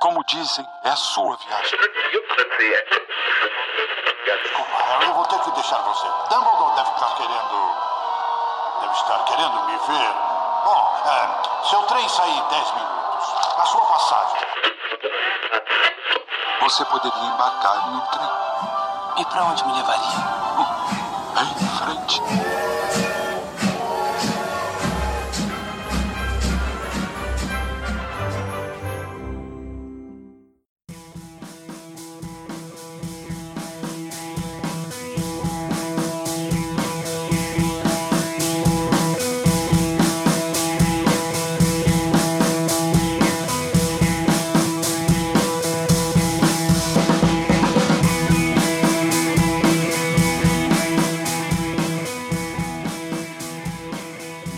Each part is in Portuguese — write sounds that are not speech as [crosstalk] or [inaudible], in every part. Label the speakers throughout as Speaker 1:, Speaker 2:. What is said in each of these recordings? Speaker 1: como dizem, é a sua viagem.
Speaker 2: Desculpa, eu vou ter que deixar você. Dumbledore deve estar querendo. Deve estar querendo me ver. Bom, é, seu trem sai em 10 minutos. A sua passagem.
Speaker 1: Você poderia embarcar em um trem
Speaker 3: E pra onde me levaria?
Speaker 1: [laughs] em frente.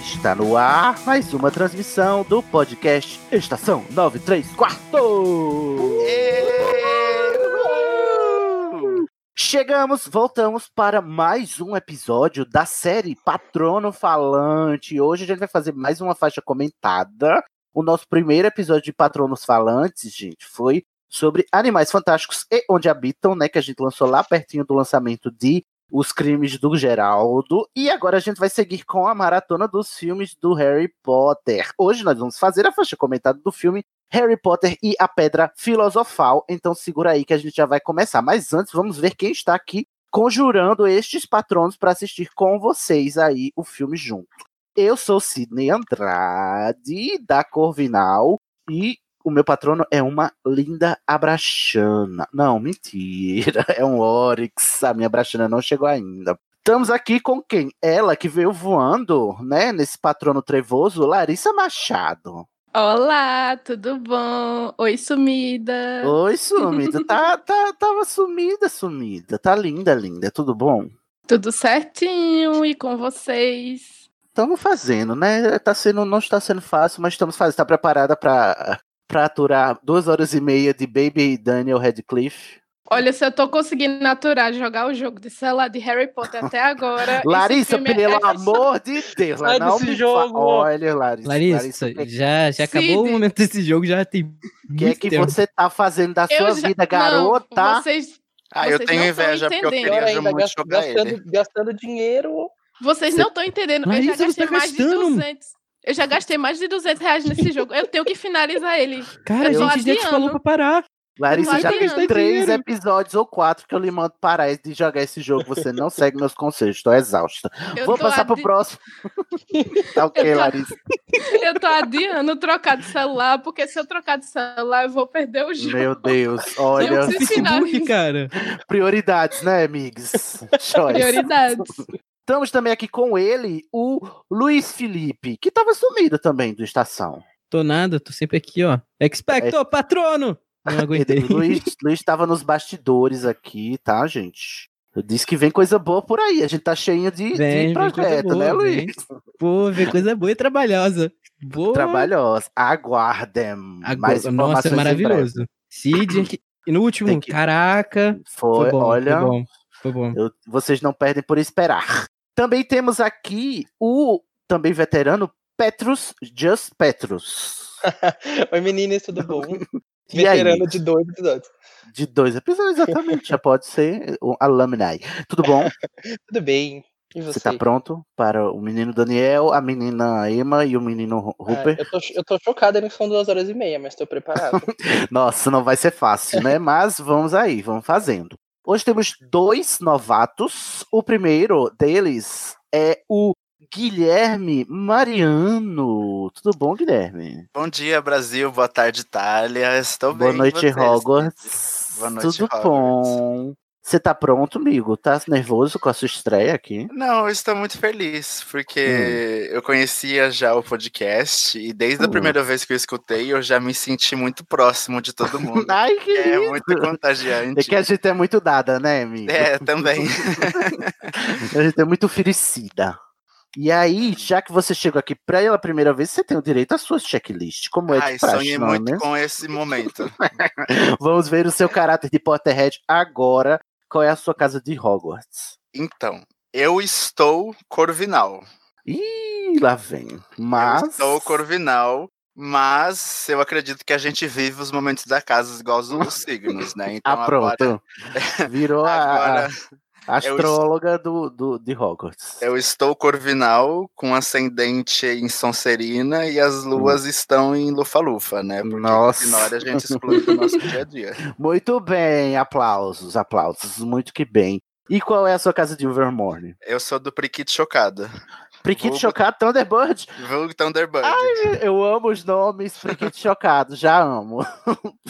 Speaker 4: Está no ar mais uma transmissão do podcast Estação 93 Quarto. Chegamos, voltamos para mais um episódio da série Patrono Falante. Hoje a gente vai fazer mais uma faixa comentada. O nosso primeiro episódio de Patronos Falantes, gente, foi sobre animais fantásticos e onde habitam, né? Que a gente lançou lá pertinho do lançamento de os crimes do Geraldo. E agora a gente vai seguir com a maratona dos filmes do Harry Potter. Hoje nós vamos fazer a faixa comentada do filme Harry Potter e a Pedra Filosofal. Então segura aí que a gente já vai começar. Mas antes, vamos ver quem está aqui conjurando estes patronos para assistir com vocês aí o filme junto. Eu sou Sidney Andrade, da Corvinal, e o meu patrono é uma linda abraxana. Não, mentira. É um Oryx. A minha abraxana não chegou ainda. Estamos aqui com quem? Ela que veio voando, né? Nesse patrono trevoso, Larissa Machado.
Speaker 5: Olá, tudo bom? Oi, sumida.
Speaker 4: Oi, sumida. Tá, tá, tava sumida, sumida. Tá linda, linda. Tudo bom?
Speaker 5: Tudo certinho e com vocês?
Speaker 4: Estamos fazendo, né? Tá sendo, não está sendo fácil, mas estamos fazendo. Está preparada para para aturar duas horas e meia de Baby e Daniel Radcliffe?
Speaker 5: Olha, se eu tô conseguindo naturar jogar o jogo de celular de Harry Potter até agora. esse
Speaker 4: Larissa,
Speaker 5: filme é
Speaker 4: pelo
Speaker 5: revolucionário.
Speaker 4: amor de Deus,
Speaker 6: Sai
Speaker 4: não
Speaker 6: desse
Speaker 4: me fa-
Speaker 6: jogo.
Speaker 4: Olha, Larissa.
Speaker 7: Larissa,
Speaker 4: o que-
Speaker 7: já, já acabou
Speaker 5: Cid.
Speaker 7: o momento desse jogo, já tem
Speaker 4: o
Speaker 7: muito
Speaker 4: que é que
Speaker 7: tempo.
Speaker 4: você tá fazendo da sua
Speaker 5: Eu já-
Speaker 4: vida, garota?
Speaker 5: Não, vocês
Speaker 8: Ah, eu
Speaker 5: Vocês
Speaker 8: tenho
Speaker 5: não tão
Speaker 8: inveja, porque eu
Speaker 5: entendendo.
Speaker 8: queria
Speaker 6: Pior ainda,
Speaker 8: muito
Speaker 6: gas-
Speaker 8: jogar ele.
Speaker 6: gastando, gastando dinheiro.
Speaker 5: vocês não estão entendendo. Eu já
Speaker 7: Larissa, você
Speaker 5: gastei
Speaker 7: tá
Speaker 5: mais de
Speaker 7: gastando.
Speaker 5: 200. Eu já gastei mais de 200 reais nesse jogo. Eu tenho que finalizar ele.
Speaker 7: Cara, a
Speaker 5: eu tô
Speaker 7: gente já te falou
Speaker 5: adiando.
Speaker 7: pra parar.
Speaker 4: Larissa,
Speaker 5: vai
Speaker 4: já
Speaker 5: ganhando
Speaker 4: tem três
Speaker 7: dinheiro.
Speaker 4: episódios ou quatro que eu lhe mando parar de jogar esse jogo. Você
Speaker 5: [laughs]
Speaker 4: não segue meus conselhos, estou exausta.
Speaker 5: Eu
Speaker 4: Vou
Speaker 5: tô
Speaker 4: passar pro
Speaker 5: adi- [laughs]
Speaker 4: próximo. tá ok,
Speaker 5: Eu tô-
Speaker 4: Larissa.
Speaker 5: [laughs] Eu tô adiando trocar de celular, porque se eu trocar de celular, eu vou perder o jogo.
Speaker 4: Meu Deus, olha,
Speaker 5: Eu preciso-
Speaker 7: Facebook,
Speaker 5: finaliza.
Speaker 7: cara.
Speaker 4: prioridades, né,
Speaker 5: [laughs]
Speaker 4: amigos? Choice.
Speaker 5: Prioridades.
Speaker 4: Estamos também aqui com ele, o Luiz Felipe, que estava sumido também
Speaker 3: [laughs]
Speaker 4: do Estação.
Speaker 7: Tô nada, tô sempre aqui, ó. Expecto,
Speaker 4: É.
Speaker 7: patrono! Não aguentei.
Speaker 4: [laughs] Ele- Luiz Luiz estava nos bastidores aqui, tá, gente? Eu disse que vem coisa boa por aí. A gente tá cheio de, de
Speaker 7: Vem, vem coisa
Speaker 4: projeto,
Speaker 7: boa,
Speaker 4: né,
Speaker 7: vem.
Speaker 4: Luiz?
Speaker 7: Pô, vê coisa boa e trabalhosa. Boa.
Speaker 4: Trabalhosa. Aguardem.
Speaker 7: Agora,
Speaker 4: mais informações
Speaker 7: nossa, é
Speaker 4: em breve.
Speaker 7: maravilhoso. Cid, que- e no
Speaker 4: Tem
Speaker 7: último,
Speaker 4: que-
Speaker 7: caraca.
Speaker 4: Foi,
Speaker 7: foi bom,
Speaker 4: olha,
Speaker 7: foi bom. Foi bom.
Speaker 4: eu- vocês não perdem por esperar. Também temos aqui o também veterano Petrus, Just Petrus.
Speaker 6: Oi, meninas, tudo bom?
Speaker 4: E aí?
Speaker 6: Veterano de dois episódios.
Speaker 4: De dois episódios, exatamente. Já pode ser o alumni. Tudo
Speaker 8: [laughs]
Speaker 4: bom?
Speaker 6: Tudo bem. E você?
Speaker 4: Você tá pronto para o menino Daniel, a menina Emma e o menino Ru-
Speaker 8: É.
Speaker 6: Ah,
Speaker 4: Rupert?
Speaker 6: eu, tô, eu tô chocada que são duas horas e meia, mas tô preparado.
Speaker 4: Nossa, não vai ser fácil,
Speaker 8: [laughs]
Speaker 4: né? Mas vamos aí, vamos fazendo. Hoje temos dois novatos. O primeiro deles é o Guilherme Mariano. Tudo bom, Guilherme?
Speaker 8: Bom dia, Brasil. Boa tarde, Itália. Estou
Speaker 4: Boa
Speaker 8: bem. e
Speaker 4: noite,
Speaker 8: vocês?
Speaker 4: Hogwarts.
Speaker 8: Boa noite,
Speaker 4: Tudo
Speaker 8: Hogwarts.
Speaker 4: bom?
Speaker 1: Você tá pronto, amigo? Tá nervoso com a sua estreia aqui?
Speaker 8: Não, eu estou muito feliz, porque eu conhecia já o podcast e desde a
Speaker 1: Hum.
Speaker 8: primeira vez que eu escutei, eu já me senti muito próximo de todo mundo.
Speaker 1: Ai, que
Speaker 8: é
Speaker 1: lindo!
Speaker 8: muito
Speaker 1: É
Speaker 8: contagiante.
Speaker 1: que a gente é muito dada, né, amigo?
Speaker 8: É, também.
Speaker 1: A gente é muito oferecida. E aí, já que você chegou aqui pela primeira vez, você tem o direito às suas checklists, como é de
Speaker 8: Ai, sonhei
Speaker 1: praxe, não é
Speaker 8: muito
Speaker 1: mesmo?
Speaker 8: com esse momento.
Speaker 1: Vamos ver o seu caráter de Potterhead agora. Qual é a sua casa de Hogwarts?
Speaker 8: Então, eu estou Corvinal.
Speaker 1: Ih, lá vem.
Speaker 8: Eu
Speaker 1: Mas.
Speaker 8: estou Corvinal, mas eu acredito que a gente vive os momentos da casa igual os os signos, né? Então
Speaker 1: Ah, pronto. [laughs] Virou a-
Speaker 8: Agora, é
Speaker 1: a,
Speaker 8: agora
Speaker 1: a astróloga do, do, de Hogwarts.
Speaker 8: eu estou Corvinal com ascendente em Sonserina e as luas estão em Lufa-Lufa, né? Porque
Speaker 1: Hum. Nossa.
Speaker 8: Corvinal a gente exclui do nosso dia a dia.
Speaker 1: Muito bem, aplausos, aplausos. Muito que bem. E qual é a sua casa de Overmorning?
Speaker 8: Eu sou do Priquito Chocado.
Speaker 1: Priquito
Speaker 8: Vulgo-
Speaker 1: Chocado, Thunderbird.
Speaker 8: Vulgo Thunderbird.
Speaker 1: Eu amo os nomes, Priquito Chocado, já amo. [laughs]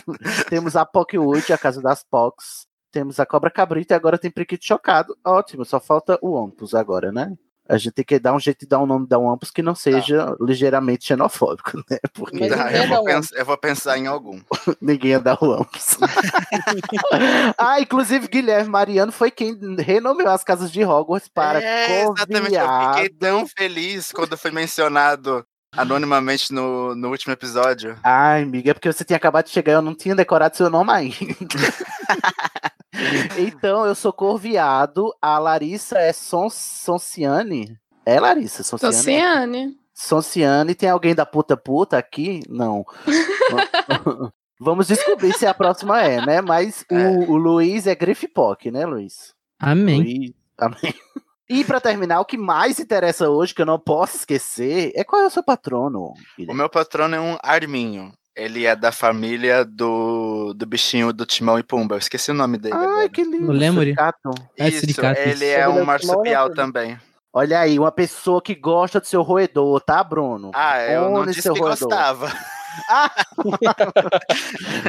Speaker 1: Temos a Pockwood, a casa das Pox. Temos a Cobra Cabrita e agora tem Priquito Chocado. Ótimo, só falta o Ampus agora, né? A gente tem que dar um jeito de dar um nome da Ampus que não seja ligeiramente xenofóbico, né? Porque
Speaker 6: Mas
Speaker 8: Tá,
Speaker 6: ninguém
Speaker 8: eu, vou
Speaker 6: dá um.
Speaker 8: pens- eu vou pensar em algum.
Speaker 1: ninguém ia dar o
Speaker 8: [laughs]
Speaker 1: Ampus. ah, inclusive Guilherme Mariano foi quem renomeou as casas de Hogwarts para
Speaker 8: É, exatamente. Eu
Speaker 1: Corviado.
Speaker 8: fiquei tão feliz quando foi mencionado anonimamente no, no último episódio.
Speaker 1: Ai, amiga, é porque você tinha acabado de chegar e eu não tinha decorado seu nome ainda. então, eu sou corviado. A Larissa é Son Sonciane? É Larissa, Sonciane?
Speaker 5: Tociane.
Speaker 1: Sonciane. Tem alguém da puta puta aqui? [laughs] Não. Vamos descobrir se a próxima é, né? Mas o-
Speaker 8: É.
Speaker 1: O, Luiz é Grifipoc, né, Luiz?
Speaker 7: Amém.
Speaker 1: Luiz. Amém. E pra terminar, o que mais interessa hoje, que eu não posso esquecer, é qual é o seu patrono,
Speaker 8: O
Speaker 1: Guilherme?
Speaker 8: meu patrono é um arminho. Ele é da família do, do bichinho do Timão e Pumba. Eu esqueci o nome dele.
Speaker 1: Ai,
Speaker 8: agora.
Speaker 1: que lindo.
Speaker 7: O Lemuri.
Speaker 1: suricato.
Speaker 7: É
Speaker 8: Isso,
Speaker 7: suricato, isso.
Speaker 8: ele é
Speaker 6: Família
Speaker 8: um
Speaker 6: do Timão,
Speaker 8: marsupial
Speaker 6: né?
Speaker 8: também.
Speaker 1: Olha aí, uma pessoa que gosta do seu roedor, tá, Bruno?
Speaker 8: Ah, eu não
Speaker 1: Olha
Speaker 8: disse
Speaker 1: seu
Speaker 8: que
Speaker 1: roedor.
Speaker 8: gostava. [laughs]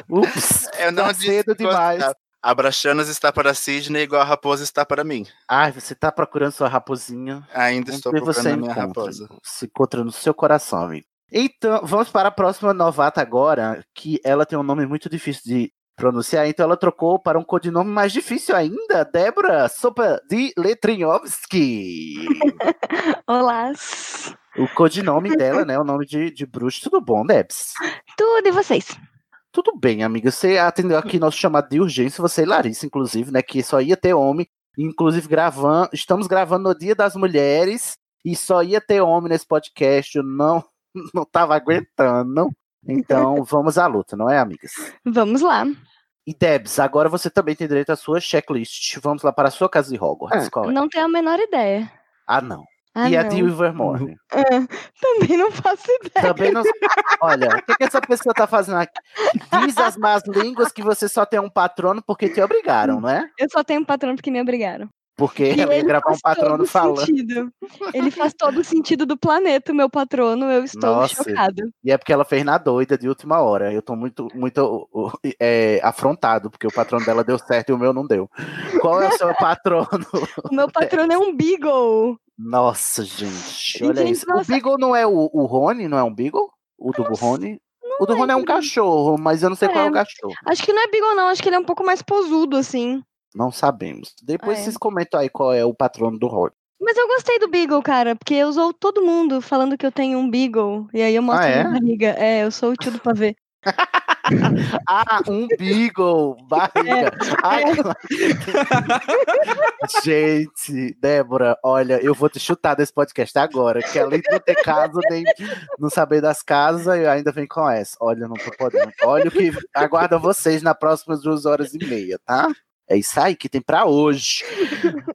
Speaker 1: Ups,
Speaker 8: [laughs] Eu não
Speaker 1: tá
Speaker 8: disse
Speaker 1: cedo
Speaker 8: que
Speaker 1: demais.
Speaker 8: gostava. A Brachanas está para Sidney, igual a raposa está para mim.
Speaker 1: Ai, você tá procurando sua raposinha.
Speaker 8: Ainda
Speaker 1: Onde
Speaker 8: estou
Speaker 1: É você
Speaker 8: procurando a minha
Speaker 1: encontra.
Speaker 8: raposa.
Speaker 1: Se encontra no seu coração, amigo. Então, vamos para a próxima novata agora, que ela tem um nome muito difícil de pronunciar, então ela trocou para um codinome mais difícil ainda, Débora Sopa de Letrinhovski.
Speaker 9: Olá.
Speaker 1: o codinome dela, né, o nome de, de bruxo. Tudo bom, Debs?
Speaker 9: Tudo e vocês?
Speaker 1: Tudo bem, amiga. Você atendeu aqui nosso chamado de urgência, você e Larissa, inclusive, né? Que só ia ter homem. Inclusive, gravando. Estamos gravando no Dia das Mulheres e só ia ter homem nesse podcast. Eu não, [laughs] não tava aguentando.
Speaker 9: [laughs]
Speaker 1: Então, vamos à luta, não é, amigas?
Speaker 9: Vamos lá.
Speaker 1: E Debs, agora você também tem direito à sua checklist. Vamos lá para a sua casa de Hogwarts. Qual é?
Speaker 9: Ah, Não tenho a menor ideia.
Speaker 1: Ah, não.
Speaker 9: Ah,
Speaker 1: e a
Speaker 9: não.
Speaker 1: de Ilvermorne.
Speaker 9: Ah, [laughs] também não faço ideia.
Speaker 1: Também não. Olha, o que, que essa pessoa tá fazendo aqui? Diz as más línguas que você só tem um patrono porque te
Speaker 9: Hum.
Speaker 1: obrigaram, não é?
Speaker 9: Eu só tenho um patrão porque me obrigaram.
Speaker 1: Porque
Speaker 9: E
Speaker 1: ela ia
Speaker 9: ele
Speaker 1: gravar um
Speaker 9: faz
Speaker 1: patrono
Speaker 9: todo
Speaker 1: falando.
Speaker 9: sentido. Ele faz todo o sentido do planeta, o meu patrono. Eu estou
Speaker 1: Nossa.
Speaker 9: chocada.
Speaker 1: E é porque ela fez na doida de última hora. Eu tô muito, muito o- o- é, afrontado, porque o patrono dela deu certo e o meu não deu. Qual é o seu patrono? [laughs]
Speaker 9: O meu patrono é um Beagle.
Speaker 1: Nossa, gente.
Speaker 9: E,
Speaker 1: Olha
Speaker 9: gente,
Speaker 1: isso. O
Speaker 9: nossa.
Speaker 1: Beagle não é o, o Rony, não é um Beagle? O do Rony? O do Rony é um
Speaker 9: lembro.
Speaker 1: cachorro, mas eu não sei qual é o
Speaker 9: É.
Speaker 1: cachorro.
Speaker 9: Acho que não é Beagle, não. Acho que ele é um pouco mais posudo, assim.
Speaker 1: Não sabemos. Depois
Speaker 9: É.
Speaker 1: vocês comentam aí qual é o patrono do Rony.
Speaker 9: Mas eu gostei do Beagle, cara, porque usou todo mundo falando que eu tenho um Beagle. E aí eu mostro
Speaker 1: Ah, é?
Speaker 9: minha barriga. É, eu sou o tio do pavê.
Speaker 1: Ah, um Beagle!
Speaker 7: É.
Speaker 1: Barriga! Ai, Gente, Débora, olha, eu vou te chutar desse podcast agora, que além de não ter casa, nem não saber das casas, eu ainda venho com essa. Olha, eu não tô podendo. Olha o que aguarda vocês nas próximas duas horas e meia, tá? É isso aí que tem pra hoje.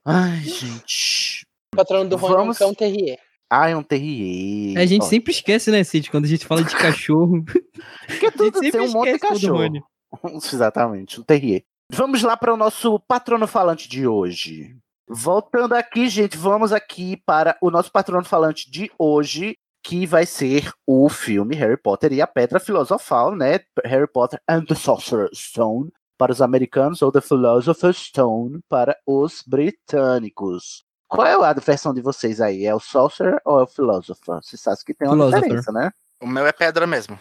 Speaker 1: Ai, gente.
Speaker 6: O patrono do Rony
Speaker 1: Vamos-
Speaker 6: é um cão terrier.
Speaker 1: Ai, um terrier.
Speaker 7: A gente
Speaker 1: Ó,
Speaker 7: sempre esquece, né, Cid? Quando a gente fala de cachorro.
Speaker 1: Porque
Speaker 7: a gente
Speaker 1: tudo tem um monte de
Speaker 7: esquece né? do
Speaker 1: cachorro.
Speaker 7: Rony.
Speaker 1: [laughs] Exatamente, um terrier. Vamos lá para o nosso patrono falante de hoje. Voltando aqui, gente, vamos aqui para o nosso patrono falante de hoje, que vai ser o filme Harry Potter e a Pedra Filosofal, né? Harry Potter and the Sorcerer's Stone, para os americanos ou The Philosopher's Stone para os britânicos. Qual é a versão de vocês aí? É o Sorcerer ou é o Philosopher? Vocês sabem que tem uma
Speaker 8: Philosopher.
Speaker 1: diferença, né?
Speaker 8: O meu é pedra mesmo.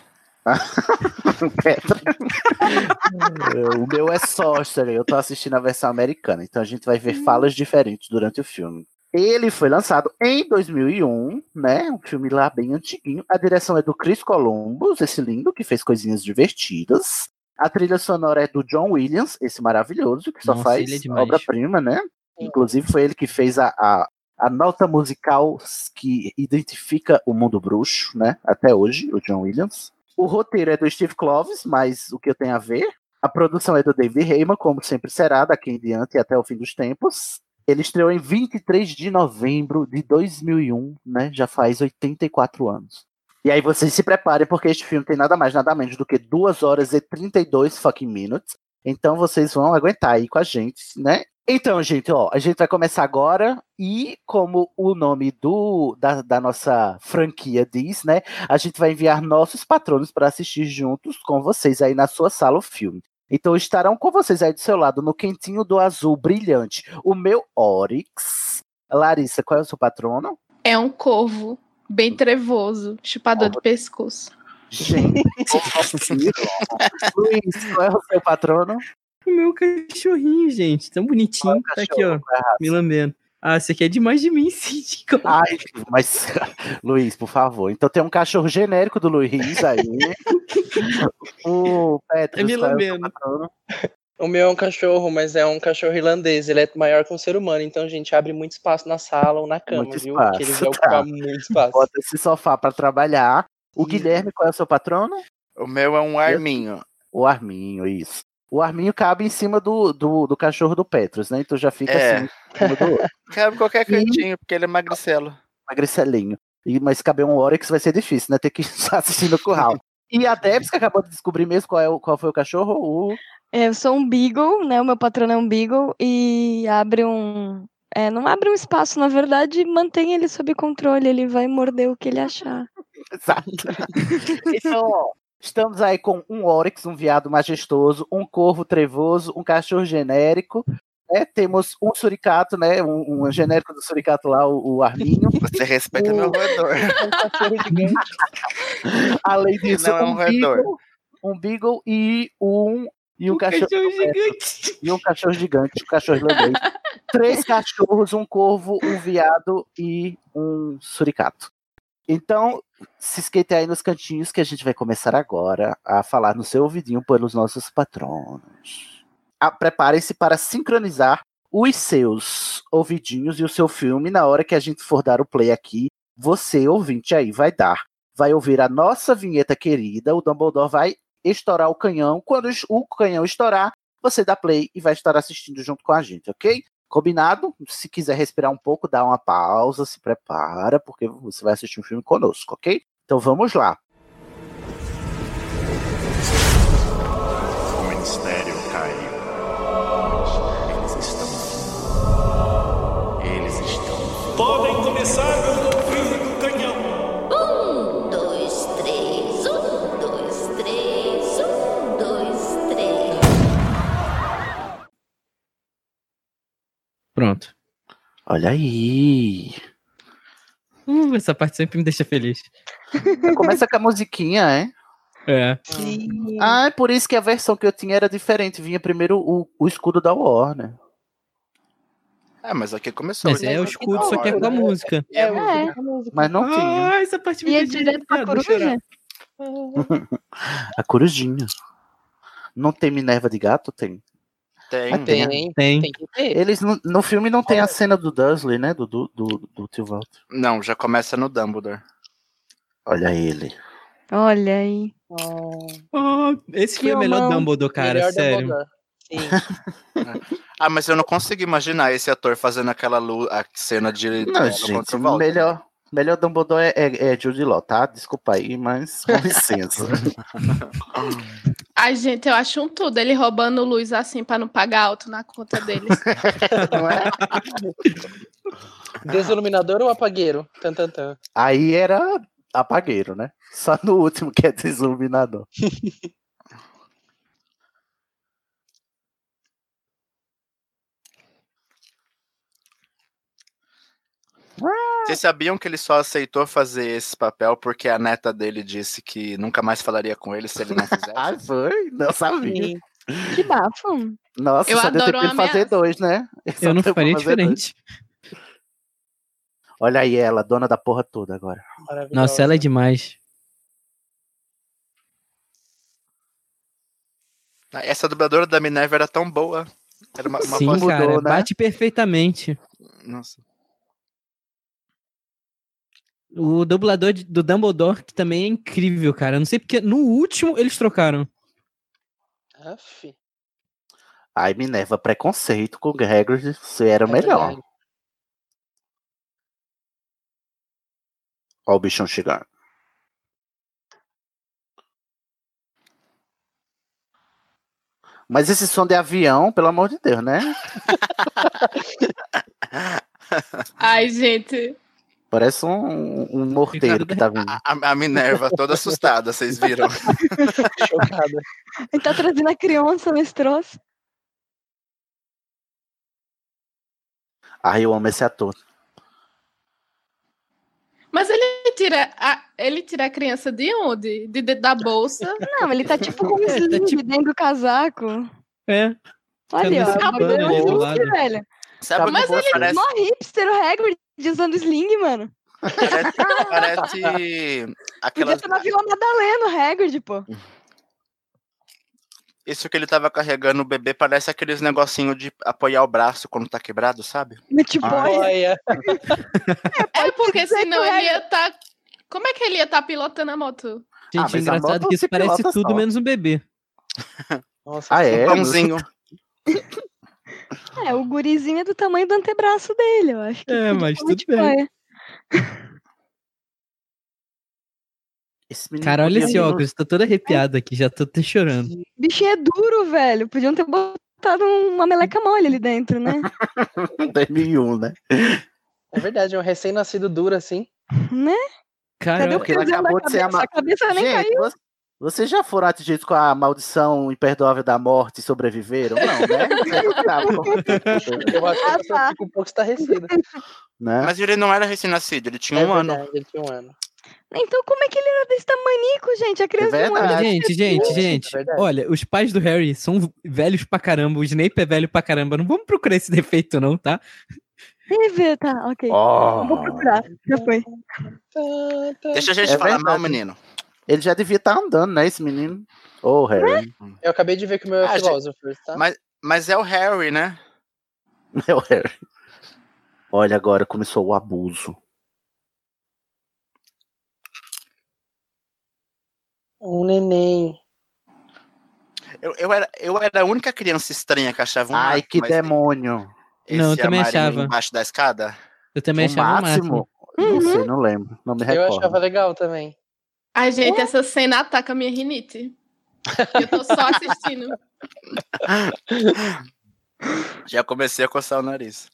Speaker 1: Pedra. É, o meu é Sorcerer, eu tô assistindo a versão americana, então a gente vai ver falas diferentes durante o filme. Ele foi lançado em 2001, né? Um filme lá bem antiguinho. A direção é do Chris Columbus, esse lindo que fez coisinhas divertidas. A trilha sonora é do John Williams, esse maravilhoso que só
Speaker 7: Nossa,
Speaker 1: faz
Speaker 7: ele é demais.
Speaker 1: obra-prima, né? Inclusive foi ele que fez a, a, a nota musical que identifica o mundo bruxo, né? Até hoje, o John Williams. O roteiro é do Steve Clovis, mas o que eu tenho a ver? A produção é do David Heyman, como sempre será, daqui em diante e até o fim dos tempos. Ele estreou em 23 de novembro de 2001, né? Já faz 84 anos. E aí vocês se preparem, porque este filme tem nada mais, nada menos do que 2 horas e 32 fucking minutes. Então vocês vão aguentar aí com a gente, né? Então, gente, ó, a gente vai começar agora e como o nome do da, da nossa franquia diz, né? A gente vai enviar nossos patronos para assistir juntos com vocês aí na sua sala o filme. Então estarão com vocês aí do seu lado no quentinho do azul brilhante. O meu Oryx. Larissa, qual é o seu patrono?
Speaker 5: É um corvo, bem trevoso, chupador de pescoço.
Speaker 1: Gente. Luiz, qual é o seu patrono?
Speaker 7: O meu cachorrinho, gente. Tão bonitinho. Tá aqui, ó. Me lambendo. Ah, você quer demais de mim, [laughs] Cid.
Speaker 1: Ai, mas, [laughs] Luiz, por favor. Então tem um cachorro genérico do Luiz aí. o Petrus,
Speaker 7: É me
Speaker 1: qual é o seu
Speaker 7: lambendo.
Speaker 1: patrono?
Speaker 6: O meu é um cachorro, mas é um cachorro irlandês. Ele é maior que um ser humano, então, gente, abre muito espaço na sala ou na cama,
Speaker 1: Muito
Speaker 6: viu?
Speaker 1: espaço,
Speaker 6: que ele vai
Speaker 1: tá.
Speaker 6: ocupar muito espaço.
Speaker 1: Bota esse sofá para trabalhar. O Guilherme, qual é o seu patrono?
Speaker 8: O meu é um arminho.
Speaker 1: O Arminho, isso. O Arminho cabe em cima do, do, do cachorro do Petrus, né? Então já fica
Speaker 8: É.
Speaker 1: assim, em cima do [laughs] outro,
Speaker 8: Cabe em qualquer cantinho, porque ele é magricelo.
Speaker 1: magricelinho. E, mas caber um Oryx vai ser difícil, né? Ter que [laughs] estar assistindo o curral. E a Debs, que acabou de descobrir mesmo qual, é o, qual foi o cachorro, [laughs] o
Speaker 9: Eu sou um beagle, né? O meu patrono é um beagle e abre um. É, não abre um espaço, na verdade, mantém ele sob controle, ele vai morder o que ele achar.
Speaker 1: Exato. então, ó, estamos aí com um Oryx, um viado majestoso, um corvo trevoso, um cachorro genérico. né? Temos um suricato, né? Um, um genérico do suricato lá, o, o Arminho.
Speaker 8: Você
Speaker 1: [laughs]
Speaker 8: respeita meu roedor.
Speaker 6: Um cachorro gigante.
Speaker 1: Além disso,
Speaker 8: Não é um
Speaker 1: um, beagle,
Speaker 8: roedor.
Speaker 1: um beagle e um e um, cachorro,
Speaker 7: cachorro
Speaker 1: é,
Speaker 7: gigante.
Speaker 1: e um cachorro gigante, um cachorro irlandês. Três cachorros, um corvo, um viado e um suricato. Então, se esquentem aí nos cantinhos que a gente vai começar agora a falar no seu ouvidinho pelos nossos patronos. Ah, Preparem-se para sincronizar os seus ouvidinhos e o seu filme na hora que a gente for dar o play aqui. Você, ouvinte, aí vai dar. Vai ouvir a nossa vinheta querida. O Dumbledore vai estourar o canhão. Quando es- o canhão estourar, você dá play e vai estar assistindo junto com a gente, ok? Combinado? Se quiser respirar um pouco, dá uma pausa, se prepara, porque você vai assistir um filme conosco, ok? Então vamos lá.
Speaker 2: O ministério caiu.
Speaker 10: Podem começar pelo ouvido do canhão.
Speaker 11: Um, dois, três, um, dois, três, um, dois, três.
Speaker 7: Pronto.
Speaker 1: Olha aí.
Speaker 7: Uh, essa parte sempre me deixa feliz.
Speaker 1: Já Começa com a musiquinha, é?
Speaker 7: É.
Speaker 1: Ah, é por isso que a versão que eu tinha era diferente. Vinha primeiro o, o escudo da Warner.
Speaker 8: Ah, mas aqui tá começou.
Speaker 7: Mas é o escudo, só que é com a música.
Speaker 8: É,
Speaker 6: É,
Speaker 9: É.
Speaker 6: a música.
Speaker 1: Mas não tinha.
Speaker 7: Ah, essa parte me
Speaker 9: E é
Speaker 7: deixa
Speaker 9: direto pra
Speaker 7: arrepiado, vou chorar.
Speaker 9: coruja?
Speaker 1: A corujinha. Não tem Minerva de Gato? Tem.
Speaker 8: Tem. né?
Speaker 6: Ah, tem, tem,
Speaker 7: Tem.
Speaker 6: que ter.
Speaker 1: Eles no, no filme não tem a cena do Dursley, né? Do, do, do, do tio Walter.
Speaker 8: Não, já começa no Dumbledore.
Speaker 1: Olha ele.
Speaker 9: Olha aí.
Speaker 7: Ah, esse foi o melhor
Speaker 9: Filmão.
Speaker 7: Dumbledore, cara,
Speaker 6: Melhor
Speaker 7: sério.
Speaker 6: Dumbledore.
Speaker 7: [laughs]
Speaker 6: Sim.
Speaker 8: Ah, mas eu não consigo imaginar esse ator fazendo aquela lu- a cena de
Speaker 1: Não,
Speaker 8: dela
Speaker 1: gente,
Speaker 8: o Walter.
Speaker 1: melhor, melhor Dumbledore é, é, é Jude Law, tá? Desculpa aí, mas [laughs] com licença.
Speaker 5: Ai, gente, eu acho um tudo. Ele roubando luz assim pra não pagar alto na conta dele.
Speaker 1: não é?
Speaker 6: Desiluminador ou apagueiro? Tan, tan, tan.
Speaker 1: Aí era apagueiro, né? Só no último que é desiluminador.
Speaker 8: Vocês sabiam que ele só aceitou fazer esse papel porque a neta dele disse que nunca mais falaria com ele se ele não fizesse? [laughs]
Speaker 1: ah, foi? Não sabia.
Speaker 9: Sim. Que bafo.
Speaker 1: Nossa,
Speaker 5: Eu
Speaker 1: só deu
Speaker 5: adoro
Speaker 1: tempo de
Speaker 5: uma
Speaker 1: fazer
Speaker 5: ameaça.
Speaker 1: dois, né? Só
Speaker 7: Eu não
Speaker 1: deu pra
Speaker 7: faria
Speaker 1: fazer dois.
Speaker 7: diferente.
Speaker 1: Olha aí ela, dona da porra toda agora.
Speaker 7: Nossa, ela é demais.
Speaker 8: Essa dubladora da Minerva era tão boa. Era uma, uma
Speaker 7: Sim,
Speaker 8: voz
Speaker 7: cara,
Speaker 8: mudou, né?
Speaker 7: bate perfeitamente.
Speaker 8: Nossa.
Speaker 7: O dublador de- do Dumbledore que também é incrível, cara. Eu não sei porque no último eles trocaram.
Speaker 6: Aff.
Speaker 1: Ai, Minerva, preconceito com o Gregory, você
Speaker 5: É
Speaker 1: era o melhor.
Speaker 6: é verdade.
Speaker 1: Ó o bichão chegando. Mas esse som de avião, pelo amor de Deus, né?
Speaker 5: Ai, gente.
Speaker 1: Parece um, um morteiro que tá vindo.
Speaker 8: A, a Minerva toda assustada, vocês viram?
Speaker 6: Chocada.
Speaker 9: Ele tá trazendo a criança nesse troço.
Speaker 1: Ai, Ah, eu amo esse ator.
Speaker 5: Mas ele tira a, ele tira a criança de onde? De dentro da bolsa?
Speaker 9: Não, ele tá tipo com um sleeve dentro do casaco.
Speaker 7: É.
Speaker 9: Olha, ó,
Speaker 7: Tá
Speaker 9: é
Speaker 7: no
Speaker 9: uma
Speaker 7: banner
Speaker 9: banda
Speaker 7: do
Speaker 9: sling,
Speaker 7: lado.
Speaker 9: velho.
Speaker 8: [laughs] Sabe o que
Speaker 5: Mas
Speaker 8: boa?
Speaker 5: ele-
Speaker 8: parece?
Speaker 9: Mó hipster o Hagrid usando sling, mano.
Speaker 8: Parece
Speaker 9: Podia
Speaker 8: aquelas,
Speaker 9: estar na Vila Madalena o Hagrid, pô.
Speaker 8: isso que ele tava carregando o bebê parece aqueles negocinho de apoiar o braço quando tá quebrado, sabe?
Speaker 9: Mas tipo,
Speaker 8: Ai.
Speaker 9: olha,
Speaker 6: Olha.
Speaker 5: É porque
Speaker 9: dizer que
Speaker 5: senão
Speaker 9: o
Speaker 5: ele
Speaker 9: Harry-
Speaker 5: ia estar. Como é que ele ia estar pilotando a moto?
Speaker 1: Ah,
Speaker 7: Gente,
Speaker 1: mas
Speaker 7: é
Speaker 1: a
Speaker 7: engraçado
Speaker 1: moto
Speaker 7: que isso
Speaker 1: se
Speaker 7: parece
Speaker 1: pilota
Speaker 7: tudo
Speaker 1: só.
Speaker 7: menos um bebê.
Speaker 6: Nossa,
Speaker 1: Ah, é?
Speaker 8: Um pãozinho.
Speaker 9: é, o gurizinho é do tamanho do antebraço dele, eu acho. Que
Speaker 7: É,
Speaker 9: podia
Speaker 7: mas
Speaker 9: chamar de
Speaker 7: tudo bem.
Speaker 9: pai.
Speaker 1: Esse menino
Speaker 7: Cara, olha
Speaker 1: podia
Speaker 7: esse
Speaker 1: vir no-
Speaker 7: óculos, tô todo arrepiado aqui, já tô até chorando.
Speaker 9: Bichinho é duro, velho. Podiam ter botado uma meleca mole ali
Speaker 1: [laughs]
Speaker 9: dentro, né?
Speaker 1: 2001, né?
Speaker 6: é verdade, é um recém-nascido duro assim.
Speaker 9: né? Cadê
Speaker 7: Cara,
Speaker 9: o
Speaker 1: porque ela
Speaker 9: pezinho da
Speaker 1: acabou de ser
Speaker 9: cabeça?
Speaker 1: ama-
Speaker 9: A
Speaker 7: Tá
Speaker 9: cabeça nem
Speaker 1: Gente,
Speaker 9: caiu.
Speaker 1: vo- vocês já foram atingidos com a maldição imperdoável da morte e sobreviveram? Não, né?
Speaker 8: [laughs]
Speaker 1: Tá bom.
Speaker 6: Eu acho que a
Speaker 9: Ah,
Speaker 6: pessoa
Speaker 9: tá.
Speaker 6: fica um pouco estarrecida.
Speaker 1: né?
Speaker 8: Mas ele não era recém-nascido, ele tinha
Speaker 6: é
Speaker 8: um ano.
Speaker 6: verdade, ele tinha um ano.
Speaker 9: Então como é que ele era desse tamanico, gente? A criança não
Speaker 1: É verdade.
Speaker 9: anda.
Speaker 7: Gente, gente,
Speaker 6: Verdade,
Speaker 7: gente.
Speaker 6: verdade.
Speaker 7: Olha, os pais do Harry são velhos pra caramba, o Snape é velho pra caramba. Não vamos procurar esse [laughs] defeito, não, tá?
Speaker 9: Teve, tá, ok.
Speaker 1: Ó.
Speaker 9: Vou procurar, já foi.
Speaker 6: Tá, tá.
Speaker 8: Deixa a gente
Speaker 1: É
Speaker 8: falar mal,
Speaker 1: verdade.
Speaker 8: menino.
Speaker 1: Ele já devia estar andando, né, esse menino? Ô, oh, Harry.
Speaker 6: Eu acabei de ver que o meu é
Speaker 8: Ah, gente,
Speaker 6: filósofo, tá?
Speaker 8: Mas, mas é o Harry, né?
Speaker 1: É o [laughs] Harry. Olha, agora começou o abuso.
Speaker 6: Um neném.
Speaker 8: Eu, eu, era, eu era a única criança estranha que achava um
Speaker 1: Ai,
Speaker 8: mato,
Speaker 1: que
Speaker 8: mas
Speaker 1: demônio.
Speaker 8: esse
Speaker 7: Não, eu também
Speaker 8: armário
Speaker 7: achava.
Speaker 8: Embaixo da escada?
Speaker 7: Eu também
Speaker 1: o
Speaker 7: achava o máximo.
Speaker 1: máximo? Não sei, não lembro. Não me
Speaker 6: Eu
Speaker 1: recordo.
Speaker 6: achava legal também.
Speaker 5: Ai, gente, essa cena ataca a minha rinite. Eu tô só assistindo.
Speaker 8: Já comecei a coçar o nariz.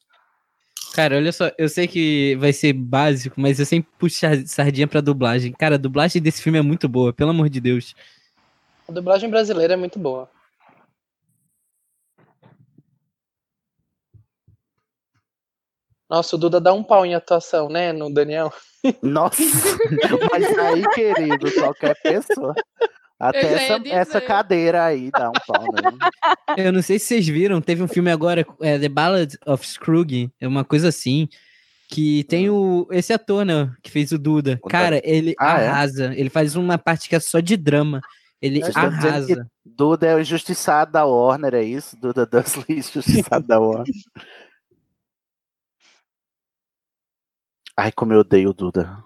Speaker 7: Cara, olha só, eu sei que vai ser básico, mas eu sempre puxo sar- sardinha pra dublagem. Cara, a dublagem desse filme é muito boa, pelo amor de Deus.
Speaker 6: A dublagem brasileira é muito boa. Nossa, o Duda dá um pau em atuação, né, no Daniel?
Speaker 1: Nossa, [laughs] mas aí, querido, qualquer pessoa.
Speaker 5: Eu
Speaker 1: Até
Speaker 5: já ia
Speaker 1: essa,
Speaker 5: dizer.
Speaker 1: essa cadeira aí dá um pau, né?
Speaker 7: Eu não sei se vocês viram, teve um filme agora, é, The Ballad of Scrooge, é uma coisa assim, que tem o esse ator, né, que fez o Duda.
Speaker 1: O
Speaker 7: Cara, ele
Speaker 1: Ah, é?
Speaker 7: arrasa, ele faz uma parte que é só de drama. Ele
Speaker 1: Vocês estão dizendo que-
Speaker 7: arrasa.
Speaker 1: Duda é o injustiçado da Warner, é isso? Duda Dursley, é injustiçado da Warner. Ai, como eu odeio o Duda.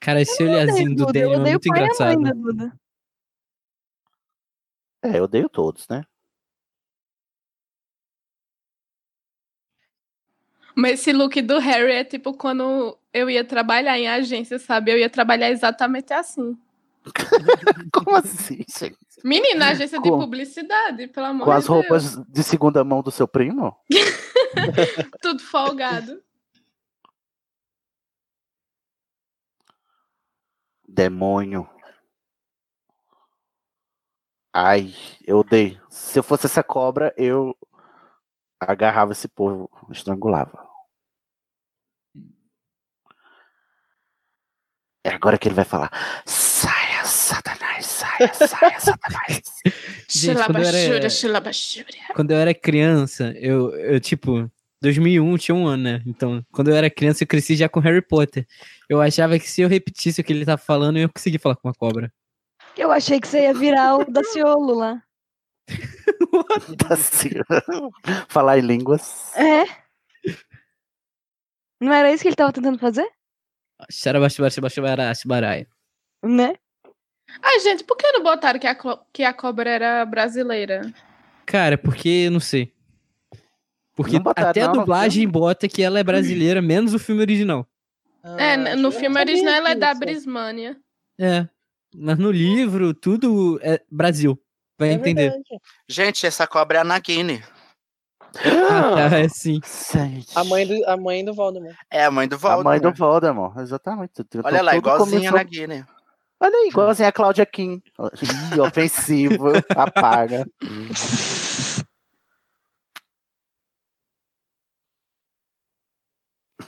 Speaker 7: Cara, esse
Speaker 9: Eu odeio
Speaker 7: olhazinho do
Speaker 9: Duda, eu
Speaker 7: Daniel é
Speaker 9: odeio
Speaker 7: muito
Speaker 9: o pai e a mãe né?
Speaker 7: engraçado.
Speaker 9: da Duda.
Speaker 1: É, eu odeio todos, né?
Speaker 5: [laughs] Mas esse look do Harry é tipo quando eu ia trabalhar em agência, sabe? Eu ia trabalhar exatamente assim.
Speaker 1: Como assim, gente?
Speaker 5: Menina, agência de
Speaker 1: É, Com-
Speaker 5: publicidade, pelo amor
Speaker 1: Com as
Speaker 5: de Deus.
Speaker 1: roupas de segunda mão do seu primo? [laughs]
Speaker 5: Tudo folgado.
Speaker 1: Demônio. Ai, eu odeio. Se eu fosse essa cobra, eu agarrava esse povo, estrangulava. É agora que ele vai falar. Saia, Satanás, saia, saia, Satanás.
Speaker 8: [laughs]
Speaker 7: Gente, quando eu
Speaker 1: é.
Speaker 7: era-
Speaker 5: Xilabachura.
Speaker 7: Quando eu era criança, eu, eu tipo, 2001 tinha um ano, né? Então, quando eu era criança, eu cresci já com Harry Potter. Eu achava que se eu repetisse o que ele tava falando, eu ia conseguir falar com uma cobra.
Speaker 9: Eu achei que você ia virar o
Speaker 1: [laughs]
Speaker 9: Daciolo lá.
Speaker 1: Tá sim. [laughs] falar em línguas.
Speaker 9: É? Não era isso que ele tava tentando fazer?
Speaker 7: Xarabaxibaraxibaraxibaraia.
Speaker 9: Né?
Speaker 5: Ai, gente, por que não botaram que a, co- que a cobra era brasileira?
Speaker 7: Cara, porque, não sei. Porque
Speaker 1: Não botaram,
Speaker 7: até a
Speaker 1: não, no
Speaker 7: dublagem bota que ela é brasileira, menos o filme original.
Speaker 5: é,
Speaker 6: Ah,
Speaker 5: n- no filme original ela é da
Speaker 9: disso.
Speaker 5: Brismania.
Speaker 7: É. Mas no livro, tudo é Brasil. Vai entender.
Speaker 8: Gente, essa cobra é a Nagini.
Speaker 7: Ah, tá, é sim.
Speaker 6: A mãe do, a mãe do Voldemort.
Speaker 8: É a mãe do
Speaker 1: A
Speaker 8: Voldemort.
Speaker 1: mãe do Voldemort, exatamente.
Speaker 8: Olha lá,
Speaker 1: Tudo
Speaker 8: igualzinha né? a
Speaker 1: começou-
Speaker 8: Nagini.
Speaker 1: Olha aí, igualzinha a Cláudia Kim. Ih,
Speaker 8: [laughs]
Speaker 1: ofensivo, apaga.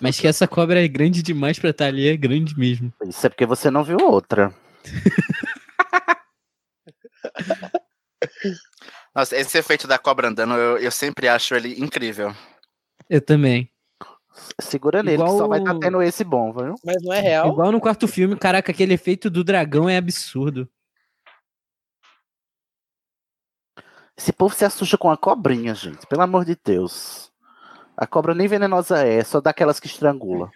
Speaker 7: Mas que essa cobra é grande demais pra estar ali, é grande mesmo.
Speaker 1: Isso é porque você não viu outra.
Speaker 8: Nossa, esse efeito da cobra andando, eu, eu sempre acho ele incrível.
Speaker 7: Eu também.
Speaker 1: Segura nele, que só vai estar
Speaker 7: Igual-
Speaker 1: tendo esse bom, viu?
Speaker 6: Mas não é real?
Speaker 7: Igual no quarto filme, caraca, aquele efeito do dragão é absurdo.
Speaker 1: Esse povo se assusta com a cobrinha, gente. Pelo amor de Deus. A cobra nem venenosa é, só daquelas que estrangula.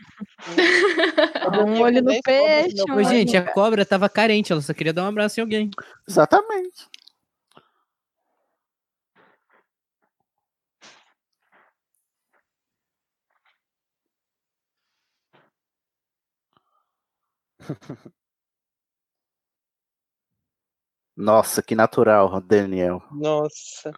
Speaker 9: Um olho no peixe. um
Speaker 7: Mas,
Speaker 9: olho
Speaker 7: gente,
Speaker 9: no-
Speaker 7: a cobra tava carente, ela só queria dar um abraço em alguém.
Speaker 1: Exatamente. Nossa, que natural, Daniel.
Speaker 6: Nossa.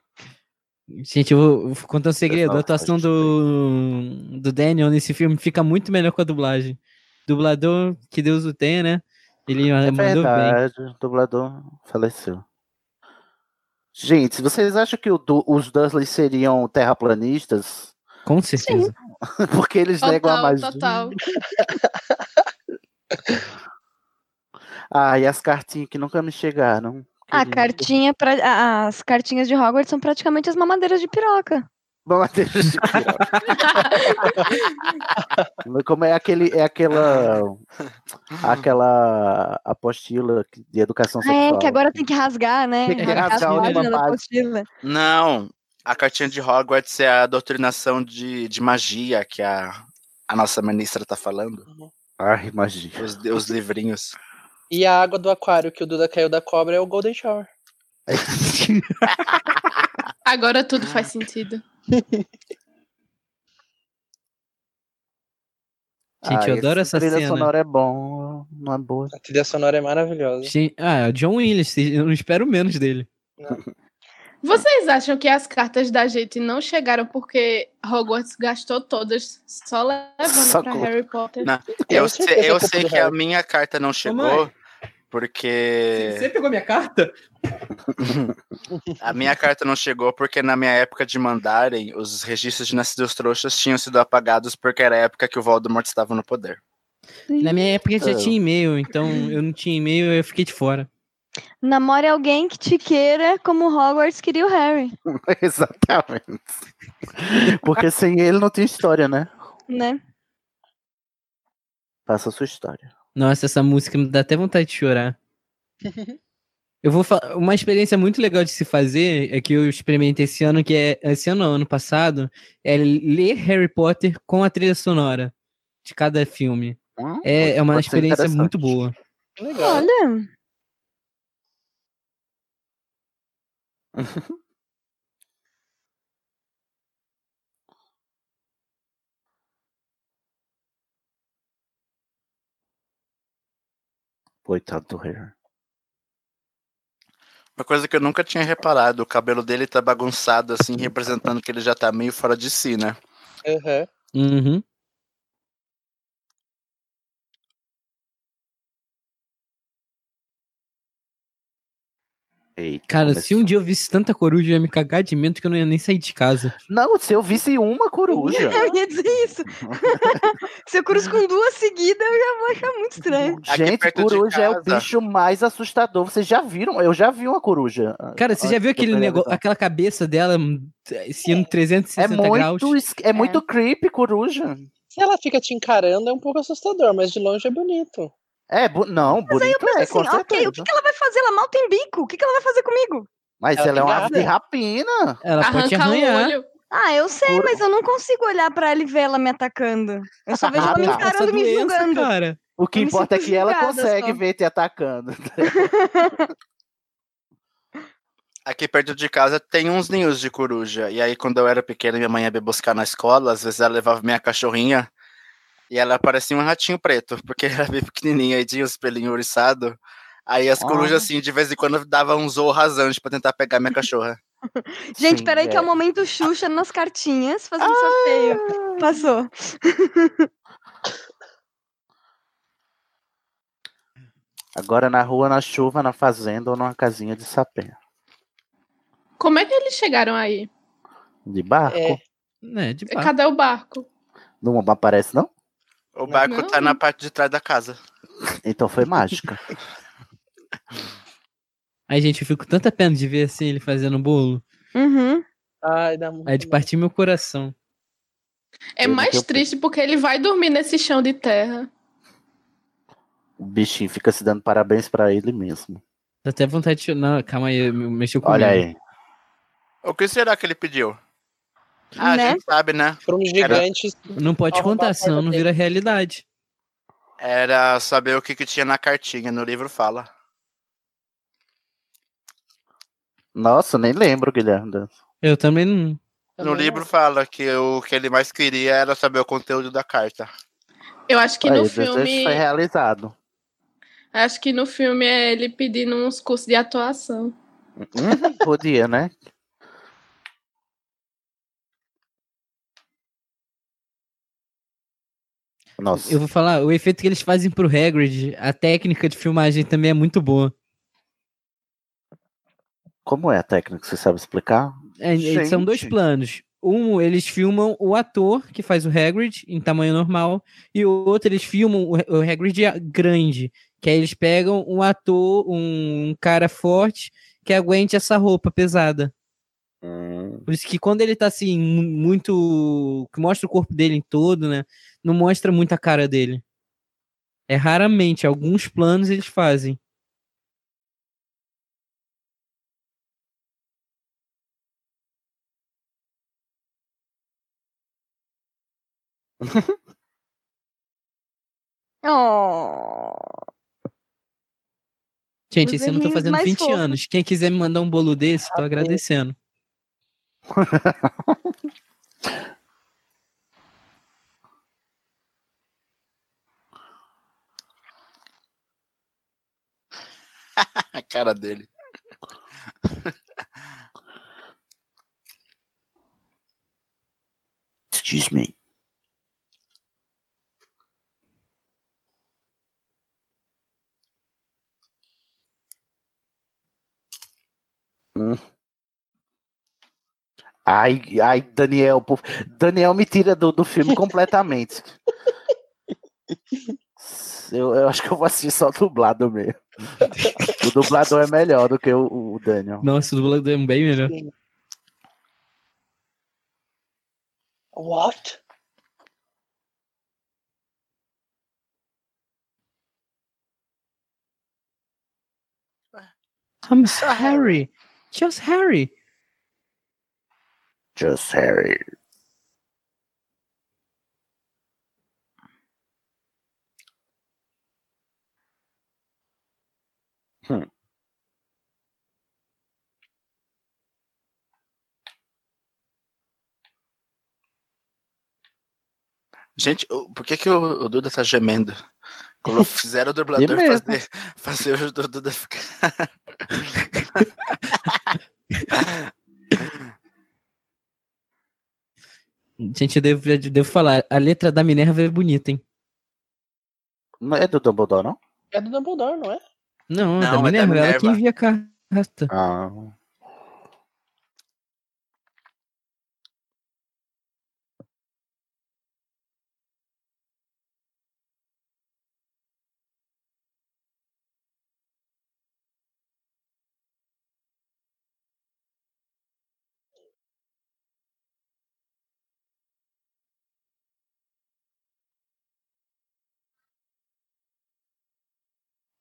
Speaker 7: Gente, eu vou, eu vou contar um segredo.
Speaker 1: Exato,
Speaker 7: A atuação do, do Daniel nesse filme fica muito melhor com a dublagem. Dublador, que Deus o tenha, né? Ele
Speaker 1: É
Speaker 7: mandou bem.
Speaker 1: verdade, o dublador faleceu. Gente, vocês acham que o Du- os Dursley seriam terraplanistas? [laughs]
Speaker 7: Com certeza.
Speaker 1: Porque eles negam a
Speaker 5: Total,
Speaker 1: magia.
Speaker 5: total.
Speaker 1: Ah, e as cartinhas que nunca me chegaram.
Speaker 5: Ah,
Speaker 9: A cartinha pra... a- As cartinhas de Hogwarts são praticamente as mamadeiras de piroca.
Speaker 1: [laughs] Bom, mas deixa eu
Speaker 5: [laughs]
Speaker 1: tirar. Como é aquele, é aquela, aquela apostila que- de educação
Speaker 9: Ah,
Speaker 1: sexual.
Speaker 9: é, que agora tem que rasgar, né?
Speaker 1: Tem que
Speaker 9: Arrancar as
Speaker 1: rasgar uma
Speaker 9: páginas da
Speaker 1: página.
Speaker 9: apostila.
Speaker 8: Não, a cartinha de Hogwarts é a doutrinação de, de magia que a, a nossa ministra tá falando.
Speaker 1: Ai, magia.
Speaker 8: Os, os livrinhos.
Speaker 6: E a água do aquário que o Duda caiu da cobra é o Golden Shower.
Speaker 5: Agora tudo
Speaker 1: Ah.
Speaker 5: faz sentido.
Speaker 7: Gente, eu
Speaker 1: Ai,
Speaker 7: adoro essa
Speaker 1: trilha
Speaker 7: cena.
Speaker 1: sonora é bom, não é boa. [laughs]
Speaker 6: A trilha sonora é maravilhosa.
Speaker 7: Gente, ah, é o John Williams, eu não espero menos dele.
Speaker 5: Vocês acham que as cartas da gente não chegaram porque Hogwarts gastou todas só levando
Speaker 1: Só
Speaker 5: pra
Speaker 1: com-
Speaker 5: Harry Potter?
Speaker 8: Não,
Speaker 6: Eu
Speaker 8: eu
Speaker 6: não sei se
Speaker 8: sei,
Speaker 6: é
Speaker 8: eu
Speaker 6: culpa
Speaker 8: sei
Speaker 6: do
Speaker 8: que a
Speaker 6: Harry.
Speaker 8: minha carta não chegou,
Speaker 7: mãe.
Speaker 8: porque.
Speaker 7: pegou minha carta?
Speaker 8: [laughs] A minha carta não chegou porque na minha época de mandarem, os registros de nascidos trouxas tinham sido apagados porque era a época que o Voldemort estava no poder.
Speaker 7: Na minha época já
Speaker 1: Eu.
Speaker 7: tinha e-mail, então eu não tinha e-mail eu fiquei de fora.
Speaker 9: Namore alguém que te queira como Hogwarts queria o Harry,
Speaker 1: Exatamente. Porque sem ele não tem história, né?
Speaker 9: né?
Speaker 1: Passa a sua história.
Speaker 7: Nossa, essa música me dá até vontade de chorar. Eu vou falar. Uma experiência muito legal de se fazer é que eu experimentei esse ano, que é. Esse ano, não, ano passado, é ler Harry Potter com a trilha sonora de cada filme.
Speaker 1: Hum,
Speaker 7: É, é uma
Speaker 1: pode ser
Speaker 7: experiência
Speaker 1: interessante.
Speaker 7: muito boa.
Speaker 1: É.
Speaker 6: Legal.
Speaker 9: Olha,
Speaker 1: Coitado do Harry.
Speaker 8: Uma coisa que eu nunca tinha reparado, o cabelo dele tá bagunçado assim, representando que ele já tá meio fora de si, né?
Speaker 6: Aham.
Speaker 7: Uhum.
Speaker 1: Eita,
Speaker 7: Cara,
Speaker 1: começou.
Speaker 7: se um dia eu visse tanta coruja, eu ia me cagar de medo que eu não ia nem sair de casa.
Speaker 1: Não, se eu visse uma coruja.
Speaker 9: [laughs] Eu ia dizer
Speaker 1: [laughs]
Speaker 9: isso. Se eu cruzo com duas seguidas, eu já vou achar muito
Speaker 1: Uhum.
Speaker 9: estranho.
Speaker 1: Gente, coruja é o bicho mais assustador. Vocês já viram? Eu já vi uma coruja.
Speaker 7: Cara, você já viu aquele negócio, aquela cabeça dela hum, sendo 360
Speaker 1: É muito
Speaker 7: graus?
Speaker 1: es- é muito creepy, coruja.
Speaker 6: Se ela fica te encarando, é um pouco assustador, mas de longe é bonito.
Speaker 1: É, bu- não,
Speaker 6: Mas aí eu
Speaker 1: bonito é,
Speaker 6: penso
Speaker 1: com
Speaker 6: assim, ok,
Speaker 1: certeza.
Speaker 9: O que, que ela vai fazer? Ela mal tem bico. O que, que ela vai fazer comigo?
Speaker 1: Mas
Speaker 9: Ela
Speaker 1: ela é
Speaker 9: tem
Speaker 1: uma
Speaker 9: garra.
Speaker 1: ave de rapina.
Speaker 7: Ela
Speaker 5: um
Speaker 9: Ah, eu sei, mas eu não consigo olhar pra ela e ver ela me atacando. Eu só vejo ela me
Speaker 1: Ah, tá.
Speaker 9: encarando e me
Speaker 1: Essa doença,
Speaker 9: julgando.
Speaker 1: cara. O que
Speaker 9: Eu me
Speaker 1: importa é
Speaker 9: sinto
Speaker 1: que ela
Speaker 9: julgada
Speaker 1: consegue
Speaker 9: só.
Speaker 1: ver te atacando.
Speaker 8: Aqui perto de casa tem uns ninhos de coruja. E aí, quando eu era pequena, minha mãe ia me buscar na escola. Às vezes ela levava minha cachorrinha e ela parecia um ratinho preto, porque [laughs] era bem pequenininha e tinha os pelinhos ouriçados. Aí as
Speaker 9: Ah.
Speaker 8: corujas, assim, de vez em quando dava um zoo rasante pra tentar pegar minha cachorra.
Speaker 9: Gente,
Speaker 8: Sim,
Speaker 9: peraí que é o
Speaker 8: é.
Speaker 9: momento Xuxa nas cartinhas fazendo sorteio. Passou.
Speaker 1: Agora na rua, na chuva, na fazenda ou numa casinha de sapé.
Speaker 5: Como é que eles chegaram aí?
Speaker 1: De barco?
Speaker 9: É.
Speaker 6: É.
Speaker 7: Né, de
Speaker 1: Ah.
Speaker 5: Cadê o barco?
Speaker 1: Não aparece, não?
Speaker 8: O barco tá na parte de trás da casa.
Speaker 1: Então foi mágica.
Speaker 7: Aí, gente, eu fico com tanta pena de ver assim ele fazendo bolo.
Speaker 9: Uhum.
Speaker 6: Ai, dá muito.
Speaker 7: É de partir meu coração.
Speaker 5: É
Speaker 7: Eu não
Speaker 5: mais
Speaker 7: tenho-
Speaker 5: triste porque ele vai dormir nesse chão de terra.
Speaker 1: O bichinho fica se dando parabéns pra ele mesmo.
Speaker 7: Dá até vontade de. Não, calma aí, me- mexeu comigo.
Speaker 9: Hum.
Speaker 1: Olha aí.
Speaker 8: O que será que ele pediu? Ah, a gente sabe, né?
Speaker 6: Por um gigante.
Speaker 7: Não pode contar, senão não vira realidade.
Speaker 8: Era saber o que, que tinha na cartinha. No livro fala.
Speaker 1: Nossa, nem lembro, Guilherme.
Speaker 7: Eu também não.
Speaker 6: é
Speaker 8: No livro fala que o que ele mais queria era saber o conteúdo da carta.
Speaker 5: Eu acho que
Speaker 1: Aí,
Speaker 5: no
Speaker 1: o desejo
Speaker 5: filme.
Speaker 1: foi realizado.
Speaker 5: Acho que no filme é ele pedindo uns cursos de atuação.
Speaker 1: Hum, podia, né? Nossa.
Speaker 7: Eu vou falar, o efeito que eles fazem pro Hagrid, a técnica de filmagem também é muito boa.
Speaker 1: Como é a técnica? Você sabe explicar?
Speaker 7: É, é, são dois
Speaker 1: Gente.
Speaker 7: planos. Um, eles filmam o ator que faz o Hagrid em tamanho normal, e o outro, eles filmam o, o Hagrid grande, que aí eles pegam um ator, um cara forte, que aguente essa roupa pesada.
Speaker 5: Hum.
Speaker 7: Por isso que quando ele tá assim, mu- muito. que mostra o corpo dele em todo, né? Não mostra muito a cara dele. É raramente, alguns planos eles fazem.
Speaker 9: Oh.
Speaker 7: Gente,
Speaker 9: Os
Speaker 7: esse ano eu tô
Speaker 9: desenhos
Speaker 7: fazendo
Speaker 9: mais
Speaker 7: 20
Speaker 9: fofos.
Speaker 7: anos. Quem quiser me mandar um bolo desse, tô agradecendo.
Speaker 8: A cara dele.
Speaker 1: Excuse me. Hum. Ai, ai, Daniel, por- Daniel me tira do, do filme completamente. [laughs] Eu, eu acho que eu vou assistir só dublado mesmo. O dublador é melhor do que o, o Daniel.
Speaker 7: Nossa, o dublador é bem melhor.
Speaker 6: What?
Speaker 7: I'm Harry. Just Harry.
Speaker 1: Just Harry. Hum.
Speaker 8: Gente, o- por que, que o, o Duda tá gemendo? Quando fizeram o dublador
Speaker 1: mesmo.
Speaker 8: fazer, [laughs] fazer o Duda ficar.
Speaker 7: Gente, eu devo, eu devo falar, a letra da Minerva é bonita, hein?
Speaker 1: Não é do Dumbledore, não?
Speaker 6: É do Dumbledore, não é?
Speaker 7: Não, é
Speaker 8: Não,
Speaker 7: da
Speaker 8: é da
Speaker 7: Minerva, ela que
Speaker 8: Minerva.
Speaker 7: envia a carta. Rasta.
Speaker 8: Ah.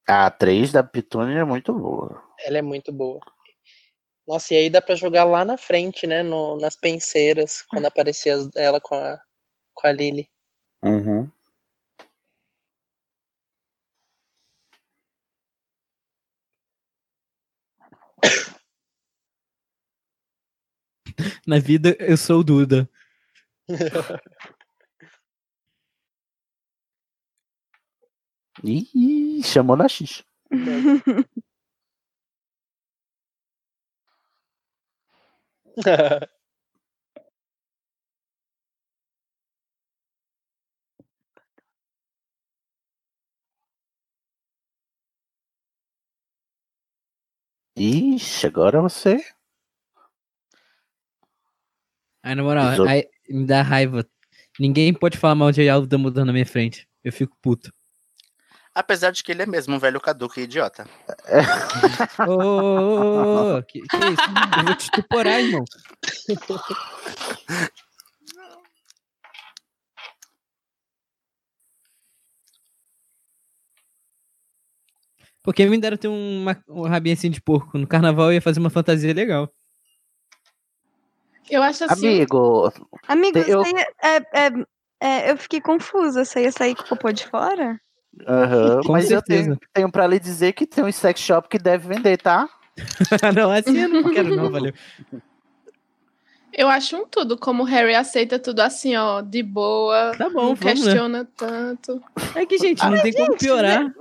Speaker 1: Ah, A 3 da Pitônia é muito boa.
Speaker 6: Ela é muito boa. Nossa, e aí dá pra jogar lá na frente, né? no- nas penseiras, quando aparecer as- ela com a, com a
Speaker 9: [laughs]
Speaker 6: Lily.
Speaker 1: Uhum.
Speaker 7: Na vida, eu sou o Duda.
Speaker 1: Ih, chamou na X. Ixi, agora você. é
Speaker 7: Aí, na moral,
Speaker 1: Iso-
Speaker 7: aí me dá raiva. Ninguém pode falar mal de Aldo mudando na minha frente. Eu fico puto.
Speaker 8: Apesar de que ele é mesmo um velho caduco e idiota.
Speaker 7: Ô, ô, ô, ô, que, que é isso? Eu vou te estuporar, irmão. Porque me deram ter uma, um rabinho assim de porco. No carnaval eu ia fazer uma fantasia legal. [laughs]
Speaker 5: Eu acho assim.
Speaker 1: Amigo,
Speaker 9: Amigo,
Speaker 1: Tem- eu-
Speaker 9: você ia- é- é- é, eu fiquei confusa. Você ia sair com o popô de fora?
Speaker 1: aham,
Speaker 7: Com
Speaker 1: mas eu
Speaker 7: certeza.
Speaker 1: tenho, tenho pra lhe dizer que tem um sex shop que deve vender, tá?
Speaker 7: não, assim eu não quero, não, valeu.
Speaker 5: Eu acho um tudo, como o Harry aceita tudo assim, ó, de boa.
Speaker 7: Tá bom,
Speaker 5: não
Speaker 7: vamos, né?
Speaker 5: questiona tanto.
Speaker 7: É que, gente, não tem como piorar.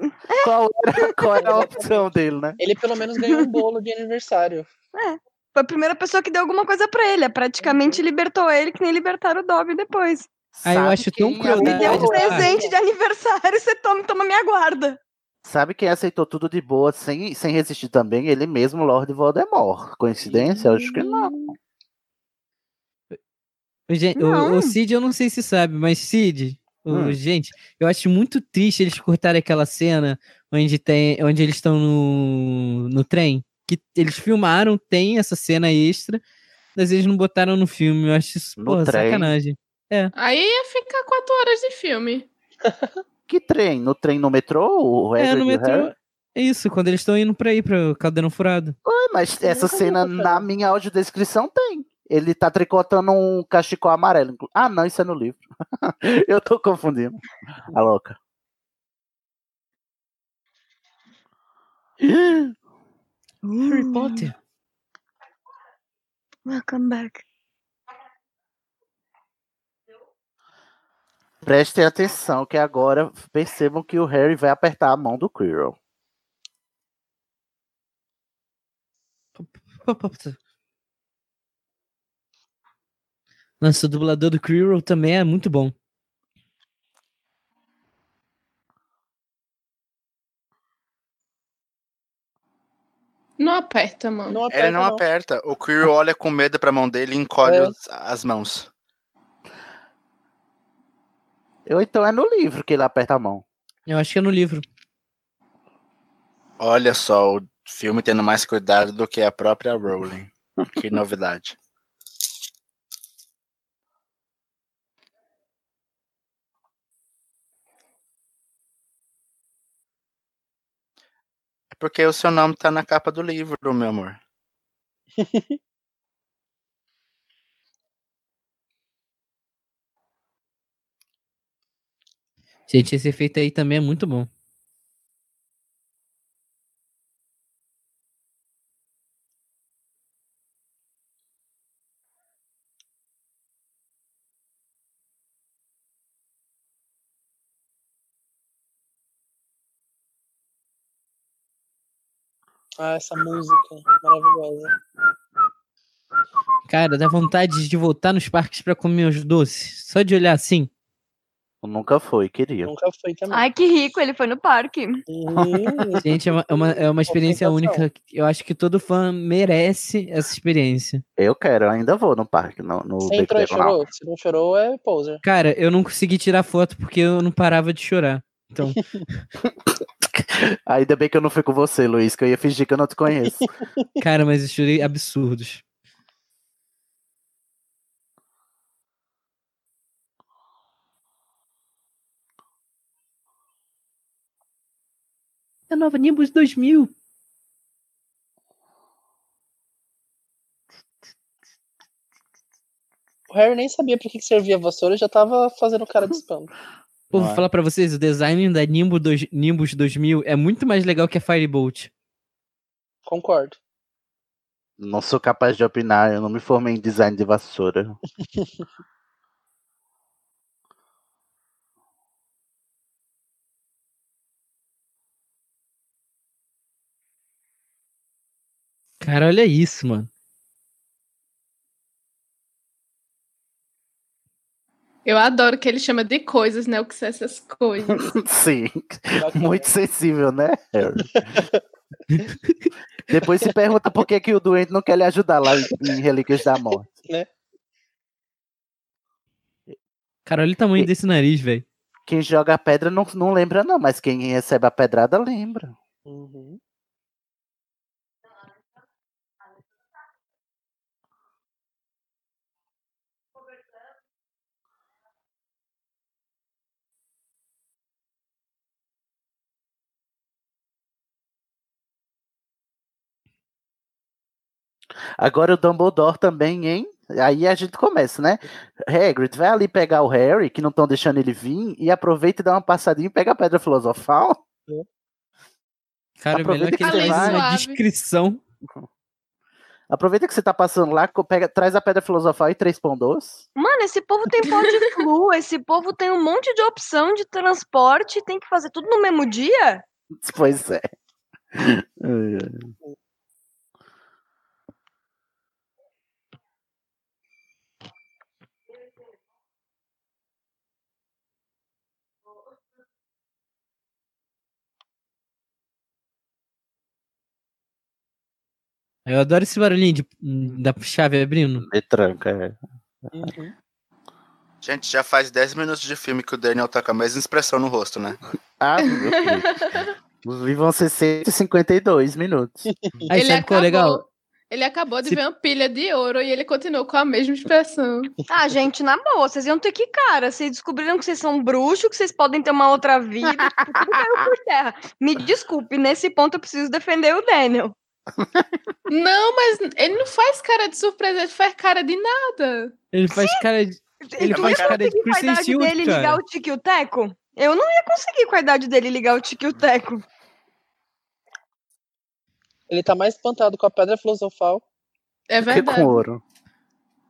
Speaker 1: Qual era, qual era a opção dele, né?
Speaker 6: Ele pelo menos ganhou um bolo de aniversário.
Speaker 9: É. Foi a primeira pessoa que deu alguma coisa pra ele. É, Praticamente
Speaker 1: Uhum.
Speaker 9: libertou ele, que nem libertaram o Dobby depois.
Speaker 7: Aí eu acho tão
Speaker 1: É,
Speaker 9: Me deu
Speaker 7: crueldade.
Speaker 9: um
Speaker 1: tá.
Speaker 7: essa-
Speaker 9: presente de aniversário, [laughs] você toma, toma minha guarda.
Speaker 1: Sabe quem aceitou tudo de boa sem, sem resistir também? Ele mesmo, Lord Voldemort. Coincidência? Eu Acho que não.
Speaker 7: Gen-
Speaker 1: Não.
Speaker 7: O, o Cid, eu não sei se sabe, mas Cid, o-
Speaker 1: Hum.
Speaker 7: gente, eu acho muito triste eles cortarem aquela cena onde, tem, onde eles estão no, no trem. Que eles filmaram, tem essa cena extra, mas eles não botaram no filme. Eu acho isso,
Speaker 1: No
Speaker 7: porra,
Speaker 1: trem.
Speaker 7: sacanagem. É.
Speaker 5: Aí ia ficar quatro horas de filme.
Speaker 1: Que trem? No trem no metrô? O
Speaker 7: É,
Speaker 1: Hagrid
Speaker 7: no
Speaker 1: e o Harry?
Speaker 7: metrô. É isso, quando eles estão indo pra ir pro Caldeirão Furado.
Speaker 1: Ué, mas essa cena na minha audiodescrição tem. Ele tá tricotando um cachecol amarelo. inclu- Ah, não, isso é no livro. [laughs] Eu tô confundindo. A louca.
Speaker 7: Harry Potter.
Speaker 9: Hum, Welcome back.
Speaker 1: Prestem atenção que agora percebam que o Harry vai apertar a mão do Quirrell.
Speaker 7: Nossa, o dublador do Quirrell também é muito bom.
Speaker 5: Não aperta, mano.
Speaker 6: Não
Speaker 8: Ele não aperta. O Quirrell olha com medo pra mão dele e encolhe
Speaker 5: É.
Speaker 8: os- as mãos.
Speaker 1: Ou então é no livro que ele aperta a mão.
Speaker 7: Eu acho que é no livro.
Speaker 8: Olha só, o filme tendo mais cuidado do que a própria Rowling. [laughs] que novidade. É porque o seu nome tá na capa do livro, meu amor.
Speaker 7: Gente, esse efeito aí também é muito bom.
Speaker 6: Ah, essa música maravilhosa.
Speaker 7: Cara, dá vontade de voltar nos parques pra comer os doces. Só de olhar assim.
Speaker 1: Nunca foi, queria.
Speaker 6: Nunca foi também.
Speaker 9: Ai, que rico, ele foi no parque.
Speaker 7: Gente, é uma, é uma, é uma experiência única. Eu acho que todo fã merece essa experiência.
Speaker 1: Eu quero, eu ainda vou no parque, no, no
Speaker 6: Você entrou e chorou. Se não chorou, é poser.
Speaker 7: Cara, eu não consegui tirar foto porque eu não parava de chorar. Então,
Speaker 1: Ainda bem que eu não fui com você, Luiz, que eu ia fingir que eu não te conheço.
Speaker 6: [laughs]
Speaker 7: cara, mas eu chorei absurdos. É nova Nimbus 2000.
Speaker 6: O Harry nem sabia pra que que servia a vassoura, já tava fazendo cara de spam.
Speaker 7: Pô, vou falar pra vocês, o design da Nimbus, dois- Nimbus 2000 é muito mais legal que a Firebolt.
Speaker 6: Concordo.
Speaker 1: Não sou capaz de opinar, eu não me formei em design de vassoura. [laughs]
Speaker 7: Cara, olha isso, mano.
Speaker 5: Eu adoro que ele chama de coisas, né? O que são essas coisas.
Speaker 7: [laughs]
Speaker 1: Sim. Muito
Speaker 6: é.
Speaker 1: sensível, né, Harry? Depois se pergunta por que, que o doente não quer lhe ajudar lá em- em Relíquias da Morte.
Speaker 6: Né?
Speaker 7: Cara, olha o tamanho desse nariz, velho.
Speaker 1: Quem joga a pedra não, não lembra, não, mas quem recebe a pedrada lembra.
Speaker 6: Uhum,
Speaker 1: Agora o Dumbledore também, hein? Aí a gente começa, né? Hagrid, vai ali pegar o Harry, que não estão deixando ele vir, e aproveita e dá uma passadinha e pega a pedra filosofal.
Speaker 7: Cara, melhor
Speaker 1: Aproveita
Speaker 7: que
Speaker 1: que
Speaker 7: ele
Speaker 1: você
Speaker 7: faz
Speaker 1: vai.
Speaker 7: uma descrição.
Speaker 1: Aproveita que você tá passando lá, co- pega, traz a pedra filosofal e três pão doce.
Speaker 9: Mano, esse povo tem pó de flu, esse povo tem um monte de opção de transporte, tem que fazer tudo no mesmo dia?
Speaker 1: Pois é. Ai, ai.
Speaker 7: Eu adoro esse barulhinho de, da chave abrindo.
Speaker 1: Me tranca, é.
Speaker 6: uhum.
Speaker 8: Gente, já faz 10 minutos de filme que o Daniel tá com a mesma expressão no rosto, né?
Speaker 1: Ah, meu Deus. E vão ser 152 minutos.
Speaker 5: ele acabou,
Speaker 7: é
Speaker 5: Ele acabou de
Speaker 1: Se-
Speaker 5: ver uma pilha de ouro e ele continuou com a mesma expressão.
Speaker 9: Ah, gente, na boa, vocês iam ter que, cara, vocês descobriram que vocês são bruxos, que vocês podem ter uma outra vida, [laughs] tipo, tudo caiu por terra. Me desculpe, nesse ponto eu preciso defender o Daniel.
Speaker 5: Não, mas ele não faz cara de surpresa, ele faz cara de nada.
Speaker 7: Ele faz cara de. Ele
Speaker 9: tu
Speaker 7: faz
Speaker 9: ia
Speaker 7: cara de
Speaker 9: conseguir com a
Speaker 7: Kristen
Speaker 9: idade
Speaker 7: Stewart,
Speaker 9: dele
Speaker 7: cara.
Speaker 9: ligar o tique e o teco? Eu não ia conseguir com a idade dele ligar o tique e o teco.
Speaker 6: Ele tá mais espantado com a pedra filosofal.
Speaker 5: É
Speaker 1: com ouro.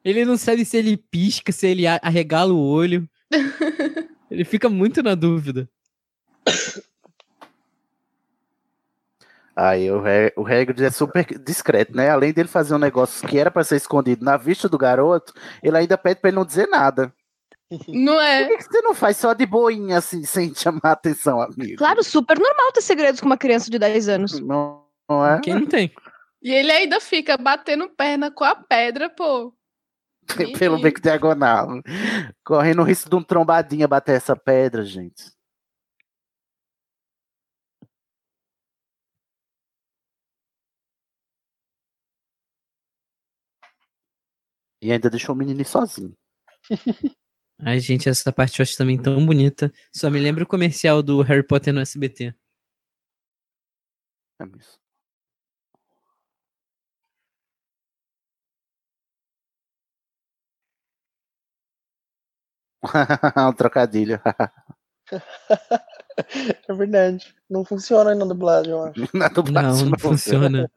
Speaker 7: Ele não sabe se ele pisca, se ele a- arregala o
Speaker 9: [laughs]
Speaker 7: olho. ele fica muito na dúvida.
Speaker 1: Aí o, Re- o Hagrid é super discreto, né? Além dele fazer um negócio que era pra ser escondido na vista do garoto, ele ainda pede pra ele não dizer nada.
Speaker 5: Não é?
Speaker 1: Por que que você não faz só de boinha, assim, [laughs] sem chamar a atenção, amigo?
Speaker 9: Claro, super normal ter segredos com uma criança de 10 anos.
Speaker 1: Não, não é? [laughs]
Speaker 7: Quem não tem?
Speaker 5: E ele ainda fica batendo perna com a pedra, pô.
Speaker 1: Pelo beco diagonal. Correndo o risco de um trombadinha bater essa pedra, gente. E ainda deixou o menino ir sozinho.
Speaker 7: Ai, gente, essa parte eu acho também tão bonita. Só me lembra o comercial do Harry Potter no SBT.
Speaker 1: É isso. [laughs] um trocadilho. [laughs]
Speaker 6: É verdade. Não funciona aí na dublagem, eu acho.
Speaker 1: Na dublagem
Speaker 7: Não, não funciona.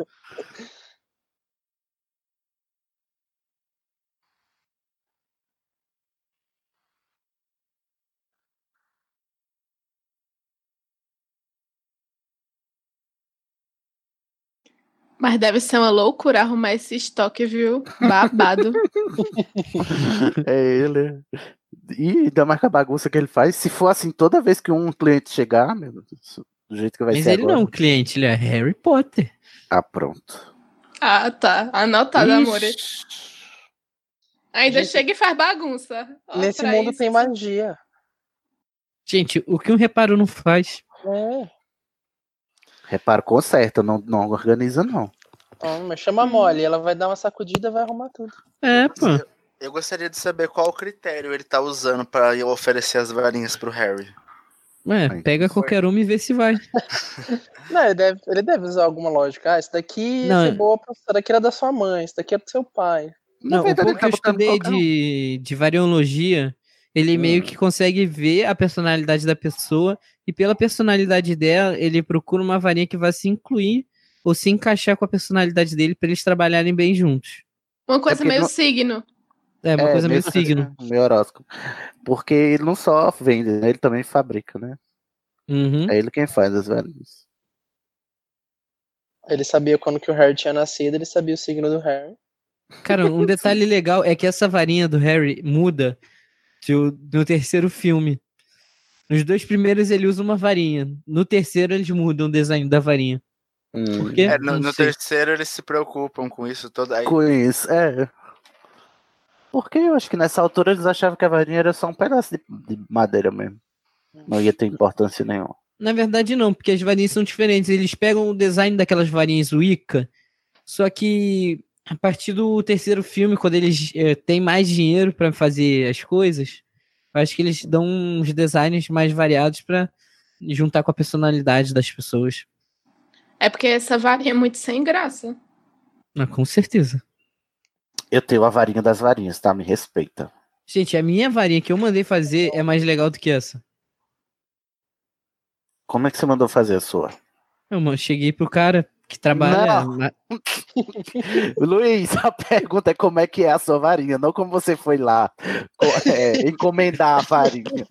Speaker 5: Mas deve ser uma loucura arrumar esse estoque, viu? Babado.
Speaker 1: É ele. E ainda mais com a bagunça que ele faz. Se for assim, toda vez que um cliente chegar, meu Deus, do jeito que vai
Speaker 7: Mas
Speaker 1: ser
Speaker 7: ele
Speaker 1: agora.
Speaker 7: não é um cliente, ele é Harry Potter.
Speaker 1: Ah, pronto.
Speaker 5: Ah, tá. Anotado,
Speaker 7: Ixi.
Speaker 5: amor. Ainda
Speaker 6: Gente,
Speaker 5: chega e faz bagunça. Ó,
Speaker 6: Nesse
Speaker 5: pra
Speaker 6: mundo
Speaker 5: isso.
Speaker 6: tem magia.
Speaker 7: Gente, o que um reparo não faz?
Speaker 6: É.
Speaker 1: Reparo, conserta, não, não organiza, não.
Speaker 6: Ó, Então, mas chama a Molly, ela vai dar uma sacudida e vai arrumar tudo.
Speaker 7: É, pô.
Speaker 8: Eu gostaria de saber qual o critério ele tá usando pra eu oferecer as varinhas pro Harry.
Speaker 7: É, pega qualquer uma e vê se vai.
Speaker 6: Não, ele deve, ele deve usar alguma lógica. Ah, isso daqui
Speaker 7: Não,
Speaker 6: é
Speaker 7: é-
Speaker 6: boa pra isso daqui era da sua mãe, isso daqui era do seu pai.
Speaker 7: Não,
Speaker 1: é
Speaker 7: o pouco que eu estudei
Speaker 1: um.
Speaker 7: de, de variologia, ele meio que consegue ver a personalidade da pessoa e pela personalidade dela, ele procura uma varinha que vai se incluir ou se encaixar com a personalidade dele pra eles trabalharem bem juntos.
Speaker 5: Uma coisa
Speaker 1: porque
Speaker 5: meio
Speaker 1: não-
Speaker 5: signo.
Speaker 7: É, uma coisa meio
Speaker 1: assim,
Speaker 7: signo.
Speaker 1: Meu horóscopo. Porque ele não só vende, né? ele também fabrica, né?
Speaker 7: Uhum.
Speaker 1: É ele quem faz as varinhas.
Speaker 6: Ele sabia quando que o Harry tinha nascido, ele sabia o signo do Harry.
Speaker 7: Cara, um detalhe legal é que essa varinha do Harry muda de o- no terceiro filme. Nos dois primeiros ele usa uma varinha. No terceiro eles mudam o design da varinha.
Speaker 1: Hum.
Speaker 7: Por quê?
Speaker 8: É, no
Speaker 7: Não
Speaker 8: no
Speaker 7: sei.
Speaker 8: terceiro eles se preocupam com isso todo aí.
Speaker 1: Com isso, é. Porque eu acho que nessa altura eles achavam que a varinha era só um pedaço de, de madeira mesmo. Não ia ter importância nenhuma.
Speaker 7: Na verdade, não, porque as varinhas são diferentes. Eles pegam o design daquelas varinhas Wicca, só que a partir do terceiro filme, quando eles eh, têm mais dinheiro pra fazer as coisas, eu acho que eles dão uns designs mais variados pra juntar com a personalidade das pessoas.
Speaker 5: É porque essa varinha é muito sem graça.
Speaker 7: Ah, com certeza.
Speaker 1: Eu tenho a varinha das varinhas, tá? Me respeita.
Speaker 7: Gente, a minha varinha que eu mandei fazer é mais legal do que essa.
Speaker 1: Como é que você mandou fazer a sua?
Speaker 7: Eu man- cheguei pro cara que trabalha.
Speaker 1: Não.
Speaker 7: na-
Speaker 1: Luiz, a pergunta é como é que é a sua varinha, não como você foi lá co- é, encomendar a varinha.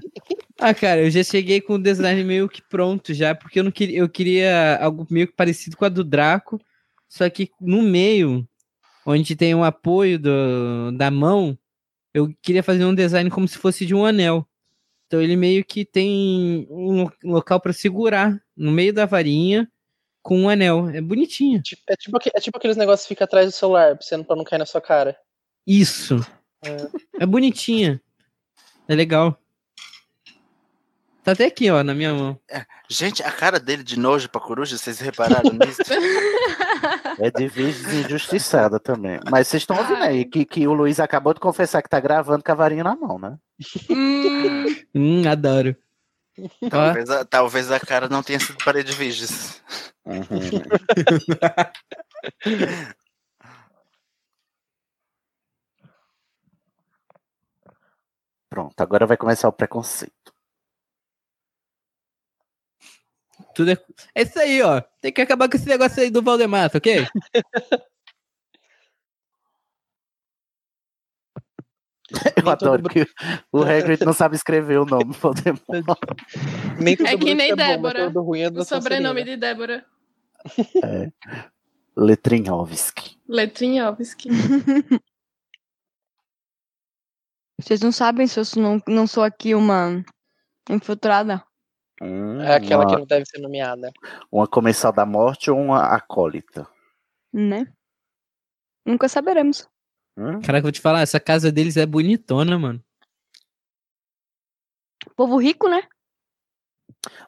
Speaker 7: Ah, cara, eu já cheguei com o design meio que pronto já, porque eu não queria, eu queria algo meio que parecido com a do Draco, só que no meio, onde tem um apoio do- da mão, eu queria fazer um design como se fosse de um anel. Então ele meio que tem um lo- local pra segurar no meio da varinha com um anel. É bonitinho.
Speaker 6: É tipo, aque- é tipo aqueles negócios que fica atrás do celular, pra, você não, pra não cair na sua cara.
Speaker 7: Isso. É bonitinha. É legal. Tá até aqui, ó, na minha mão.
Speaker 8: Gente, a cara dele de nojo pra coruja, vocês repararam
Speaker 6: [laughs]
Speaker 8: nisso?
Speaker 1: É de vez injustiçada também. Mas vocês estão
Speaker 6: Ah.
Speaker 1: ouvindo aí que, que o Luiz acabou de confessar que tá gravando com a varinha na mão, né?
Speaker 7: Hum, adoro.
Speaker 8: talvez, a, talvez a cara não tenha sido parede virgens.
Speaker 1: [laughs] Pronto, agora vai começar o preconceito.
Speaker 7: Tudo é... é isso aí, ó. Tem que acabar com esse negócio aí do Valdemar, tá ok?
Speaker 1: Eu adoro que o Hagrid não sabe escrever o nome. [laughs] Voldemort.
Speaker 5: É que nem Débora.
Speaker 6: todo ruim é
Speaker 5: o
Speaker 6: da
Speaker 5: sobrenome de Débora.
Speaker 1: É. Letrinhovski.
Speaker 5: Letrinhovski.
Speaker 9: [laughs] Vocês não sabem se eu não, não sou aqui uma infiltrada?
Speaker 6: É aquela que
Speaker 1: uma,
Speaker 6: não deve ser nomeada.
Speaker 1: uma comensal da morte ou uma acólita?
Speaker 9: Né? Nunca saberemos.
Speaker 7: Caraca, vou te falar, essa casa deles é bonitona, mano.
Speaker 9: Povo rico, né?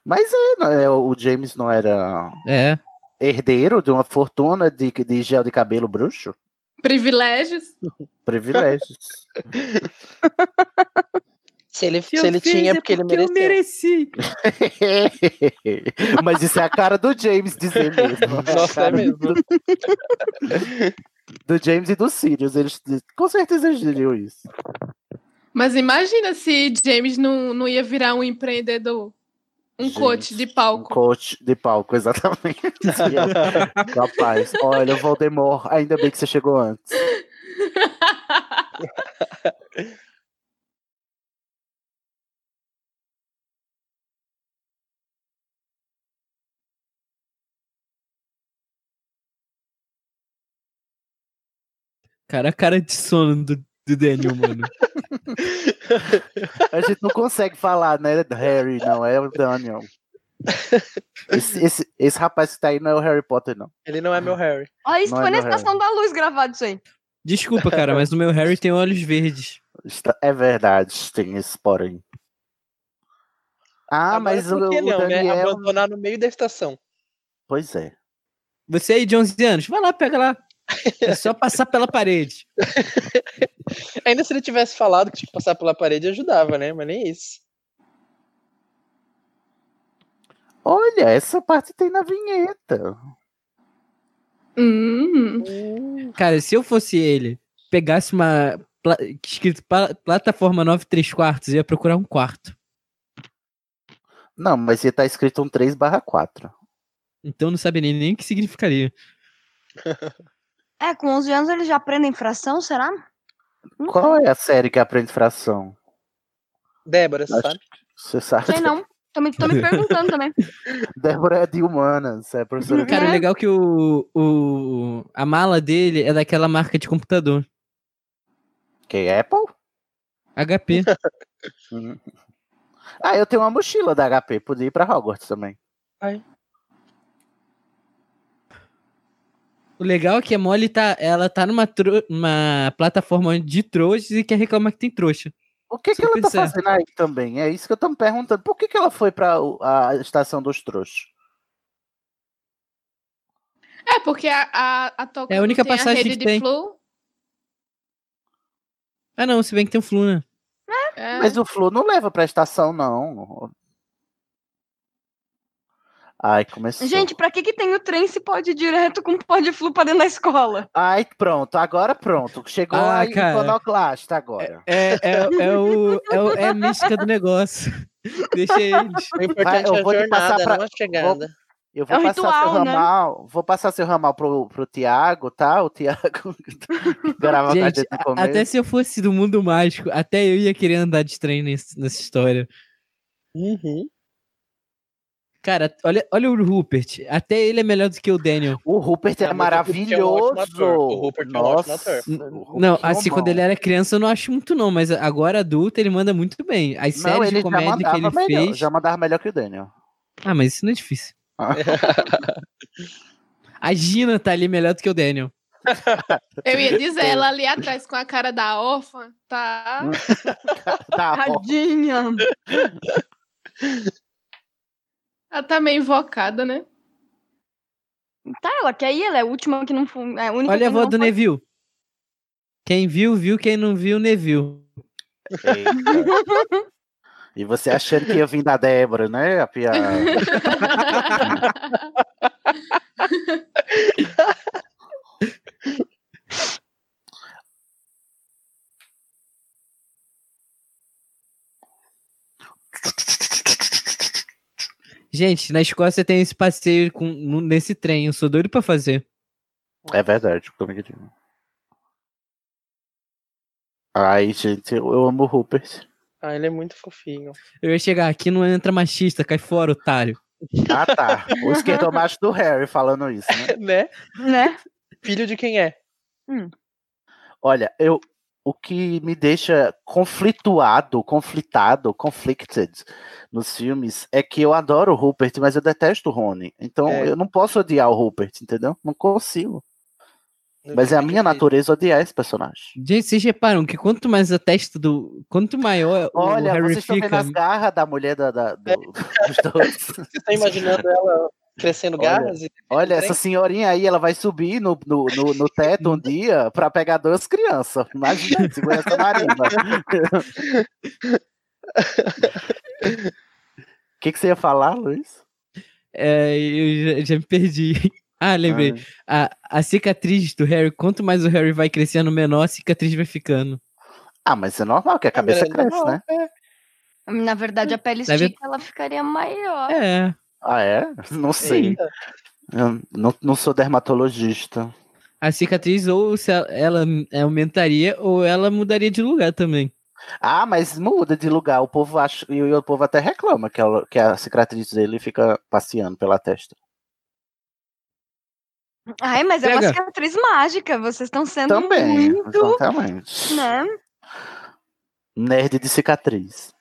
Speaker 1: Mas é, não é, o James não era
Speaker 7: É.
Speaker 1: herdeiro de uma fortuna de, de gel de cabelo bruxo?
Speaker 5: [laughs] Privilégios.
Speaker 1: Privilégios.
Speaker 6: Se ele,
Speaker 5: eu
Speaker 6: se ele
Speaker 5: fiz,
Speaker 6: tinha,
Speaker 5: é
Speaker 6: é porque ele
Speaker 5: porque eu
Speaker 6: mereceu.
Speaker 7: mereci.
Speaker 1: Mas isso é a cara do James dizer mesmo. a
Speaker 6: [laughs] Nossa, é
Speaker 1: cara
Speaker 6: mesmo.
Speaker 1: Do, do James e do Sirius. Eles, com certeza eles diriam isso.
Speaker 5: Mas imagina se James não, não ia virar um empreendedor. Um coach de palco.
Speaker 1: Coach de palco, exatamente. Rapaz, olha, Voldemort, ainda bem que você chegou antes.
Speaker 7: Cara, a cara de sono do, do Daniel, mano.
Speaker 1: A gente não consegue falar, né? Harry, não, é o Daniel. Esse, esse, esse rapaz que tá aí não é o Harry Potter, não.
Speaker 6: Ele não é meu Harry.
Speaker 9: Ah, isso
Speaker 1: Não é
Speaker 9: foi na
Speaker 1: meu Harry.
Speaker 9: Estação da Luz gravado isso aí.
Speaker 7: Desculpa, cara, mas o meu Harry tem olhos verdes.
Speaker 1: Está- É verdade, tem esse porém. Ah,
Speaker 6: Agora,
Speaker 1: mas o,
Speaker 6: por que
Speaker 1: o
Speaker 6: não, né?
Speaker 1: Daniel.
Speaker 6: Abandonar no meio da estação.
Speaker 1: Pois é.
Speaker 7: Você aí de 11 anos, vai lá, pega lá. É só passar pela parede.
Speaker 6: Ainda se ele tivesse falado que tinha que passar pela parede, ajudava, né? Mas nem isso.
Speaker 1: Olha, essa parte tem na vinheta.
Speaker 5: Hum.
Speaker 7: Cara, se eu fosse ele, pegasse uma. pla- Escrito pla- plataforma 9 3 quartos, ia procurar um quarto.
Speaker 1: Não, mas ia estar escrito um 3 barra 4.
Speaker 7: Então não sabe nem, nem o que significaria.
Speaker 9: É, com 11 anos eles já aprendem fração, será?
Speaker 1: Qual é a série que aprende fração?
Speaker 6: Débora,
Speaker 1: você sabe? Você sabe?
Speaker 9: Sei não. Tô me,
Speaker 7: [laughs]
Speaker 9: tô me perguntando também.
Speaker 1: [laughs] Débora é de humanas, é professora de
Speaker 7: Cara, o legal é que o, o, a mala dele é daquela marca de computador.
Speaker 1: Que Apple?
Speaker 7: HP.
Speaker 1: Uhum. Ah, eu tenho uma mochila da HP, podia ir pra Hogwarts também.
Speaker 7: O legal é que a Molly tá, ela tá numa, tro- numa plataforma de trouxas e quer reclamar que tem trouxa.
Speaker 1: O que, que ela tá fazendo aí também? É isso que eu tô me perguntando. Por que, que ela foi pra o- a estação dos trouxas?
Speaker 5: É, porque a, a, a Toca
Speaker 7: É a única
Speaker 5: não tem
Speaker 7: passagem
Speaker 5: a rede
Speaker 7: que
Speaker 5: de
Speaker 7: tem.
Speaker 5: Flow.
Speaker 7: Ah, não, se bem que tem um flu, né?
Speaker 5: É.
Speaker 1: Mas o Flu não leva pra estação, não. Ai, começou.
Speaker 9: Gente, pra que que tem o trem se pode ir direto com pode flu pra dentro da escola?
Speaker 1: Ai, pronto, agora pronto. Chegou
Speaker 7: Ah,
Speaker 1: a
Speaker 7: cara.
Speaker 1: iconoclasta agora.
Speaker 7: É, é, é, o, é, o- é a mística do negócio. [laughs] Deixa eles.
Speaker 6: O importante
Speaker 1: Vai,
Speaker 6: é
Speaker 1: eu
Speaker 6: a
Speaker 1: vou te
Speaker 6: jornada,
Speaker 1: passar pra-
Speaker 6: não a chegada.
Speaker 1: Eu vou
Speaker 9: É um
Speaker 1: passar seu
Speaker 9: ritual, né?
Speaker 1: ramal, vou passar seu ramal pro, pro Tiago, tá? O Tiago [laughs] que grava com a
Speaker 7: Gente,
Speaker 1: gente no
Speaker 7: a-
Speaker 1: começo.
Speaker 7: até se eu fosse do mundo mágico, até eu ia querer andar de trem nesse- nessa história.
Speaker 6: Uhum.
Speaker 7: Cara, olha, olha o Rupert. Até ele é melhor do que o Daniel.
Speaker 1: O Rupert é
Speaker 6: Não, mas o Rupert é um ótimo
Speaker 1: maravilhoso.
Speaker 6: ator. O Rupert é um ótimo ator.
Speaker 1: Nossa, o Rupert
Speaker 7: Não,
Speaker 1: é um
Speaker 7: assim, quando
Speaker 1: bom.
Speaker 7: ele era criança eu não acho muito não, mas agora adulto ele manda muito bem. As
Speaker 1: Não,
Speaker 7: séries
Speaker 1: ele
Speaker 7: de
Speaker 1: já
Speaker 7: comédia que ele
Speaker 1: mandava melhor,
Speaker 7: fez...
Speaker 1: já mandava melhor que o Daniel.
Speaker 7: Ah, mas isso não
Speaker 1: [laughs]
Speaker 7: é difícil. A Gina tá ali melhor do que o Daniel.
Speaker 5: Eu ia dizer, ela ali atrás com a cara da órfã, tá?
Speaker 7: Ah,
Speaker 1: Tá, ó,
Speaker 9: Tadinha.
Speaker 5: Ela tá meio invocada, né?
Speaker 9: Tá, ela quer ir, ela é a última que não foi. É a única
Speaker 7: Olha a
Speaker 9: que não
Speaker 7: avó do
Speaker 9: foi.
Speaker 7: Neville. Quem viu, viu. Quem não viu, Neville.
Speaker 1: eita. E você achando que ia vir da Débora, né? A piada.
Speaker 7: Gente, na Escócia tem esse passeio com, no- nesse trem. Eu sou doido pra fazer.
Speaker 1: É verdade, como é que digo? Ai, gente, eu eu amo o Rupert.
Speaker 6: Ah, ele é muito fofinho.
Speaker 7: Eu ia chegar aqui, não entra machista, cai fora, otário.
Speaker 1: Ah, tá. O esquerdomacho do Harry falando isso, [laughs] né?
Speaker 6: né?
Speaker 9: Né?
Speaker 6: Filho de quem é?
Speaker 1: Olha, eu o que me deixa conflituado, conflitado, conflicted nos filmes é que eu adoro o Rupert, mas eu detesto o Rony. Então
Speaker 6: É.
Speaker 1: eu não posso odiar o Rupert, entendeu? Não consigo.
Speaker 6: Eu
Speaker 1: Mas é a
Speaker 6: também
Speaker 1: minha
Speaker 6: acredito.
Speaker 1: natureza odiar esse personagem.
Speaker 7: Gente, vocês reparam que quanto mais a testa do... Quanto maior o
Speaker 1: Olha, vocês
Speaker 7: Harry
Speaker 1: estão vendo
Speaker 7: fica...
Speaker 1: as garras da mulher da, da- do- [laughs] dos dois.
Speaker 6: Você tá imaginando ela crescendo
Speaker 1: Olha,
Speaker 6: garras? e-
Speaker 1: Olha, essa senhorinha aí, ela vai subir no, no, no, no teto um dia pra pegar duas crianças. Imagina, aí, segura essa marimba. O que, que você ia falar, Luiz?
Speaker 7: É, eu já, já me perdi. [laughs] Ah, lembrei.
Speaker 1: Ah,
Speaker 7: A, a cicatriz do Harry, quanto mais o Harry vai crescendo, menor a cicatriz vai ficando.
Speaker 1: Ah, mas é normal que a cabeça
Speaker 6: Era
Speaker 1: cresce,
Speaker 6: normal,
Speaker 1: né?
Speaker 6: é.
Speaker 9: Na verdade, a pele
Speaker 7: Deve-
Speaker 9: estica, ela ficaria maior.
Speaker 7: É.
Speaker 1: Ah, é? Não sei.
Speaker 6: Eita.
Speaker 1: Eu não, não sou dermatologista.
Speaker 7: A cicatriz ou se ela, ela aumentaria ou ela mudaria de lugar também.
Speaker 1: Ah, mas muda de lugar. O povo acha, e o povo até reclama que a, que a cicatriz dele fica passeando pela testa.
Speaker 9: Ai, mas é uma
Speaker 7: Pega.
Speaker 9: cicatriz mágica. Vocês estão sendo
Speaker 1: Também,
Speaker 9: muito.
Speaker 1: exatamente.
Speaker 9: Né?
Speaker 1: Nerd de [laughs] cicatriz.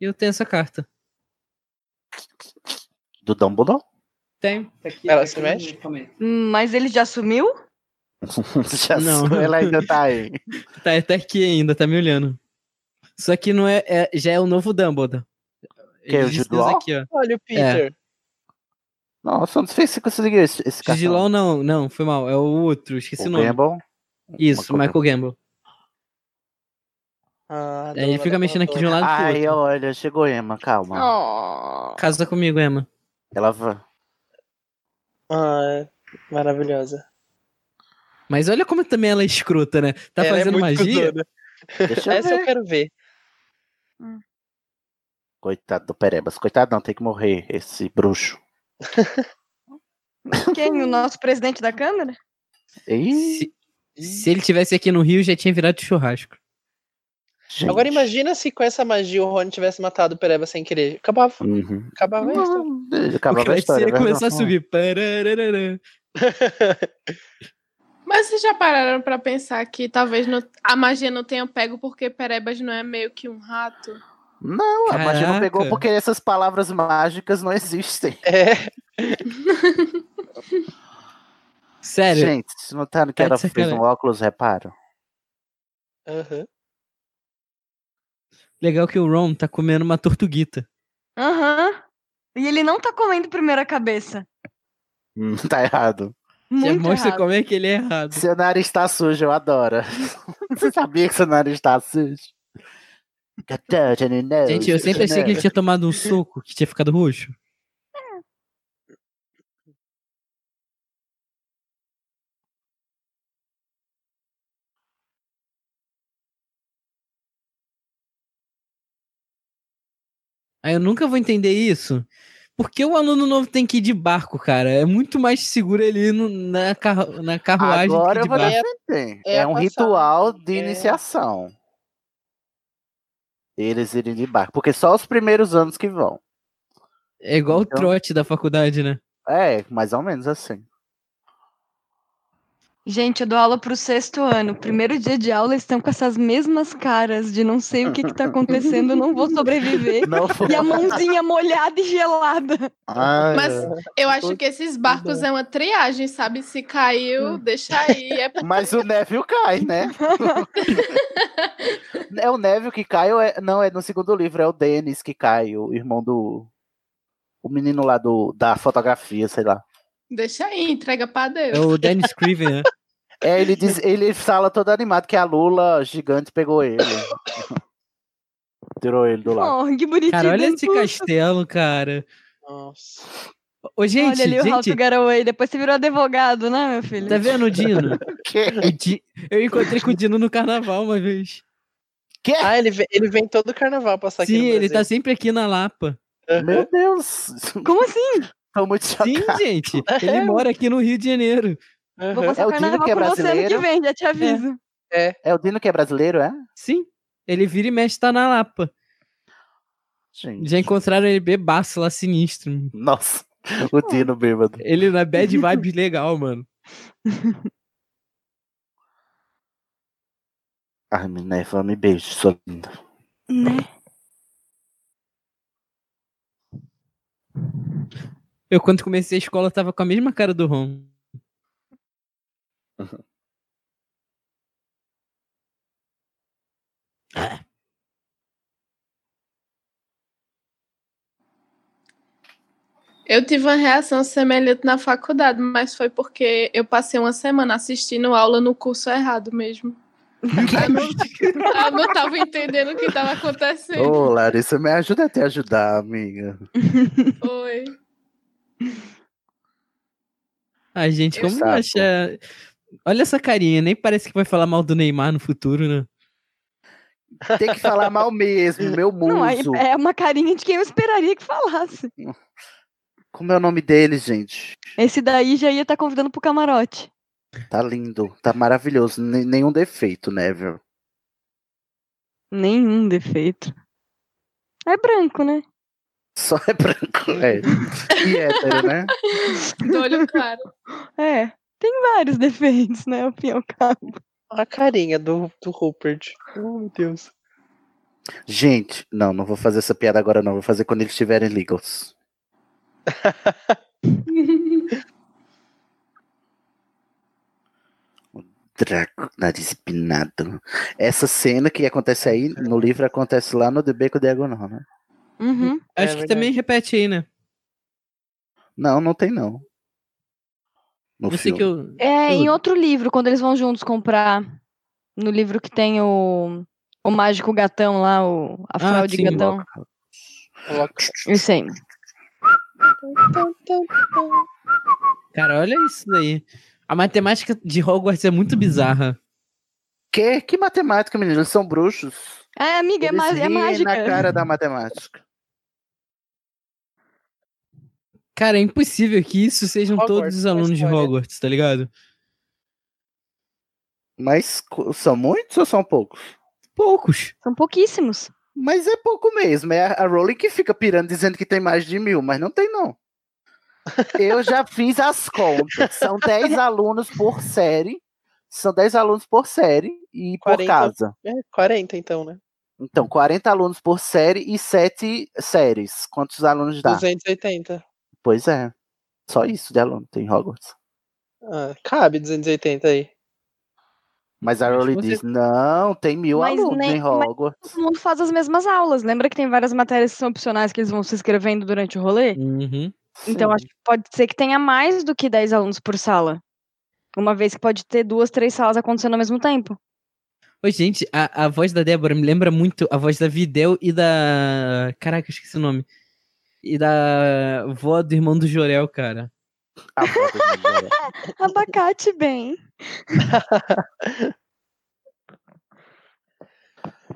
Speaker 7: Eu tenho essa carta.
Speaker 1: Do Dumbledore?
Speaker 7: Tem. Tá aqui,
Speaker 6: Ela
Speaker 7: tá
Speaker 6: se
Speaker 7: aqui,
Speaker 6: mexe?
Speaker 7: calma aí.
Speaker 9: Mas ele já sumiu?
Speaker 1: Já
Speaker 7: Não.
Speaker 1: sou, ela ainda tá aí.
Speaker 7: Tá, tá aqui ainda, tá me olhando. Só que não é, é- já é o novo Dumbledore.
Speaker 1: Que é o
Speaker 7: Ele diz
Speaker 1: Jude Law?
Speaker 7: aqui, ó.
Speaker 6: Olha o
Speaker 7: É.
Speaker 6: Peter.
Speaker 1: Nossa, eu não sei se conseguiu esse, esse
Speaker 7: Jude
Speaker 1: cartão.
Speaker 7: Law não, não, foi mal. É o outro, esqueci o,
Speaker 1: O
Speaker 7: nome.
Speaker 1: Gamble?
Speaker 7: Isso,
Speaker 1: Michael
Speaker 7: Michael Gamble.
Speaker 6: Ah,
Speaker 7: Aí ele fica mexendo aqui de um lado pro
Speaker 1: Ai,
Speaker 7: outro.
Speaker 1: olha, chegou Emma, calma.
Speaker 5: Oh.
Speaker 7: Casa comigo, Emma.
Speaker 1: Ela va-
Speaker 6: Ah, maravilhosa.
Speaker 7: Mas olha como também ela é escrota, né? Tá
Speaker 6: Ela é
Speaker 7: fazendo
Speaker 6: muito
Speaker 7: magia?
Speaker 6: cuzona.
Speaker 1: Deixa eu
Speaker 6: Essa eu
Speaker 1: ver.
Speaker 6: quero ver.
Speaker 1: Coitado do Perebas. Coitado não, tem que morrer esse bruxo.
Speaker 9: Quem? O nosso presidente da Câmara?
Speaker 1: Ih,
Speaker 7: Se, se ele tivesse aqui no Rio, já tinha virado churrasco.
Speaker 1: gente.
Speaker 6: Agora imagina se com essa magia o Rony tivesse matado o Pereba sem querer. Acabava,
Speaker 1: Uhum.
Speaker 6: acabava a história.
Speaker 7: Porque
Speaker 1: Acabava a
Speaker 7: vai
Speaker 1: história. né? um
Speaker 7: ser
Speaker 1: mas
Speaker 7: começar a
Speaker 1: não.
Speaker 7: subir. Parararara.
Speaker 5: Mas vocês já pararam pra pensar que talvez não- a magia não tenha pego porque Perebas não é meio que um rato?
Speaker 1: Não, a magia não
Speaker 7: Caraca.
Speaker 1: pegou porque essas palavras mágicas não existem.
Speaker 6: É,
Speaker 7: Sério,
Speaker 1: Gente, se notaram que
Speaker 7: Tá de
Speaker 1: ela fez
Speaker 7: sacanagem.
Speaker 1: um óculos, reparo?
Speaker 6: aham.
Speaker 7: legal que o Ron tá comendo uma tortuguita.
Speaker 9: Aham. E ele não tá comendo primeiro a cabeça.
Speaker 1: Hum, [laughs] tá errado.
Speaker 7: Já
Speaker 9: Muito
Speaker 7: mostra
Speaker 9: errado.
Speaker 7: como é que ele é errado.
Speaker 1: Seu nariz tá sujo, eu adoro. [laughs] Você sabia que seu nariz tá sujo? É,
Speaker 7: Gente, eu sempre achei que ele tinha tomado um soco, que tinha ficado roxo. É. Aí eu nunca vou entender isso. Por que o aluno novo tem que ir de barco, cara? É muito mais seguro ele ir no- na, carru- na carruagem
Speaker 1: Agora
Speaker 7: do
Speaker 1: eu
Speaker 7: que de
Speaker 1: vou
Speaker 7: barco.
Speaker 1: defender.
Speaker 6: É
Speaker 1: É,
Speaker 6: a
Speaker 1: um
Speaker 6: passagem,
Speaker 1: ritual de
Speaker 6: é.
Speaker 1: iniciação. Eles irem de barco. Porque só os primeiros anos que vão.
Speaker 7: É igual
Speaker 1: Então-
Speaker 7: o trote da faculdade, né?
Speaker 1: É, mais ou menos assim.
Speaker 9: Gente, eu dou aula pro sexto ano. Primeiro dia de aula, eles estão com essas mesmas caras de não sei o que, que tá acontecendo, não vou
Speaker 7: [laughs]
Speaker 9: sobreviver.
Speaker 1: [laughs] Não foi.
Speaker 9: E a mãozinha molhada e gelada.
Speaker 8: Ah,
Speaker 1: Ai,
Speaker 5: Mas eu acho
Speaker 6: Tudo-
Speaker 5: que esses barcos é uma triagem, sabe? Se caiu, deixa aí. É
Speaker 1: Mas o Neville cai,
Speaker 6: [laughs]
Speaker 1: né? é o Neville que cai, ou é... não, é no segundo livro, é o Dennis que cai, o irmão do. O menino lá do, da fotografia, sei lá.
Speaker 5: Deixa aí, entrega pra
Speaker 7: É
Speaker 5: Deus.
Speaker 7: o Dennis Craven,
Speaker 1: [laughs]
Speaker 7: né?
Speaker 1: É, ele diz, ele fala todo animado que a Lula gigante pegou ele. Tirou ele do lado.
Speaker 9: Oh, que bonitinho.
Speaker 7: Cara, olha
Speaker 9: bem
Speaker 7: esse
Speaker 9: fofo.
Speaker 7: castelo, cara.
Speaker 6: Nossa.
Speaker 7: Ô, gente,
Speaker 9: Olha ali o Ralph
Speaker 7: gente,
Speaker 9: Garaway, depois você virou advogado, né, meu filho?
Speaker 7: tá vendo o [laughs] Dino?
Speaker 1: Que?
Speaker 7: O É Di- Eu encontrei com o Dino no carnaval uma vez.
Speaker 6: Ah, ele vem, ele vem todo carnaval passar aqui
Speaker 7: Sim,
Speaker 6: no
Speaker 7: ele tá
Speaker 6: Brasil.
Speaker 7: sempre aqui na
Speaker 1: [laughs]
Speaker 7: Lapa.
Speaker 6: Aham.
Speaker 1: Meu Deus!
Speaker 9: Como assim?
Speaker 1: Tô muito
Speaker 7: Sim,
Speaker 1: chocado. [laughs]
Speaker 7: gente. Ele mora aqui no Rio de Janeiro.
Speaker 6: Aham.
Speaker 9: Vou passar
Speaker 1: É o Dino
Speaker 9: carnaval
Speaker 1: que é
Speaker 9: com você ano que
Speaker 1: brasileiro.
Speaker 9: vem, já te aviso.
Speaker 1: É o Dino que é brasileiro, é?
Speaker 7: Sim. Ele vira e mexe, tá na Lapa.
Speaker 1: Gente.
Speaker 7: Já encontraram ele bebaço lá sinistro.
Speaker 1: Nossa, o Dino bêbado.
Speaker 7: Ele
Speaker 1: [laughs]
Speaker 7: na bad vibes legal, mano.
Speaker 1: Ai, Minerva, me beije, sua linda.
Speaker 9: Né?
Speaker 7: Eu, quando comecei a escola, tava com a mesma cara do Ron.
Speaker 5: Eu tive uma reação semelhante na faculdade, mas foi porque eu passei uma semana assistindo aula no curso errado mesmo. Eu não, eu não tava entendendo o que tava
Speaker 1: Ô,
Speaker 5: acontecendo.
Speaker 1: Larissa, me ajuda a te ajudar, amiga.
Speaker 5: Oi.
Speaker 7: Ai, gente,
Speaker 1: Eu
Speaker 7: como não
Speaker 1: saco.
Speaker 7: acha. Olha essa carinha, nem parece que vai falar mal do Neymar no futuro, né?
Speaker 1: Tem que falar mal mesmo, meu muso.
Speaker 9: [laughs] Não, aí é uma carinha de quem eu esperaria que falasse.
Speaker 1: Como é o nome dele, gente?
Speaker 9: Esse daí já ia estar convidando pro camarote.
Speaker 1: Tá lindo, tá maravilhoso. nem- nenhum defeito, né, Neville.
Speaker 9: Nenhum defeito. É branco, né?
Speaker 1: Só é branco. É. E hétero, né?
Speaker 5: Do olho claro.
Speaker 9: [laughs] É. Tem vários defeitos, né? Ao fim e ao cabo.
Speaker 6: a carinha do, do Rupert. Oh, meu Deus.
Speaker 1: Gente, não, não vou fazer essa piada agora, não. Vou fazer quando eles tiverem legals. Draco, nariz empinado. Essa cena que acontece aí no livro acontece lá no The Beco Diagonal, né?
Speaker 9: Uhum.
Speaker 1: É
Speaker 7: Acho que
Speaker 1: verdade.
Speaker 7: também repete aí, né?
Speaker 1: Não, não tem não. No
Speaker 7: Você
Speaker 1: filme.
Speaker 7: que eu.
Speaker 9: É, em
Speaker 7: Tudo.
Speaker 9: outro livro, quando eles vão juntos comprar. No livro que tem o, o mágico gatão lá, o, a fraude
Speaker 7: sim.
Speaker 9: gatão. Isso aí.
Speaker 7: Cara, olha isso daí. A matemática de Hogwarts é muito bizarra.
Speaker 1: Que? Que matemática, menino? Eles são bruxos.
Speaker 9: É, amiga, é,
Speaker 1: Eles
Speaker 9: ma- é
Speaker 1: riem
Speaker 9: mágica.
Speaker 1: na cara da matemática.
Speaker 7: Cara, é impossível que isso sejam todos os alunos de Hogwarts, tá ligado?
Speaker 1: Mas co- são muitos ou são poucos?
Speaker 7: Poucos.
Speaker 9: São pouquíssimos.
Speaker 1: Mas é pouco mesmo. É a a Rowling que fica pirando dizendo que tem mais de mil, mas não tem não. Eu já fiz as contas. São 10 alunos por série. São 10 alunos por série e por
Speaker 6: 40.
Speaker 1: casa.
Speaker 6: É, 40 então, né?
Speaker 1: Então, 40 alunos por série e 7 séries. Quantos alunos
Speaker 7: Tá.
Speaker 1: dá?
Speaker 6: 280.
Speaker 1: Pois é. Só isso de aluno tem em Hogwarts.
Speaker 6: Ah, cabe 280 aí.
Speaker 1: Mas a Rowling
Speaker 6: você-
Speaker 1: diz: não, tem mil
Speaker 9: Mas
Speaker 1: alunos
Speaker 9: nem-
Speaker 1: em
Speaker 9: mas-
Speaker 1: Hogwarts.
Speaker 9: Todo mundo faz as mesmas aulas. Lembra que tem várias matérias que são opcionais que eles vão se inscrevendo durante o rolê?
Speaker 7: Uhum.
Speaker 9: Então acho que pode ser que tenha mais do que 10 alunos por sala. Uma vez que pode ter duas, três salas acontecendo ao mesmo tempo.
Speaker 7: Ô, gente, a, a voz da Débora me lembra muito a voz da Videl e da. Caraca, eu esqueci o nome. E da vó do irmão do Jorel, cara.
Speaker 9: Abacate, bem.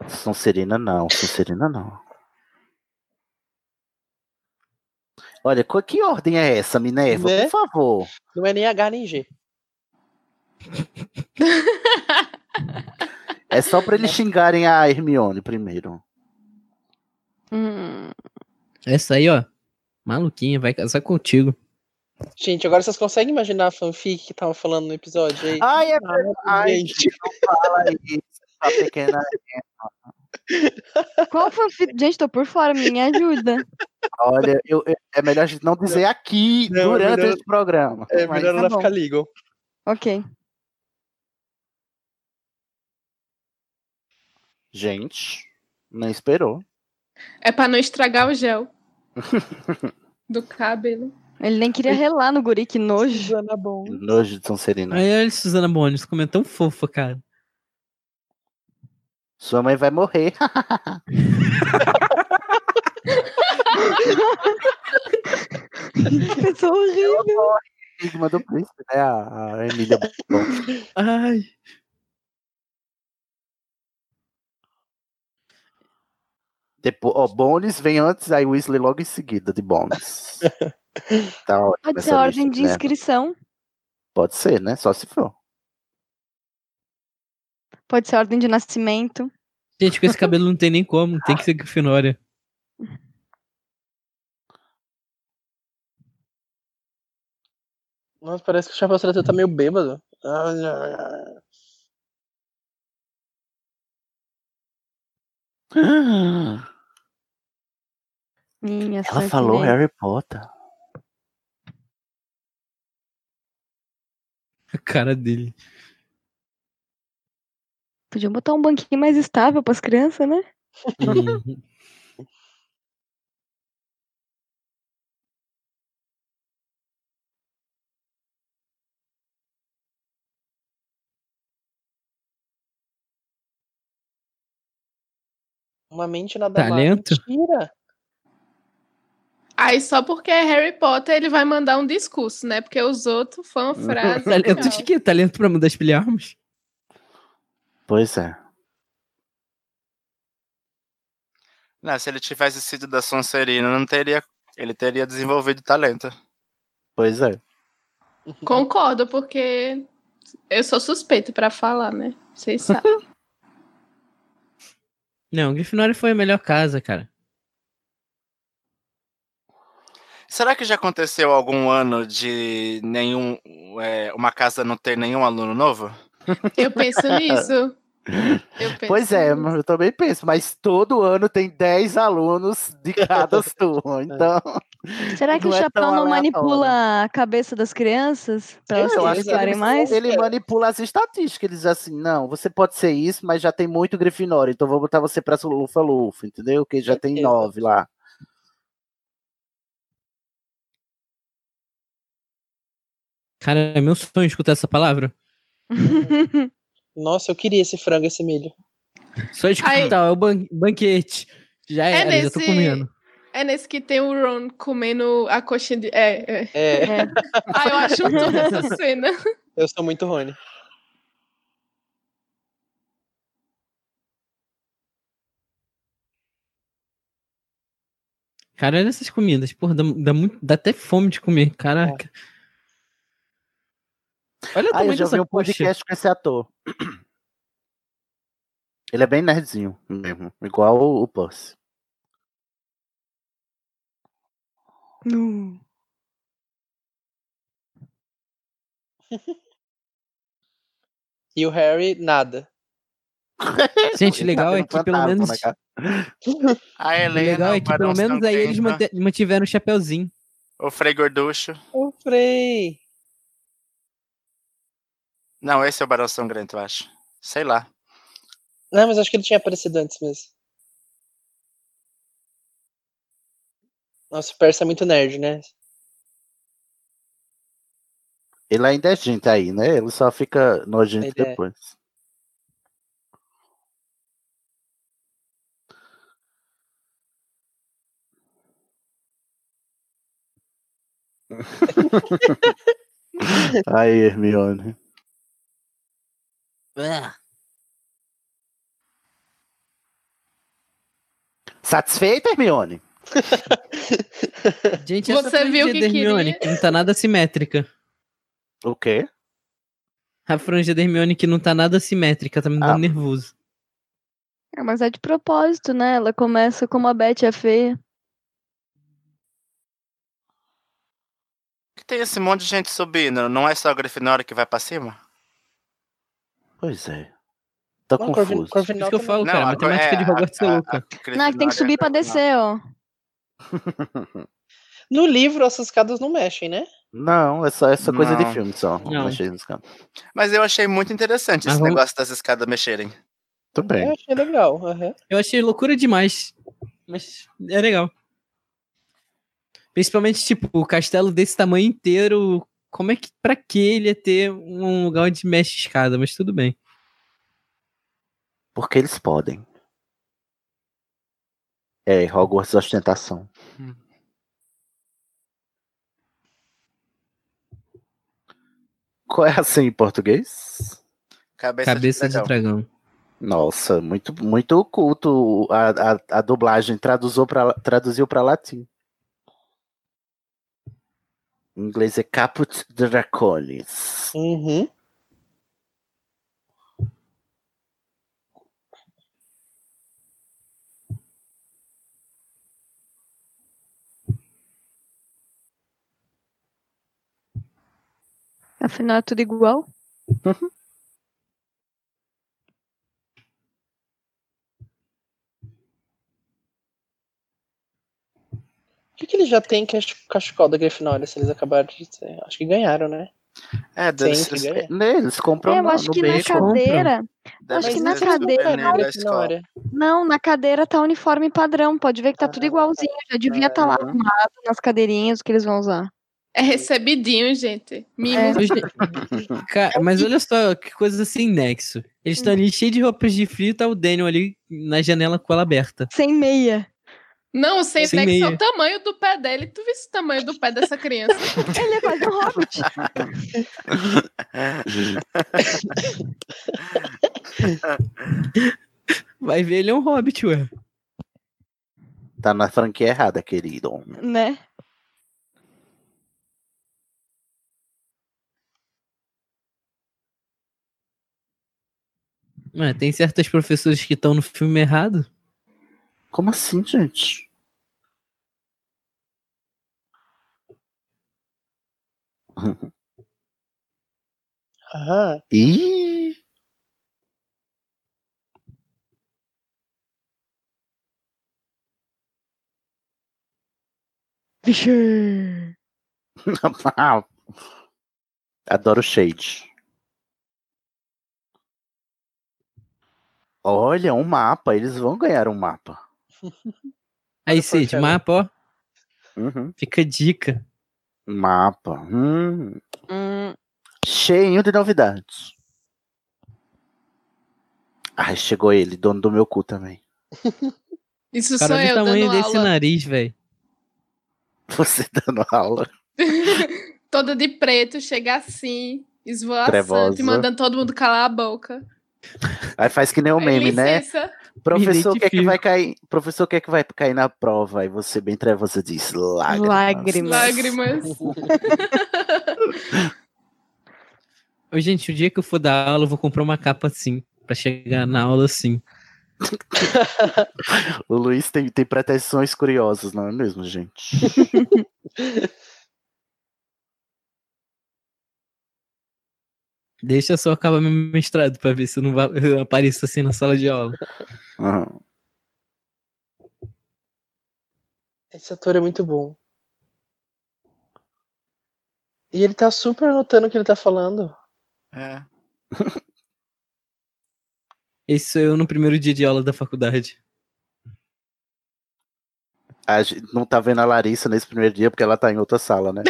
Speaker 1: Sonserina não, Sonserina não. Olha, co- que ordem é essa, Minerva?
Speaker 6: Né?
Speaker 1: Por favor.
Speaker 6: Não é nem H nem G.
Speaker 1: É só pra [laughs] eles xingarem a Hermione primeiro.
Speaker 9: Hum.
Speaker 7: Essa aí, ó. Maluquinha, vai casar contigo.
Speaker 6: Gente, agora vocês conseguem imaginar a fanfic que tava falando no episódio aí?
Speaker 1: Ai, é
Speaker 6: Ah,
Speaker 1: Ai,
Speaker 6: gente.
Speaker 1: gente, não fala isso. Tá pequena.
Speaker 9: Qual fanfic? Gente, tô por fora, me ajuda.
Speaker 1: Olha, eu- eu- é melhor a gente não dizer aqui
Speaker 6: Não, é
Speaker 1: durante
Speaker 6: melhor-
Speaker 1: esse programa.
Speaker 6: É
Speaker 1: Mas
Speaker 6: melhor
Speaker 1: tá
Speaker 6: ela
Speaker 1: bom.
Speaker 6: ficar legal.
Speaker 9: Ok.
Speaker 1: Gente, nem esperou.
Speaker 5: É pra não estragar o gel do cabelo.
Speaker 9: Ele nem queria relar no guri, que
Speaker 1: [laughs]
Speaker 9: nojo.
Speaker 6: Suzana bom.
Speaker 1: Nojo de Sonserina.
Speaker 7: Aí, olha, Suzana Bones, como é tão fofa, cara.
Speaker 1: Sua mãe vai morrer. [laughs]
Speaker 9: que pessoa horrível.
Speaker 1: Enigma do príncipe, né? A, a Emília Bom.
Speaker 7: Ai.
Speaker 1: Depois, ó, Bones vem antes, aí Weasley logo em seguida de
Speaker 9: [laughs]
Speaker 1: Bones. Tá ótimo
Speaker 9: Pode
Speaker 1: essa
Speaker 9: ser ordem
Speaker 1: lista,
Speaker 9: de
Speaker 1: né?
Speaker 9: inscrição.
Speaker 1: Pode ser, né? Só se for.
Speaker 9: Pode ser ordem de nascimento.
Speaker 7: Gente, com esse cabelo não tem nem como, tem que ser Grifinória.
Speaker 6: Nossa, parece que o Chapéu Seletor tá meio bêbado. Ai, ai, ai.
Speaker 9: Ah, Minha
Speaker 1: Ela falou
Speaker 9: é.
Speaker 1: Harry Potter.
Speaker 7: A cara dele.
Speaker 9: Podiam botar um banquinho mais estável pras crianças, né?
Speaker 7: [laughs] Uhum.
Speaker 6: Uma mente nada má.
Speaker 7: Talento?
Speaker 6: Mentira.
Speaker 5: Aí só porque é Harry Potter ele vai mandar um discurso, né? Porque os outros foi uma frase.
Speaker 7: Talento de
Speaker 5: tchau.
Speaker 7: quê? Talento pra mudar as pilharmos?
Speaker 1: Pois é.
Speaker 8: Não, se ele tivesse sido da Sonserina, não teria. Ele teria desenvolvido talento.
Speaker 1: Pois é.
Speaker 5: Concordo, porque eu sou suspeita pra falar, né? Vocês sabem.
Speaker 7: Não, Grifinória foi a melhor casa, cara.
Speaker 8: Será que já aconteceu algum ano de nenhum. é, uma casa não ter nenhum aluno novo?
Speaker 5: Eu penso nisso. Eu penso
Speaker 1: pois é, eu também penso, mas todo ano tem 10 alunos de
Speaker 9: [laughs]
Speaker 1: cada
Speaker 9: É.
Speaker 1: turma, então.
Speaker 9: Será que
Speaker 1: não
Speaker 9: o
Speaker 1: é tão
Speaker 9: Chapéu não
Speaker 1: aleatório.
Speaker 9: manipula a cabeça das crianças? Pra elas
Speaker 1: Eu acho que
Speaker 9: participarem
Speaker 1: ele,
Speaker 9: mais?
Speaker 1: ele manipula as estatísticas. Ele diz assim: não, você pode ser isso, mas já tem muito Grifinória, então vou botar você pra Lufa-Lufa, entendeu? Que já
Speaker 9: é.
Speaker 1: tem nove lá.
Speaker 7: Cara, é meu sonho escutar essa palavra.
Speaker 6: Nossa, eu queria esse frango, esse milho.
Speaker 7: Só escutar, é o ban- banquete. Já
Speaker 5: É
Speaker 7: era, já tô
Speaker 5: nesse-
Speaker 7: comendo.
Speaker 5: É nesse que tem o Ron comendo a coxinha de. É, é.
Speaker 6: É. [laughs]
Speaker 5: Ah, eu acho tudo
Speaker 1: [laughs]
Speaker 5: essa cena.
Speaker 6: Eu sou muito Rony.
Speaker 7: Cara, olha essas comidas. Porra, dá, dá muito- dá até fome de comer. Caraca. Olha o
Speaker 1: Aí
Speaker 7: tamanho
Speaker 1: eu já
Speaker 7: dessa
Speaker 1: vi um
Speaker 7: coxa.
Speaker 1: podcast com esse ator. Ele é bem nerdzinho mesmo, igual o o Puss.
Speaker 9: É. Nu.
Speaker 6: E o Harry, nada.
Speaker 7: Gente,
Speaker 1: tá
Speaker 7: o legal é que
Speaker 5: "Ah,
Speaker 7: pelo menos.
Speaker 1: né,
Speaker 8: A
Speaker 7: o
Speaker 8: Helena,
Speaker 7: legal é
Speaker 8: o
Speaker 7: que pelo
Speaker 8: Barão
Speaker 7: menos aí eles
Speaker 8: Sangrenca,
Speaker 7: mante- mantiveram o chapéuzinho.
Speaker 8: O Frei Gorducho.
Speaker 6: O Frei.
Speaker 8: Não, esse é o Barão Sangrento, eu acho. Sei lá.
Speaker 6: Não, mas acho que ele tinha aparecido antes mesmo. Nossa, o Percy é muito nerd, né?
Speaker 1: Ele ainda é gente aí, né? Ele só fica nojento
Speaker 6: Ele é.
Speaker 1: depois.
Speaker 7: [laughs]
Speaker 1: Aí, Hermione. Satisfeita, Hermione?
Speaker 7: Gente, essa
Speaker 5: Você viu
Speaker 7: franja
Speaker 5: o que
Speaker 7: da Hermione,
Speaker 5: queria?
Speaker 7: que não tá nada simétrica.
Speaker 1: O quê?
Speaker 7: A franja da Hermione que não tá nada simétrica, tá me
Speaker 5: Ah.
Speaker 7: dando nervoso.
Speaker 9: É, mas é de propósito, né? Ela começa como a Beth é feia.
Speaker 8: Que tem esse monte de gente subindo. Não é só a Grifinória que vai pra cima?
Speaker 1: Pois é. Tô
Speaker 8: Não, Corvin-
Speaker 1: confuso.
Speaker 8: Corvinal
Speaker 7: Por isso que eu falo,
Speaker 8: também.
Speaker 7: cara,
Speaker 8: Não,
Speaker 7: a
Speaker 8: a-
Speaker 7: matemática
Speaker 8: é,
Speaker 7: de Hogwarts é
Speaker 8: a- a-
Speaker 7: louca.
Speaker 9: Não, Ah, que tem que
Speaker 1: é
Speaker 9: subir pra descer, ó.
Speaker 6: No livro, essas escadas não mexem, né?
Speaker 1: Não, é só essa coisa de
Speaker 8: Não.
Speaker 1: filme só.
Speaker 8: Não.
Speaker 1: Mexer nos cantos.
Speaker 8: Mas eu achei muito interessante
Speaker 7: Mas
Speaker 8: esse
Speaker 7: vamos-
Speaker 8: negócio das escadas mexerem.
Speaker 1: Tudo bem.
Speaker 8: É.
Speaker 6: Eu achei legal. aham.
Speaker 7: Eu achei loucura demais. Mas é legal. Principalmente, tipo, o castelo desse tamanho inteiro. Como é que. Pra que ele ia ter um lugar onde mexe escada? Mas tudo bem.
Speaker 1: Porque eles podem. É, Hogwarts ostentação.
Speaker 8: Hum.
Speaker 1: Qual é assim em português?
Speaker 8: Cabeça,
Speaker 7: Cabeça
Speaker 8: de
Speaker 7: de
Speaker 8: dragão.
Speaker 7: dragão.
Speaker 1: Nossa, muito muito oculto a, a, a dublagem traduziu para traduziu para latim. Em inglês é Caput Draconis.
Speaker 6: Uhum.
Speaker 9: Afinal, é tudo igual.
Speaker 6: O que, que eles já têm que é o cachecol da Grifinória, se eles acabaram de dizer? Acho que ganharam, né?
Speaker 8: É, deve
Speaker 6: Sempre
Speaker 8: ser-
Speaker 6: ganha.
Speaker 1: Né, Eles compram
Speaker 9: É, eu
Speaker 1: no,
Speaker 9: acho
Speaker 1: no
Speaker 9: que na
Speaker 1: beco.
Speaker 9: cadeira.
Speaker 8: Deve
Speaker 9: acho que
Speaker 8: ser
Speaker 9: na
Speaker 8: esse
Speaker 9: cadeira-
Speaker 8: souvenir da escola.
Speaker 9: Não, na cadeira tá uniforme padrão. Pode ver que tá tudo igualzinho. Já devia estar lá arrumado nas cadeirinhas o que eles vão usar.
Speaker 5: É recebidinho, gente. Mimo.
Speaker 1: É.
Speaker 8: [laughs]
Speaker 7: Ca- mas olha só que coisa sem nexo. Eles estão ali cheios de roupas de frio, tá o Daniel ali na janela com ela aberta.
Speaker 9: Sem meia.
Speaker 5: Não, o Sentex
Speaker 7: Sem
Speaker 5: é
Speaker 7: meia.
Speaker 5: o tamanho do pé dele. Tu viste o tamanho do pé dessa criança?
Speaker 9: Ele é quase um hobbit.
Speaker 7: Vai ver, ele é um hobbit, ué.
Speaker 1: Tá na franquia errada, querido.
Speaker 9: Né?
Speaker 7: Ué, tem certas professoras que estão no filme errado.
Speaker 1: Como assim, gente?
Speaker 6: Ah.
Speaker 1: Ih! [laughs]
Speaker 9: Vixe!
Speaker 1: Adoro shade. Olha, um mapa. Eles vão ganhar um mapa.
Speaker 7: Aí, Cid, mapa, ó.
Speaker 1: Uhum.
Speaker 7: Fica a dica.
Speaker 1: Um Mapa. Hum. Cheio de novidades. Ai, chegou ele, dono do meu cu também. [laughs]
Speaker 5: Isso
Speaker 7: Cara,
Speaker 5: sou
Speaker 7: olha o
Speaker 5: é eu
Speaker 7: tamanho
Speaker 5: dando
Speaker 7: desse
Speaker 5: aula.
Speaker 7: nariz, velho.
Speaker 1: Você dando aula.
Speaker 5: Toda de preto, chega assim, esvoaçante,
Speaker 1: Trevosa.
Speaker 5: mandando todo mundo calar a boca.
Speaker 1: Aí faz que nem o
Speaker 5: Aí,
Speaker 1: meme, né?
Speaker 5: licença.
Speaker 1: Professor, o que é que
Speaker 5: identifico.
Speaker 1: vai cair? Professor, o que é que vai cair na prova? Aí você bem trevosa diz, lágrimas.
Speaker 9: Lágrimas.
Speaker 5: Lágrimas.
Speaker 7: Ô, gente, o dia que eu for dar aula, eu vou comprar uma capa assim. Pra chegar na aula assim.
Speaker 1: O Luiz tem, tem pretensões curiosas, não é mesmo, gente? [laughs]
Speaker 7: Deixa só eu acabar meu mestrado pra ver se eu não va- [laughs] eu apareço assim na sala de aula.
Speaker 6: Esse ator é muito bom. E ele tá super notando o que ele tá
Speaker 8: [laughs]
Speaker 6: falando.
Speaker 8: É.
Speaker 7: Esse sou eu no primeiro dia de aula da
Speaker 5: [laughs]
Speaker 7: faculdade.
Speaker 1: A gente não tá vendo a Larissa nesse primeiro dia porque ela tá em outra sala, né?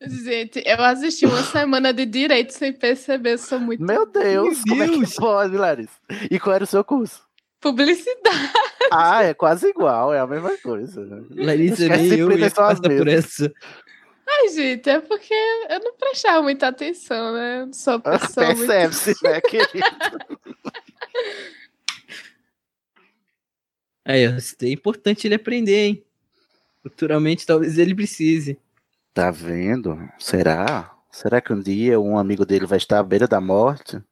Speaker 5: Gente, eu assisti uma semana de direito sem perceber, sou muito.
Speaker 1: Meu Deus, como é que pode, Larissa? E qual era o seu curso?
Speaker 5: Publicidade.
Speaker 1: Ah, é quase igual, é a mesma coisa.
Speaker 7: Larissa,
Speaker 1: As
Speaker 7: nem eu
Speaker 1: disciplinas
Speaker 7: ia
Speaker 1: são as
Speaker 7: passar por
Speaker 1: mesmas.
Speaker 7: essa.
Speaker 5: Ai, gente, é porque eu não prestava muita atenção, né? Eu não sou uma
Speaker 1: Ah,
Speaker 5: pessoa muito-
Speaker 1: Percebe-se, né, querido?
Speaker 7: Aí, ó, isso daí é importante ele aprender, hein? Futuramente, talvez ele precise.
Speaker 1: [laughs] Tá vendo? Será? Será que um dia um amigo dele vai estar à beira da morte?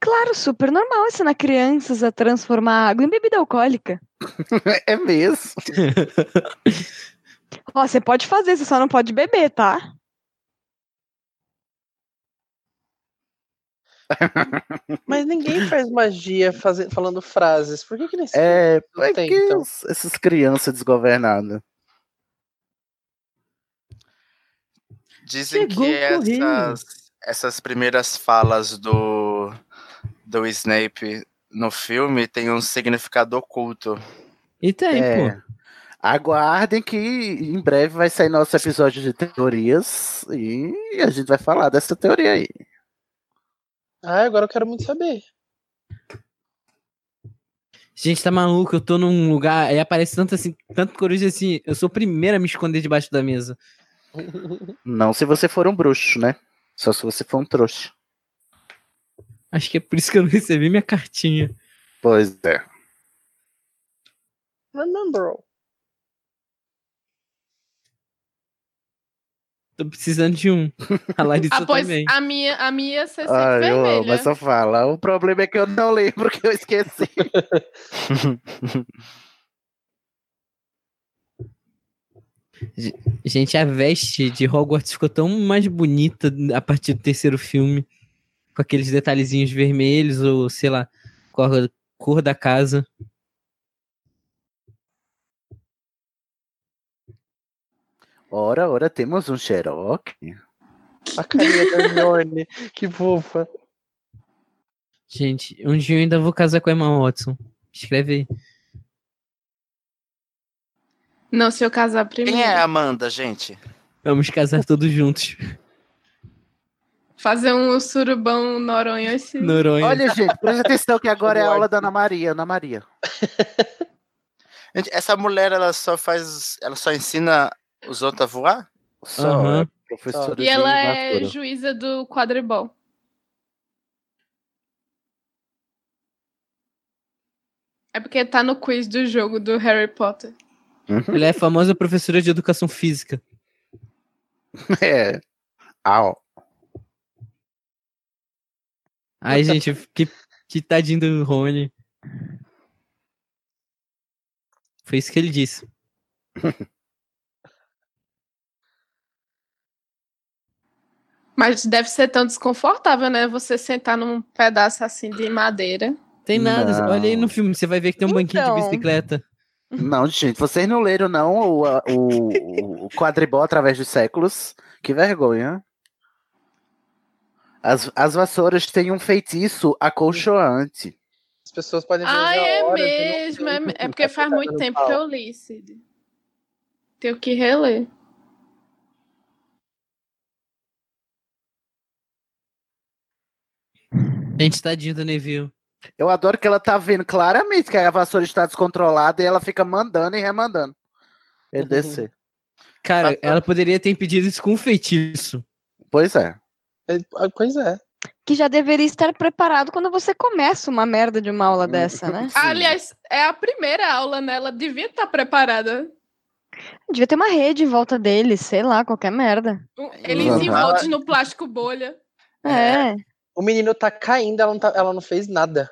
Speaker 9: Claro, super normal ensinar crianças a transformar água em bebida alcoólica.
Speaker 1: é mesmo.
Speaker 9: Ó, você pode fazer, você só não pode beber, tá?
Speaker 6: Mas ninguém faz magia faze- falando frases. Por que que nesse
Speaker 1: É,
Speaker 6: não
Speaker 1: é
Speaker 6: tem,
Speaker 1: que
Speaker 6: então?
Speaker 1: os- essas crianças desgovernadas.
Speaker 8: Dizem
Speaker 6: Chegou
Speaker 8: que
Speaker 6: o correio.
Speaker 8: essas, essas primeiras falas do, do Snape no filme têm um significado oculto.
Speaker 7: E tem,
Speaker 1: É.
Speaker 7: pô.
Speaker 1: Aguardem que em breve vai sair nosso episódio de teorias e a gente vai falar dessa teoria aí.
Speaker 6: Ah, agora eu quero muito saber.
Speaker 7: Gente, tá maluco, eu tô num lugar, aí aparece tanto assim, tanto coruja assim, eu sou o primeiro a me esconder debaixo da mesa.
Speaker 1: Não se você for um bruxo, né? Só se você for um trouxa.
Speaker 7: Acho que é por isso que eu não [laughs] recebi minha cartinha.
Speaker 1: Pois é.
Speaker 6: Remember.
Speaker 7: Tô precisando de um. A Larissa
Speaker 5: Ah, pois
Speaker 7: também.
Speaker 5: a minha, a minha é sempre
Speaker 1: Ai, eu amo
Speaker 5: vermelha.
Speaker 1: essa fala. O problema é que eu não lembro [laughs] que eu esqueci.
Speaker 7: Gente, a veste de Hogwarts ficou tão mais bonita a partir do terceiro filme. Com aqueles detalhezinhos vermelhos, ou sei lá, com a cor da casa.
Speaker 1: Ora, ora, temos um Xerox.
Speaker 6: A carinha da Hermione. que fofa.
Speaker 7: Gente, um dia eu ainda vou casar com a Emma Watson. Escreve aí.
Speaker 5: Não, se eu casar primeiro.
Speaker 8: Quem é a Amanda, gente?
Speaker 7: Vamos casar todos juntos. [laughs]
Speaker 5: Fazer um surubão Noronha esse.
Speaker 7: Noronha.
Speaker 1: Olha, gente, presta atenção que [laughs] agora é a aula da Ana Maria. Ana Maria.
Speaker 8: Gente, Essa mulher, ela só faz. Ela só ensina os outros a voar?
Speaker 1: Só,
Speaker 7: Aham.
Speaker 1: é professora
Speaker 5: E
Speaker 1: de
Speaker 5: ela é
Speaker 1: vassoura.
Speaker 5: juíza do quadribol. É porque tá no quiz do jogo do Harry Potter.
Speaker 7: Ela é famosa professora de educação física.
Speaker 1: É. Au.
Speaker 7: Ai, gente, que, que tadinho do Rony. Foi isso que ele disse.
Speaker 5: Mas deve ser tão desconfortável, né? Você sentar num pedaço assim de madeira.
Speaker 7: Tem nada,
Speaker 1: Não.
Speaker 7: olha aí no filme, você vai ver que tem um banquinho de
Speaker 5: Então.
Speaker 7: bicicleta.
Speaker 1: Não, gente, vocês não leram, não, o, a- o, o quadribol através dos séculos. Que vergonha. As, as vassouras têm um feitiço acolchoante.
Speaker 6: As pessoas podem ver
Speaker 5: Ah,
Speaker 6: já
Speaker 5: é
Speaker 6: horas,
Speaker 5: mesmo. É,
Speaker 6: eu não sei.
Speaker 5: é porque faz muito
Speaker 6: dando
Speaker 5: tempo
Speaker 6: pau.
Speaker 5: que eu li, Cid. Tenho que reler.
Speaker 7: Gente, tadinho do Neville.
Speaker 1: Eu adoro que ela tá vendo claramente que a vassoura está descontrolada e ela fica mandando e remandando. Ele descer.
Speaker 7: Cara, ela poderia ter impedido isso com um feitiço.
Speaker 1: Pois é.
Speaker 6: Pois é.
Speaker 9: Que já deveria estar preparado quando você começa uma merda de uma aula
Speaker 1: Hum.
Speaker 9: dessa,
Speaker 1: [laughs]
Speaker 9: né?
Speaker 5: Aliás, é a primeira aula, né? Ela devia estar preparada.
Speaker 9: Devia ter uma rede em volta dele, sei lá, qualquer merda.
Speaker 5: Eles
Speaker 6: Uhum.
Speaker 5: envoltos no plástico bolha.
Speaker 9: É.
Speaker 6: O menino tá caindo, ela não, tá- ela não fez nada.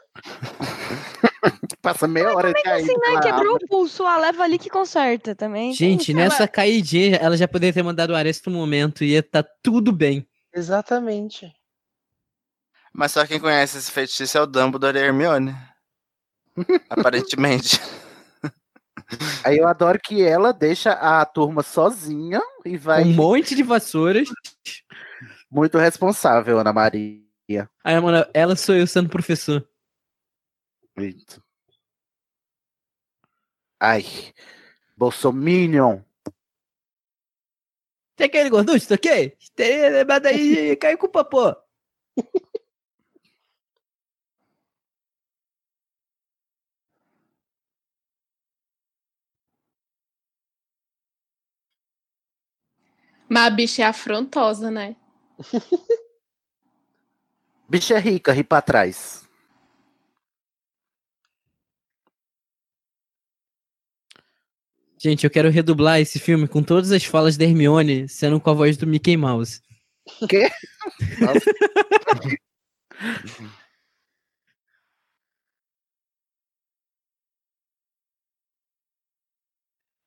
Speaker 1: Passa meia hora
Speaker 9: Mas assim,
Speaker 1: Tá.
Speaker 9: né? Quebrou o pulso, a leva ali que conserta também.
Speaker 1: Então,
Speaker 7: Gente,
Speaker 9: Tem- né?
Speaker 7: nessa caidinha, ela já poderia ter mandado o Ares no momento e ia tá tudo bem.
Speaker 6: Exatamente.
Speaker 8: Mas só quem conhece esse feitiço é o Dumbledore e a Hermione. Aparentemente.
Speaker 1: Aí eu adoro que ela deixa a turma sozinha e vai.
Speaker 7: Um monte de vassouras.
Speaker 1: Muito responsável, Ana Maria.
Speaker 7: Aí, mano, ela sou eu sendo professor.
Speaker 1: Eita. Ai. Bolsominion.
Speaker 7: Tem aquele gorducho, tá ok? Teria levado aí
Speaker 1: [laughs]
Speaker 7: e caiu culpa, pô.
Speaker 5: Mas a bicha é afrontosa, né?
Speaker 1: Bicha é rica, ri pra trás.
Speaker 7: Gente, eu quero redublar esse filme com todas as falas da Hermione sendo com a voz do Mickey Mouse.
Speaker 1: Quê?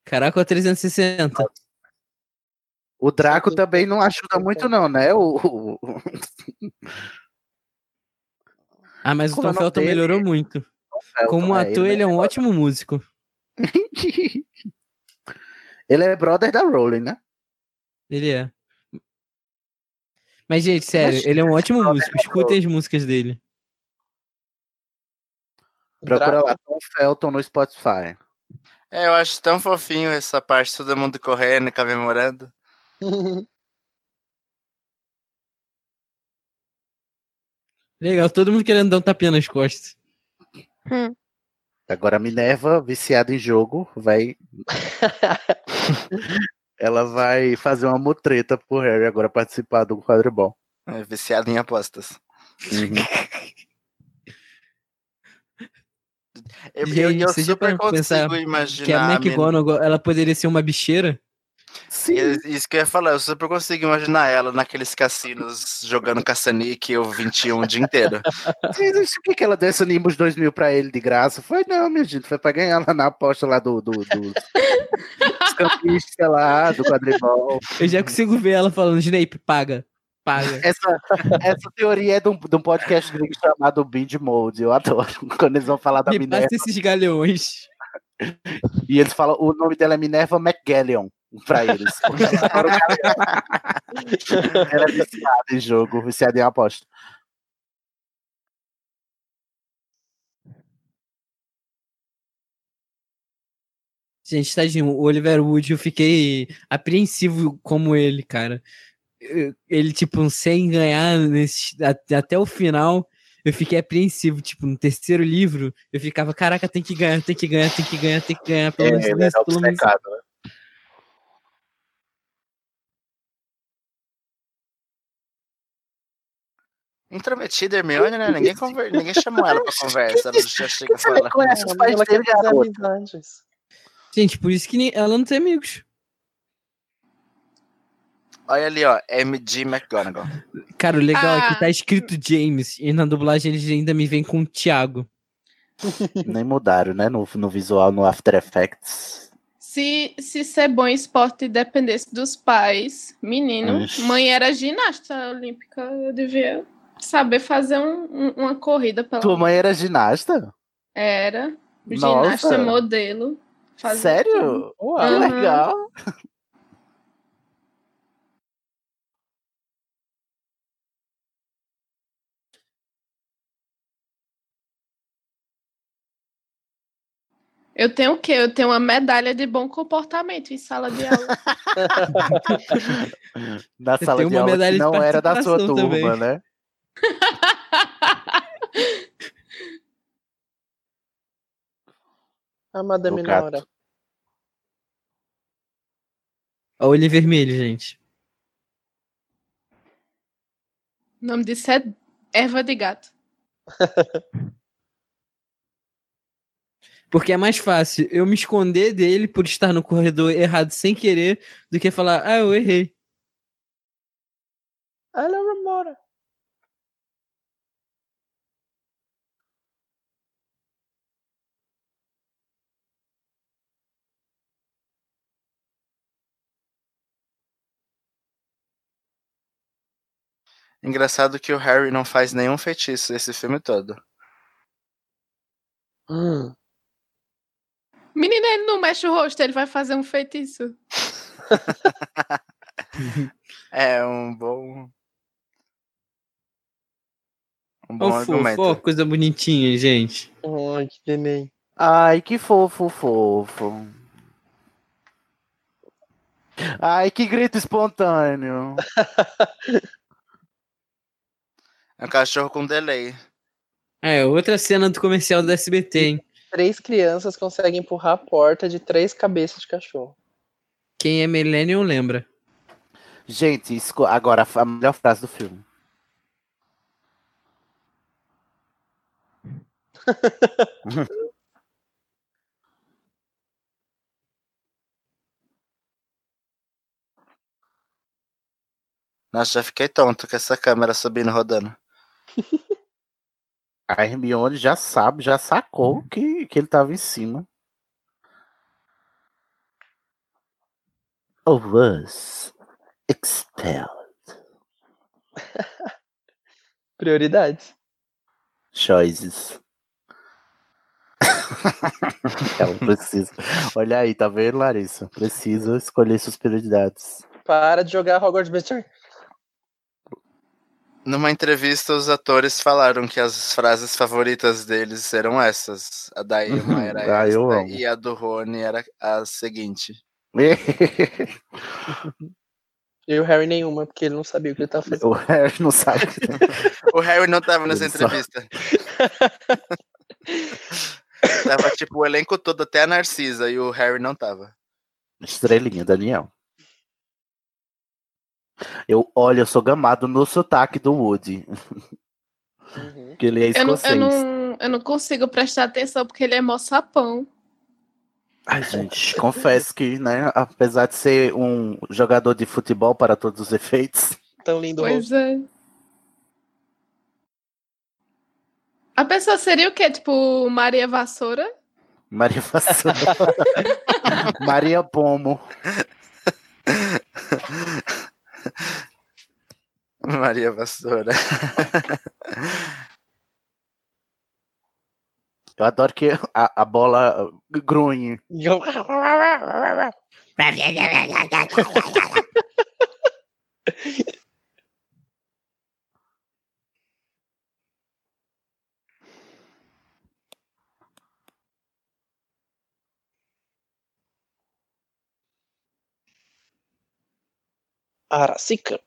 Speaker 7: Caraca, o 360.
Speaker 1: O Draco também não ajuda muito, não, né? O, o- o-
Speaker 7: Ah, mas
Speaker 1: Como é o
Speaker 7: o Tom
Speaker 1: nome
Speaker 7: Felton
Speaker 1: dele?
Speaker 7: melhorou muito.
Speaker 1: Felton,
Speaker 7: Como
Speaker 1: é,
Speaker 7: ator,
Speaker 1: ele
Speaker 7: ele é um ótimo músico.
Speaker 1: [laughs] ele é brother da Rowling, né?
Speaker 7: Ele é. Mas, gente, sério,
Speaker 1: Mas-
Speaker 7: ele é um ótimo músico. Escutem as músicas dele.
Speaker 1: Procura
Speaker 8: Draco.
Speaker 1: lá Tom Felton no Spotify.
Speaker 8: É, eu acho tão fofinho essa parte, todo mundo correndo, comemorando.
Speaker 6: [laughs]
Speaker 7: Legal, todo mundo querendo dar um tapinha nas costas.
Speaker 1: Agora a Minerva, viciada em jogo,
Speaker 7: [laughs]
Speaker 1: vai. Ela vai fazer uma mutreta pro Harry agora participar do quadribol.
Speaker 8: É, viciado em apostas.
Speaker 7: Uhum.
Speaker 8: Eu, eu,
Speaker 7: Gente,
Speaker 8: eu
Speaker 7: vocês já
Speaker 8: super
Speaker 7: pararam pra pensar
Speaker 8: consigo imaginar.
Speaker 7: Que a
Speaker 8: a menina-
Speaker 7: McGonagall,
Speaker 1: né?
Speaker 7: ela poderia ser uma bicheira?
Speaker 8: Isso- Isso que eu ia falar, eu super consigo imaginar ela naqueles cassinos jogando caçanique ou 21 o dia inteiro.
Speaker 1: Vocês Por que, que ela deu esse Nimbus 2000 pra ele de graça? Foi não, minha gente. Foi pra ganhar lá na aposta lá do. do, do dos campistas lá, do quadribol.
Speaker 7: Eu já consigo ver ela falando, Snape, paga,
Speaker 1: [laughs]
Speaker 7: paga.
Speaker 1: Essa, essa teoria é de um, de um podcast gringo chamado Bid Mode. Eu adoro [laughs] quando eles vão falar da
Speaker 7: Me
Speaker 1: Minerva.
Speaker 7: passa esses galeões.
Speaker 1: E eles falam, o nome dela é Minerva McGallion pra
Speaker 7: [laughs]
Speaker 1: eles. Porque ela adora o Galeão. Ela é viciada em jogo, viciada em aposta.
Speaker 7: Gente, tadinho, o Oliver Wood, eu fiquei apreensivo como ele, cara. Eu- Ele, tipo, sem ganhar nesse- a- até o final, eu fiquei apreensivo. Tipo, no terceiro livro, eu ficava, caraca, tem que ganhar, tem que ganhar, tem que ganhar, tem que ganhar, pelo menos
Speaker 1: É, ele era
Speaker 7: isso, pelo menos
Speaker 1: obcecado, né?
Speaker 8: Intrometida, Hermione, né? Ninguém, conver- ninguém chamou ela pra conversa. Ela já chega e fala.
Speaker 7: é
Speaker 6: conhece os pais Ela quer dele, fazer garoto.
Speaker 7: Gente, por isso que nem- ela não tem amigos.
Speaker 8: Olha ali, ó. MG McGonagall.
Speaker 7: Cara, o legal é
Speaker 8: Ah.
Speaker 7: que tá escrito James e na dublagem eles ainda me vêm com Thiago.
Speaker 1: Nem mudaram, né? No, no visual, no After Effects.
Speaker 5: Se, se ser bom em esporte dependesse dos pais, menino,
Speaker 1: Ixi.
Speaker 5: mãe era ginasta olímpica, eu devia saber fazer um- um- uma corrida pela
Speaker 1: Tua mãe era ginasta?
Speaker 5: Era.
Speaker 1: Nossa.
Speaker 5: Ginasta modelo. fazia tudo.
Speaker 1: Sério? Uau, que
Speaker 5: Aham.
Speaker 1: legal.
Speaker 5: Eu tenho o quê? Eu tenho uma medalha de bom comportamento em sala de aula.
Speaker 1: [laughs] Na
Speaker 7: Você
Speaker 1: sala
Speaker 7: tem
Speaker 1: de
Speaker 7: uma
Speaker 1: aula
Speaker 7: medalha
Speaker 1: que
Speaker 7: de
Speaker 1: não era da sua
Speaker 7: participação
Speaker 1: turma,
Speaker 7: também.
Speaker 1: né?
Speaker 6: A Madame
Speaker 7: Do gato.
Speaker 6: Laura.
Speaker 7: A olho é vermelho, gente.
Speaker 5: O nome disso é erva de gato.
Speaker 7: Porque é mais fácil eu me esconder dele por estar no corredor errado sem querer do que falar, ah, eu errei.
Speaker 6: Ela é uma Mora.
Speaker 8: Engraçado que o Harry não faz nenhum feitiço esse filme todo.
Speaker 6: Hum.
Speaker 5: Menina, ele não mexe o rosto, ele vai fazer um feitiço.
Speaker 8: É um bom. Um
Speaker 7: Ó,
Speaker 8: bom
Speaker 7: o fofo,
Speaker 8: argumento.
Speaker 7: ó, coisa bonitinha, gente.
Speaker 6: Ai, que neném.
Speaker 1: Ai, que fofo, fofo. Ai, que grito espontâneo.
Speaker 8: É um cachorro com delay.
Speaker 7: É, outra cena do comercial do SBT, hein?
Speaker 6: Três crianças conseguem empurrar a porta de três cabeças de cachorro.
Speaker 7: Quem é Millennium lembra.
Speaker 1: Gente, esco- agora a melhor frase do filme.
Speaker 8: Nossa, já fiquei tonto com essa câmera subindo e rodando.
Speaker 1: A Hermione já sabe, já sacou
Speaker 7: Hum.
Speaker 1: que, que ele tava em cima. Oh, was expelled.
Speaker 6: Prioridades.
Speaker 1: Choices. Ela precisa. Olha aí, tá vendo, Larissa? Precisa escolher suas prioridades.
Speaker 6: Para de jogar Hogwarts Bastard.
Speaker 8: Numa entrevista, os atores falaram que as frases favoritas deles eram essas. A
Speaker 1: [laughs]
Speaker 8: da Emma era
Speaker 1: Ah,
Speaker 8: essa
Speaker 1: eu amo.
Speaker 8: e a do Rony era a seguinte.
Speaker 6: Eu e o Harry nenhuma, porque ele não sabia o que ele tava fazendo.
Speaker 1: O Harry é, não sabe. né?
Speaker 8: O Harry não tava nessa
Speaker 1: Ele só-
Speaker 8: entrevista.
Speaker 1: [laughs]
Speaker 8: tava tipo o elenco todo, até a Narcisa, e o Harry não tava. [laughs]
Speaker 1: Estrelinha, Daniel. Eu, olha, eu sou gamado no sotaque do Woody.
Speaker 6: Uhum.
Speaker 1: que ele é
Speaker 5: Eu não, eu,
Speaker 1: escocês.
Speaker 5: não, eu não consigo prestar atenção porque ele é mó sapão.
Speaker 1: Ai, gente, confesso que, né, apesar de ser um jogador de futebol para todos os efeitos, [laughs]
Speaker 6: Tão lindo o
Speaker 5: Pois é. A pessoa seria o quê? Tipo, Maria Vassoura?
Speaker 1: Maria
Speaker 5: [laughs]
Speaker 1: Vassoura. Maria Pomo.
Speaker 8: Maria Vassoura.
Speaker 1: Eu adoro que a, a bola grunhe.
Speaker 6: Aracica.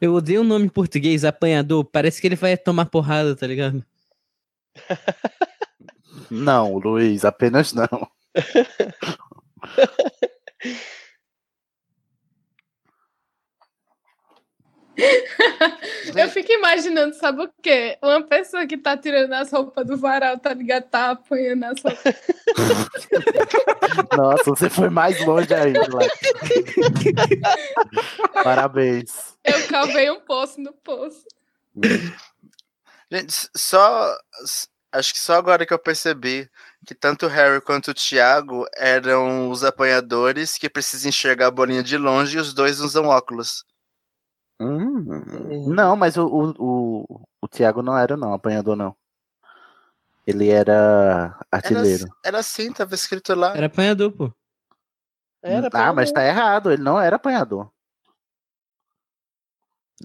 Speaker 7: Eu odeio o nome em português, apanhador. Parece que ele vai tomar porrada, tá ligado?
Speaker 1: Não, Luiz, apenas não. É.
Speaker 5: Eu fico imaginando, sabe o quê? Uma pessoa que tá tirando as roupas do varal, tá ligado? Tá apanhando as roupas.
Speaker 1: Nossa, você foi mais longe ainda. Lex. Parabéns.
Speaker 5: Eu cavei um poço no poço.
Speaker 8: Gente, s- só. s- Acho que só agora que eu percebi que tanto o Harry quanto o Tiago eram os apanhadores que precisam enxergar a bolinha de longe e os dois usam óculos.
Speaker 1: Hum, não, mas o, o, o, o Tiago não era, não, apanhador, não. Ele era artilheiro.
Speaker 8: Era, era assim, tava escrito lá.
Speaker 7: Era apanhador, pô.
Speaker 1: ah,
Speaker 6: um
Speaker 1: mas tá errado, ele não era apanhador.